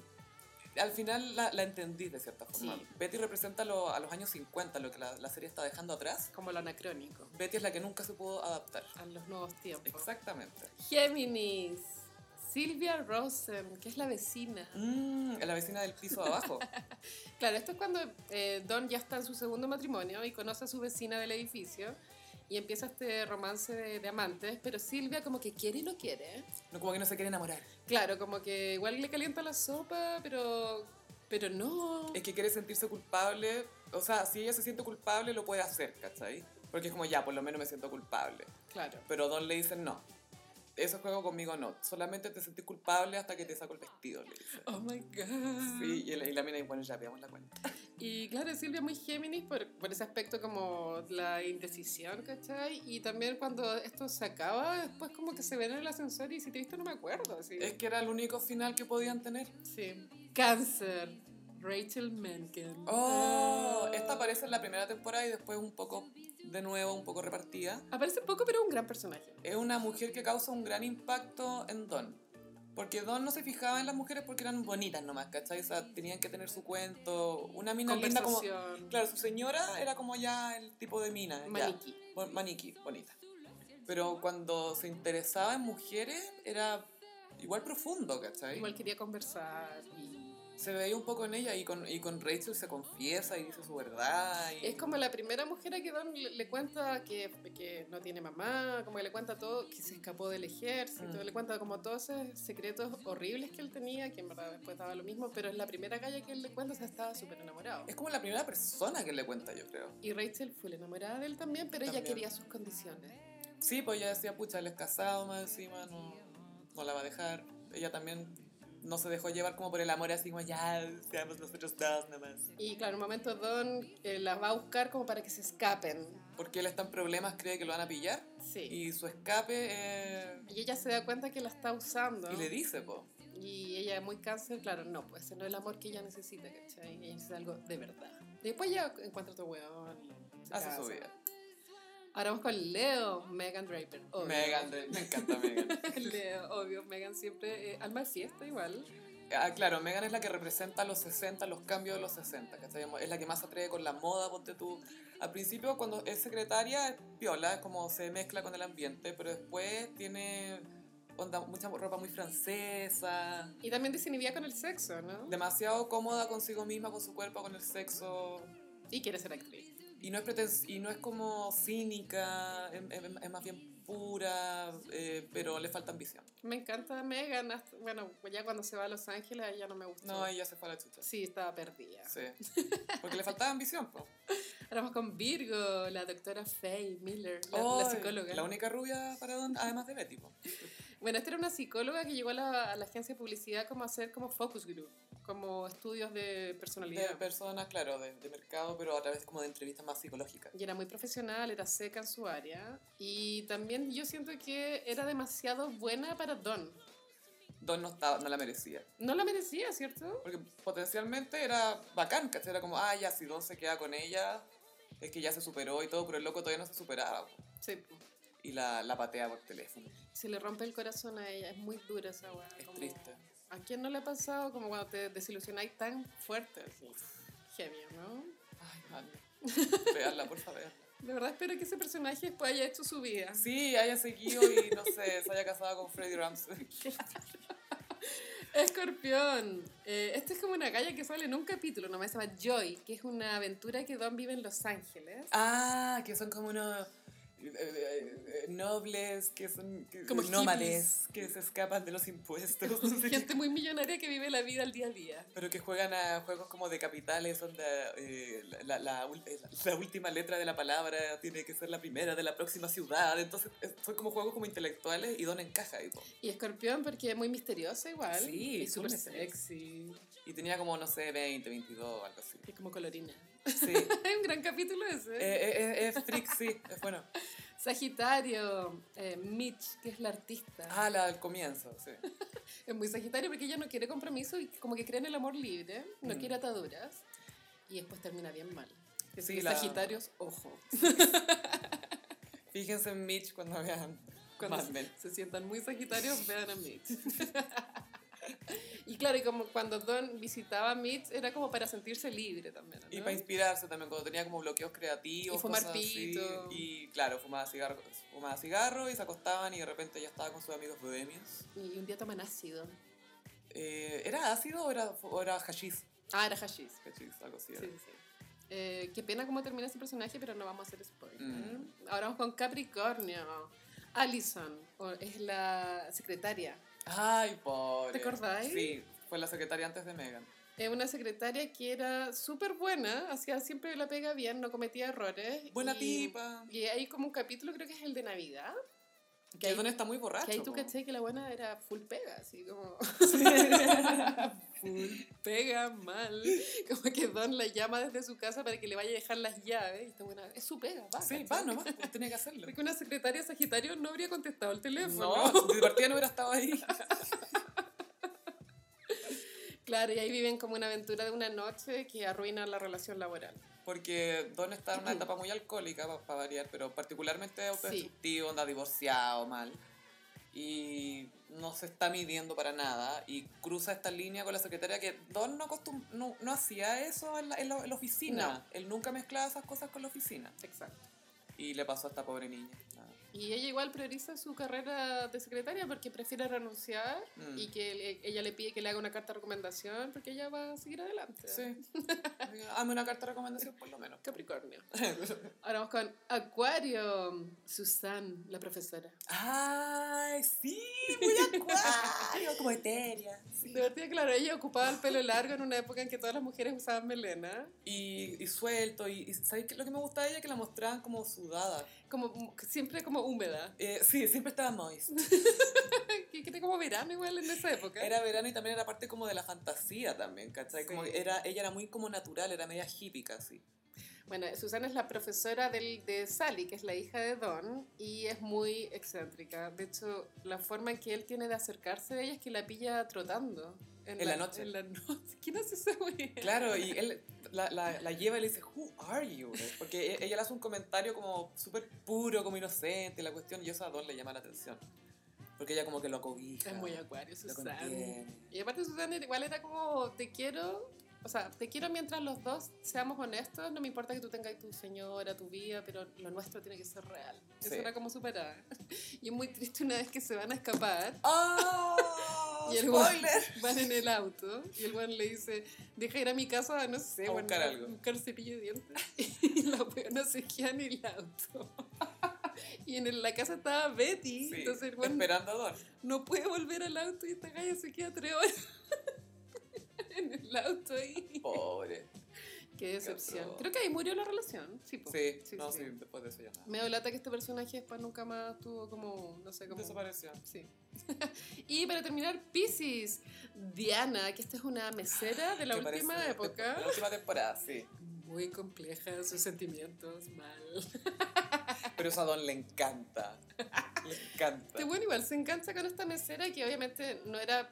Speaker 1: al final la, la entendí de cierta forma.
Speaker 2: Sí.
Speaker 1: Betty representa lo- a los años 50, lo que la, la serie está dejando atrás.
Speaker 2: Como lo anacrónico.
Speaker 1: Betty es la que nunca se pudo adaptar.
Speaker 2: A los nuevos tiempos.
Speaker 1: Exactamente.
Speaker 2: Géminis. Silvia Rosen, que es la vecina.
Speaker 1: Mm, la vecina del piso de abajo.
Speaker 2: Claro, esto es cuando eh, Don ya está en su segundo matrimonio y conoce a su vecina del edificio y empieza este romance de, de amantes, pero Silvia como que quiere y no quiere.
Speaker 1: No, como que no se quiere enamorar.
Speaker 2: Claro, como que igual le calienta la sopa, pero, pero no.
Speaker 1: Es que quiere sentirse culpable. O sea, si ella se siente culpable, lo puede hacer, ¿cachai? Porque es como, ya, por lo menos me siento culpable.
Speaker 2: Claro.
Speaker 1: Pero Don le dice, no, ese juego conmigo no. Solamente te sentís culpable hasta que te saco el vestido, le dice.
Speaker 2: Oh my god.
Speaker 1: Sí, y la, y la mina, bueno, ya veamos la cuenta.
Speaker 2: Y claro, Silvia es muy Géminis por, por ese aspecto como la indecisión, ¿cachai? Y también cuando esto se acaba, después como que se ven en el ascensor y si te he visto no me acuerdo. Así.
Speaker 1: Es que era el único final que podían tener.
Speaker 2: Sí. Cáncer. Rachel Menken.
Speaker 1: Oh,
Speaker 2: Ah.
Speaker 1: esta aparece en la primera temporada y después un poco, de nuevo, un poco repartida.
Speaker 2: Aparece poco, pero es un gran personaje.
Speaker 1: Es una mujer que causa un gran impacto en Don. Porque Don no se fijaba en las mujeres porque eran bonitas nomás, ¿cachai? O sea, tenían que tener su cuento. Una mina linda como...
Speaker 2: Conversación.
Speaker 1: Claro, su señora era como ya el tipo de mina. ya.
Speaker 2: Maniquí.
Speaker 1: Bon- maniquí, bonita. Pero cuando se interesaba en mujeres era igual profundo, ¿cachai?
Speaker 2: Igual quería conversar. y-
Speaker 1: Se veía un poco en ella y con, y con Rachel se confiesa y dice su verdad. y-
Speaker 2: Es como la primera mujer a que Don le, le cuenta que, que no tiene mamá, como que le cuenta todo, que se escapó del ejército,
Speaker 1: Mm.
Speaker 2: le cuenta como todos esos secretos horribles que él tenía, que en verdad después daba lo mismo, pero es la primera calle que él le cuenta, o sea, estaba súper enamorado.
Speaker 1: Es como la primera persona que le cuenta, yo creo.
Speaker 2: Y Rachel fue la enamorada de él también, pero ella
Speaker 1: También.
Speaker 2: quería sus condiciones.
Speaker 1: Sí, pues ella decía, pucha, él es casado más encima, no, no la va a dejar. Ella también no se dejó llevar como por el amor, así como ya, seamos nosotros dos nomás.
Speaker 2: Y claro, en un momento Don eh, las va a buscar como para que se escapen.
Speaker 1: Porque él está en problemas, cree que lo van a pillar.
Speaker 2: Sí.
Speaker 1: Y su escape eh,
Speaker 2: Y ella se da cuenta que la está usando.
Speaker 1: Y le dice, po.
Speaker 2: Y ella es muy cáncer, claro, no, pues ese no es el amor que ella necesita, ¿cachai? Ella necesita algo de verdad. Después ya encuentra otro huevón. y se
Speaker 1: Hace su
Speaker 2: casan.
Speaker 1: vida.
Speaker 2: Ahora vamos con Leo, Megan Draper. obvio.
Speaker 1: Megan, de- me encanta Megan.
Speaker 2: Leo, obvio, Megan siempre, eh, alma de fiesta igual.
Speaker 1: Ah, claro, Megan es la que representa los 60, los cambios de los 60, ¿cachai? Es la que más se atreve con la moda, ponte tú. Al principio, cuando es secretaria, es piola, es como se mezcla con el ambiente, pero después tiene onda, mucha ropa muy francesa,
Speaker 2: Y también desinhibida con el sexo, ¿no?
Speaker 1: demasiado cómoda consigo misma, con su cuerpo, con el sexo.
Speaker 2: Y quiere ser actriz.
Speaker 1: Y no es, preten- y no es como cínica, es, es- es más bien pura, eh, pero le falta ambición.
Speaker 2: Me encanta Megan, hasta- bueno, ya cuando se va a Los Ángeles ella no me gustó.
Speaker 1: No, ella se fue a la chucha.
Speaker 2: Sí, estaba perdida.
Speaker 1: Sí. Porque le faltaba ambición, po.
Speaker 2: Ahora vamos con Virgo, la doctora Faye Miller, la, la
Speaker 1: Ay,
Speaker 2: psicóloga.
Speaker 1: La única rubia para Don, además de Betty, po.
Speaker 2: Bueno, esta era una psicóloga que llegó a la, a la agencia de publicidad como a hacer como focus group, como estudios
Speaker 1: De
Speaker 2: de personalidad.
Speaker 1: personas, claro, de, de mercado, pero a través como de entrevistas más psicológicas.
Speaker 2: Y era muy profesional, era seca en su área. Y también yo siento que era demasiado buena para Don.
Speaker 1: Don no, estaba, no la merecía.
Speaker 2: No la merecía, ¿cierto?
Speaker 1: Porque potencialmente era bacán, ¿cachai? Era como, ah, ya, si Don se queda con ella, Es que ya se superó y todo, pero el loco todavía no se superaba. po.
Speaker 2: Sí, po.
Speaker 1: Y la, la patea por teléfono.
Speaker 2: se le rompe el corazón a ella, es muy dura esa weá.
Speaker 1: Es
Speaker 2: como-
Speaker 1: triste.
Speaker 2: ¿A quién no le ha pasado como cuando te desilusionáis tan fuerte? Así. Genio, ¿no?
Speaker 1: Ay, madre. Veanla, por favor.
Speaker 2: De verdad espero que ese personaje después haya hecho su vida.
Speaker 1: Sí, haya seguido y no sé, se haya casado con Freddy Ramsey.
Speaker 2: Escorpión. Eh, esta es como una galla que sale en un capítulo, nomás se llama Joy, que es una aventura que Don vive en Los Ángeles.
Speaker 1: Ah, que son como unos eh, eh, eh, nobles, que son que- eh,
Speaker 2: Como
Speaker 1: nómades, que se escapan de los impuestos. no sé qué.
Speaker 2: Gente muy millonaria que vive la vida al día a día.
Speaker 1: Pero que juegan a juegos como de capitales, donde eh, la, la- la ul- eh, la- la última letra de la palabra tiene que ser la primera de la próxima ciudad. Entonces, es- son como juegos como intelectuales y Don encaja. Y, po.
Speaker 2: Y Escorpión porque es muy misteriosa igual.
Speaker 1: Sí,
Speaker 2: y súper
Speaker 1: full
Speaker 2: sexy.
Speaker 1: y tenía como, no sé, 20, 22, algo así.
Speaker 2: Y como colorina.
Speaker 1: Sí.
Speaker 2: Hay un gran capítulo ese.
Speaker 1: Eh, eh, eh, es freak, sí, es bueno.
Speaker 2: Sagitario, eh, Mitch, que es la artista.
Speaker 1: Ah, la del comienzo, sí.
Speaker 2: Es muy Sagitario porque ella no quiere compromiso y como que cree en el amor libre, no
Speaker 1: Mm.
Speaker 2: quiere ataduras. Y después termina bien mal. Es
Speaker 1: Sí,
Speaker 2: que
Speaker 1: la-
Speaker 2: Sagitarios, ojo.
Speaker 1: Fíjense en Mitch cuando vean
Speaker 2: Cuando
Speaker 1: Mad Men.
Speaker 2: se, se sientan muy Sagitarios, vean a Mitch. y claro, y como cuando Don visitaba a Mitch, era como para sentirse libre también. ¿no?
Speaker 1: Y para inspirarse también, cuando tenía como bloqueos creativos.
Speaker 2: Y fumar
Speaker 1: cosas así.
Speaker 2: pito.
Speaker 1: Y claro, fumaba cigarro, fumaba cigarro y se acostaban y de repente ya estaba con sus amigos bohemios.
Speaker 2: Y un día toman ácido.
Speaker 1: Eh, ¿Era ácido o era, o era hashish?
Speaker 2: Ah, era hashish.
Speaker 1: Hashish, algo así.
Speaker 2: Sí,
Speaker 1: era.
Speaker 2: sí. Eh, qué pena cómo termina ese personaje, pero no vamos a hacer spoiler.
Speaker 1: Mm.
Speaker 2: Ahora vamos con Capricornio. Allison o- es la secretaria.
Speaker 1: Ay, pobre.
Speaker 2: ¿Te acordáis?
Speaker 1: Sí, fue la secretaria antes de Megan.
Speaker 2: Es una secretaria que era súper buena, hacía siempre la pega bien, no cometía errores.
Speaker 1: Buena
Speaker 2: y-
Speaker 1: tipa.
Speaker 2: Y hay como un capítulo, creo que es el de Navidad,
Speaker 1: Que
Speaker 2: ahí-
Speaker 1: ahí está muy borracho.
Speaker 2: que ahí tú
Speaker 1: po.
Speaker 2: caché que la buena era full pega, así como... full pega mal. Como que Don la llama desde su casa para que le vaya a dejar las llaves. Y está buena, es su pega, va.
Speaker 1: Sí,
Speaker 2: ¿cachai?
Speaker 1: va nomás, pues, tenía que hacerlo.
Speaker 2: Porque una secretaria Sagitario no habría contestado el teléfono.
Speaker 1: No, de partida no hubiera estado ahí.
Speaker 2: Claro, y ahí viven como una aventura de una noche que arruina la relación laboral.
Speaker 1: Porque Don está en una etapa muy alcohólica, para variar, pero particularmente autodestructivo, anda divorciado, mal. Y no se está midiendo para nada. Y cruza esta línea con la secretaria que Don no, acostum- no, no hacía eso en la, en la- en la oficina. Él nunca mezclaba esas cosas con la oficina.
Speaker 2: Exacto.
Speaker 1: Y le pasó a esta pobre niña. Ah, Nada.
Speaker 2: Y ella igual prioriza su carrera de secretaria porque prefiere renunciar
Speaker 1: Mm.
Speaker 2: y que le- ella le pide que le haga una carta de recomendación porque ella va a seguir adelante.
Speaker 1: Sí. Hazme una carta de recomendación por lo menos.
Speaker 2: Capricornio. Ahora vamos con Acuario. Susan, la profesora.
Speaker 1: ¡Ay, sí! Muy acuario, Ah, como etérea.
Speaker 2: De verdad, claro, ella ocupaba el pelo largo en una época en que todas las mujeres usaban melena.
Speaker 1: y, y suelto. Y, y ¿sabes qué? lo que me gustaba de ella? Que la mostraban como sudada.
Speaker 2: Como, siempre como húmeda.
Speaker 1: Eh, sí, siempre estaba moist.
Speaker 2: Que que era como verano igual en esa época.
Speaker 1: Era verano y también era parte como de la fantasía también, ¿cachai? Como
Speaker 2: Sí.
Speaker 1: que era, ella era muy como natural, era media hippie casi.
Speaker 2: Bueno, Susana es la profesora del- de Sally, que es la hija de Don, y es muy excéntrica. De hecho, la forma en que él tiene de acercarse a ella es que la pilla trotando.
Speaker 1: En la noche.
Speaker 2: En la noche. ¿Quién hace esa wea?
Speaker 1: Claro, y él la, la- la lleva y le dice, ¿Who are you? Porque e- ella le hace un comentario como súper puro, como inocente, la cuestión, y eso a Don le llama la atención. Porque ella como que lo acobija.
Speaker 2: Es muy acuario,
Speaker 1: lo
Speaker 2: Susana.
Speaker 1: contiene.
Speaker 2: Y aparte Susana igual era como, te quiero, o sea, te quiero mientras los dos seamos honestos, no me importa que tú tengas tu señora, tu vida, pero lo nuestro tiene que ser real. Eso
Speaker 1: Sí.
Speaker 2: era como superada. Y es muy triste una vez que se van a escapar
Speaker 1: ¡Oh!
Speaker 2: Y el
Speaker 1: ¡Spoiler!
Speaker 2: van en el auto y el weón le dice, deja ir a mi casa, no sé,
Speaker 1: A
Speaker 2: weón,
Speaker 1: buscar algo.
Speaker 2: buscar cepillo de dientes. Y la no se queda en el auto. Y en el- la casa estaba Betty,
Speaker 1: Sí,
Speaker 2: entonces el weón
Speaker 1: Esperando a Don.
Speaker 2: no puede volver al auto y esta calle se queda tres horas en el auto ahí.
Speaker 1: Pobre.
Speaker 2: Qué decepción.
Speaker 1: atroz.
Speaker 2: Creo que ahí murió la relación, sí, po.
Speaker 1: Sí,
Speaker 2: Sí,
Speaker 1: no,
Speaker 2: sí.
Speaker 1: sí. después de eso ya nada.
Speaker 2: Me dolata que este personaje después nunca más tuvo como, no sé, como...
Speaker 1: Desapareció.
Speaker 2: Sí. y para terminar, Pisces. Diana, que esta es una mesera de la
Speaker 1: Que parece
Speaker 2: última
Speaker 1: de-
Speaker 2: época.
Speaker 1: de La última temporada, sí.
Speaker 2: Muy compleja, sus sentimientos, mal. Este
Speaker 1: Pero eso a Don le encanta. Le encanta.
Speaker 2: Este bueno igual se engancha con esta mesera que obviamente no era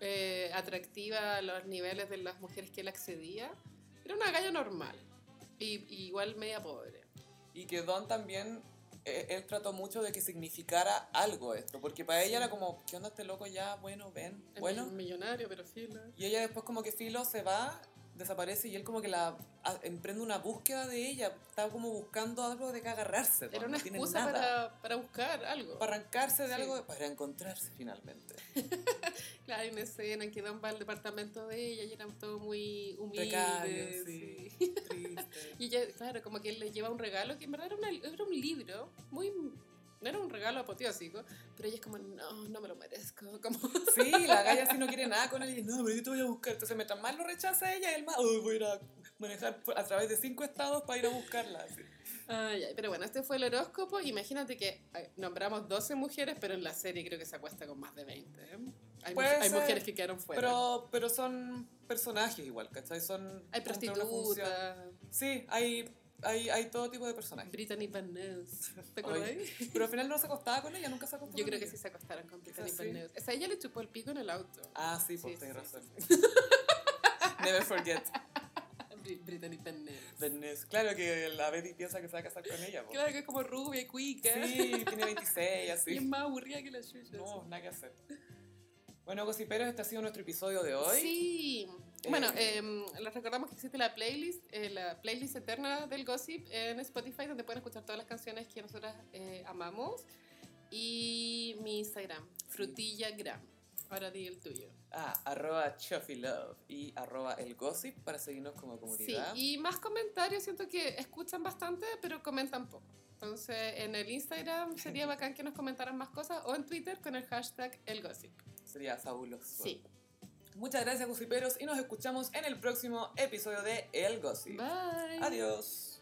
Speaker 2: eh, atractiva a los niveles de las mujeres que él accedía. Era una galla normal. Y, y igual media pobre.
Speaker 1: Y que Don también, eh, él trató mucho de que significara algo esto, porque para ella era como, ¿qué onda este loco ya? Bueno, ven,
Speaker 2: Es
Speaker 1: bueno.
Speaker 2: mi- millonario, pero fila.
Speaker 1: Y ella después como que Filo se va, desaparece y él como que la a- emprende una búsqueda de ella, estaba como buscando algo de que agarrarse.
Speaker 2: Era
Speaker 1: Don,
Speaker 2: una
Speaker 1: no tiene
Speaker 2: excusa
Speaker 1: nada.
Speaker 2: para, para buscar algo.
Speaker 1: Para arrancarse de
Speaker 2: Sí.
Speaker 1: algo, para encontrarse finalmente.
Speaker 2: Claro, hay una escena en que Don va al departamento de ella y eran todos muy humildes.
Speaker 1: Precario,
Speaker 2: sí.
Speaker 1: sí. Triste.
Speaker 2: Y ella, claro, como que él le lleva un regalo que en verdad era, una- era un libro, muy. No era un regalo apoteósico, pero ella es como, no, no me lo merezco. Como,
Speaker 1: Sí, la galla si no quiere nada con él y no, pero yo te voy a buscar. Entonces, mientras más lo rechaza ella, él más, "Oh, voy a ir a manejar por- a través de cinco estados para ir a buscarla. así.
Speaker 2: Ay, ay, pero bueno, este fue el horóscopo. Imagínate que ay, nombramos 12 mujeres, pero en la serie creo que se acuesta con más de 20. ¿eh? Hay,
Speaker 1: Puede
Speaker 2: muj- hay
Speaker 1: ser,
Speaker 2: mujeres que quedaron fuera.
Speaker 1: Pero, pero son personajes igual, ¿cachai? Son
Speaker 2: hay
Speaker 1: cumplen una función.
Speaker 2: prostitutas,
Speaker 1: Sí, hay, hay, hay todo tipo de personajes.
Speaker 2: Brittany Barnes. ¿Te
Speaker 1: Oye,
Speaker 2: acuerdas?
Speaker 1: Pero al final no se acostaba con ella, nunca se acostó
Speaker 2: Yo
Speaker 1: con
Speaker 2: creo que
Speaker 1: ella.
Speaker 2: sí se acostaron con Brittany
Speaker 1: Quizás sí.
Speaker 2: Barnes. O sea, ella le chupó el pico en el auto.
Speaker 1: Ah, sí, pues
Speaker 2: Sí,
Speaker 1: tenés
Speaker 2: sí,
Speaker 1: razón. Never forget
Speaker 2: Bri- Brittany Barnes.
Speaker 1: the news. Claro que la Betty piensa que se va a casar con ella. po.
Speaker 2: Claro que es como rubia y cuica.
Speaker 1: Sí, tiene 26,
Speaker 2: Y es
Speaker 1: así.
Speaker 2: más aburrida que la chucha.
Speaker 1: No, nada que hacer. Bueno, gossiperos, este ha sido nuestro episodio de hoy.
Speaker 2: Sí.
Speaker 1: Eh,
Speaker 2: Bueno, em, les recordamos que existe la playlist, eh, la playlist eterna del gossip en Spotify, donde pueden escuchar todas las canciones que nosotras eh, amamos. Y mi Instagram, frutillagram. Ahora di el tuyo.
Speaker 1: Ah, arroba Love y arroba el gossip para seguirnos como comunidad.
Speaker 2: Sí, y más comentarios, siento que escuchan bastante, pero comentan poco. Entonces, en el Instagram sería bacán que nos comentaran más cosas o en Twitter con el hashtag el gossip.
Speaker 1: Sería fabuloso.
Speaker 2: Sí.
Speaker 1: Muchas gracias, gossiperos, y nos escuchamos en el próximo episodio de El Gossip.
Speaker 2: Bye.
Speaker 1: Adiós.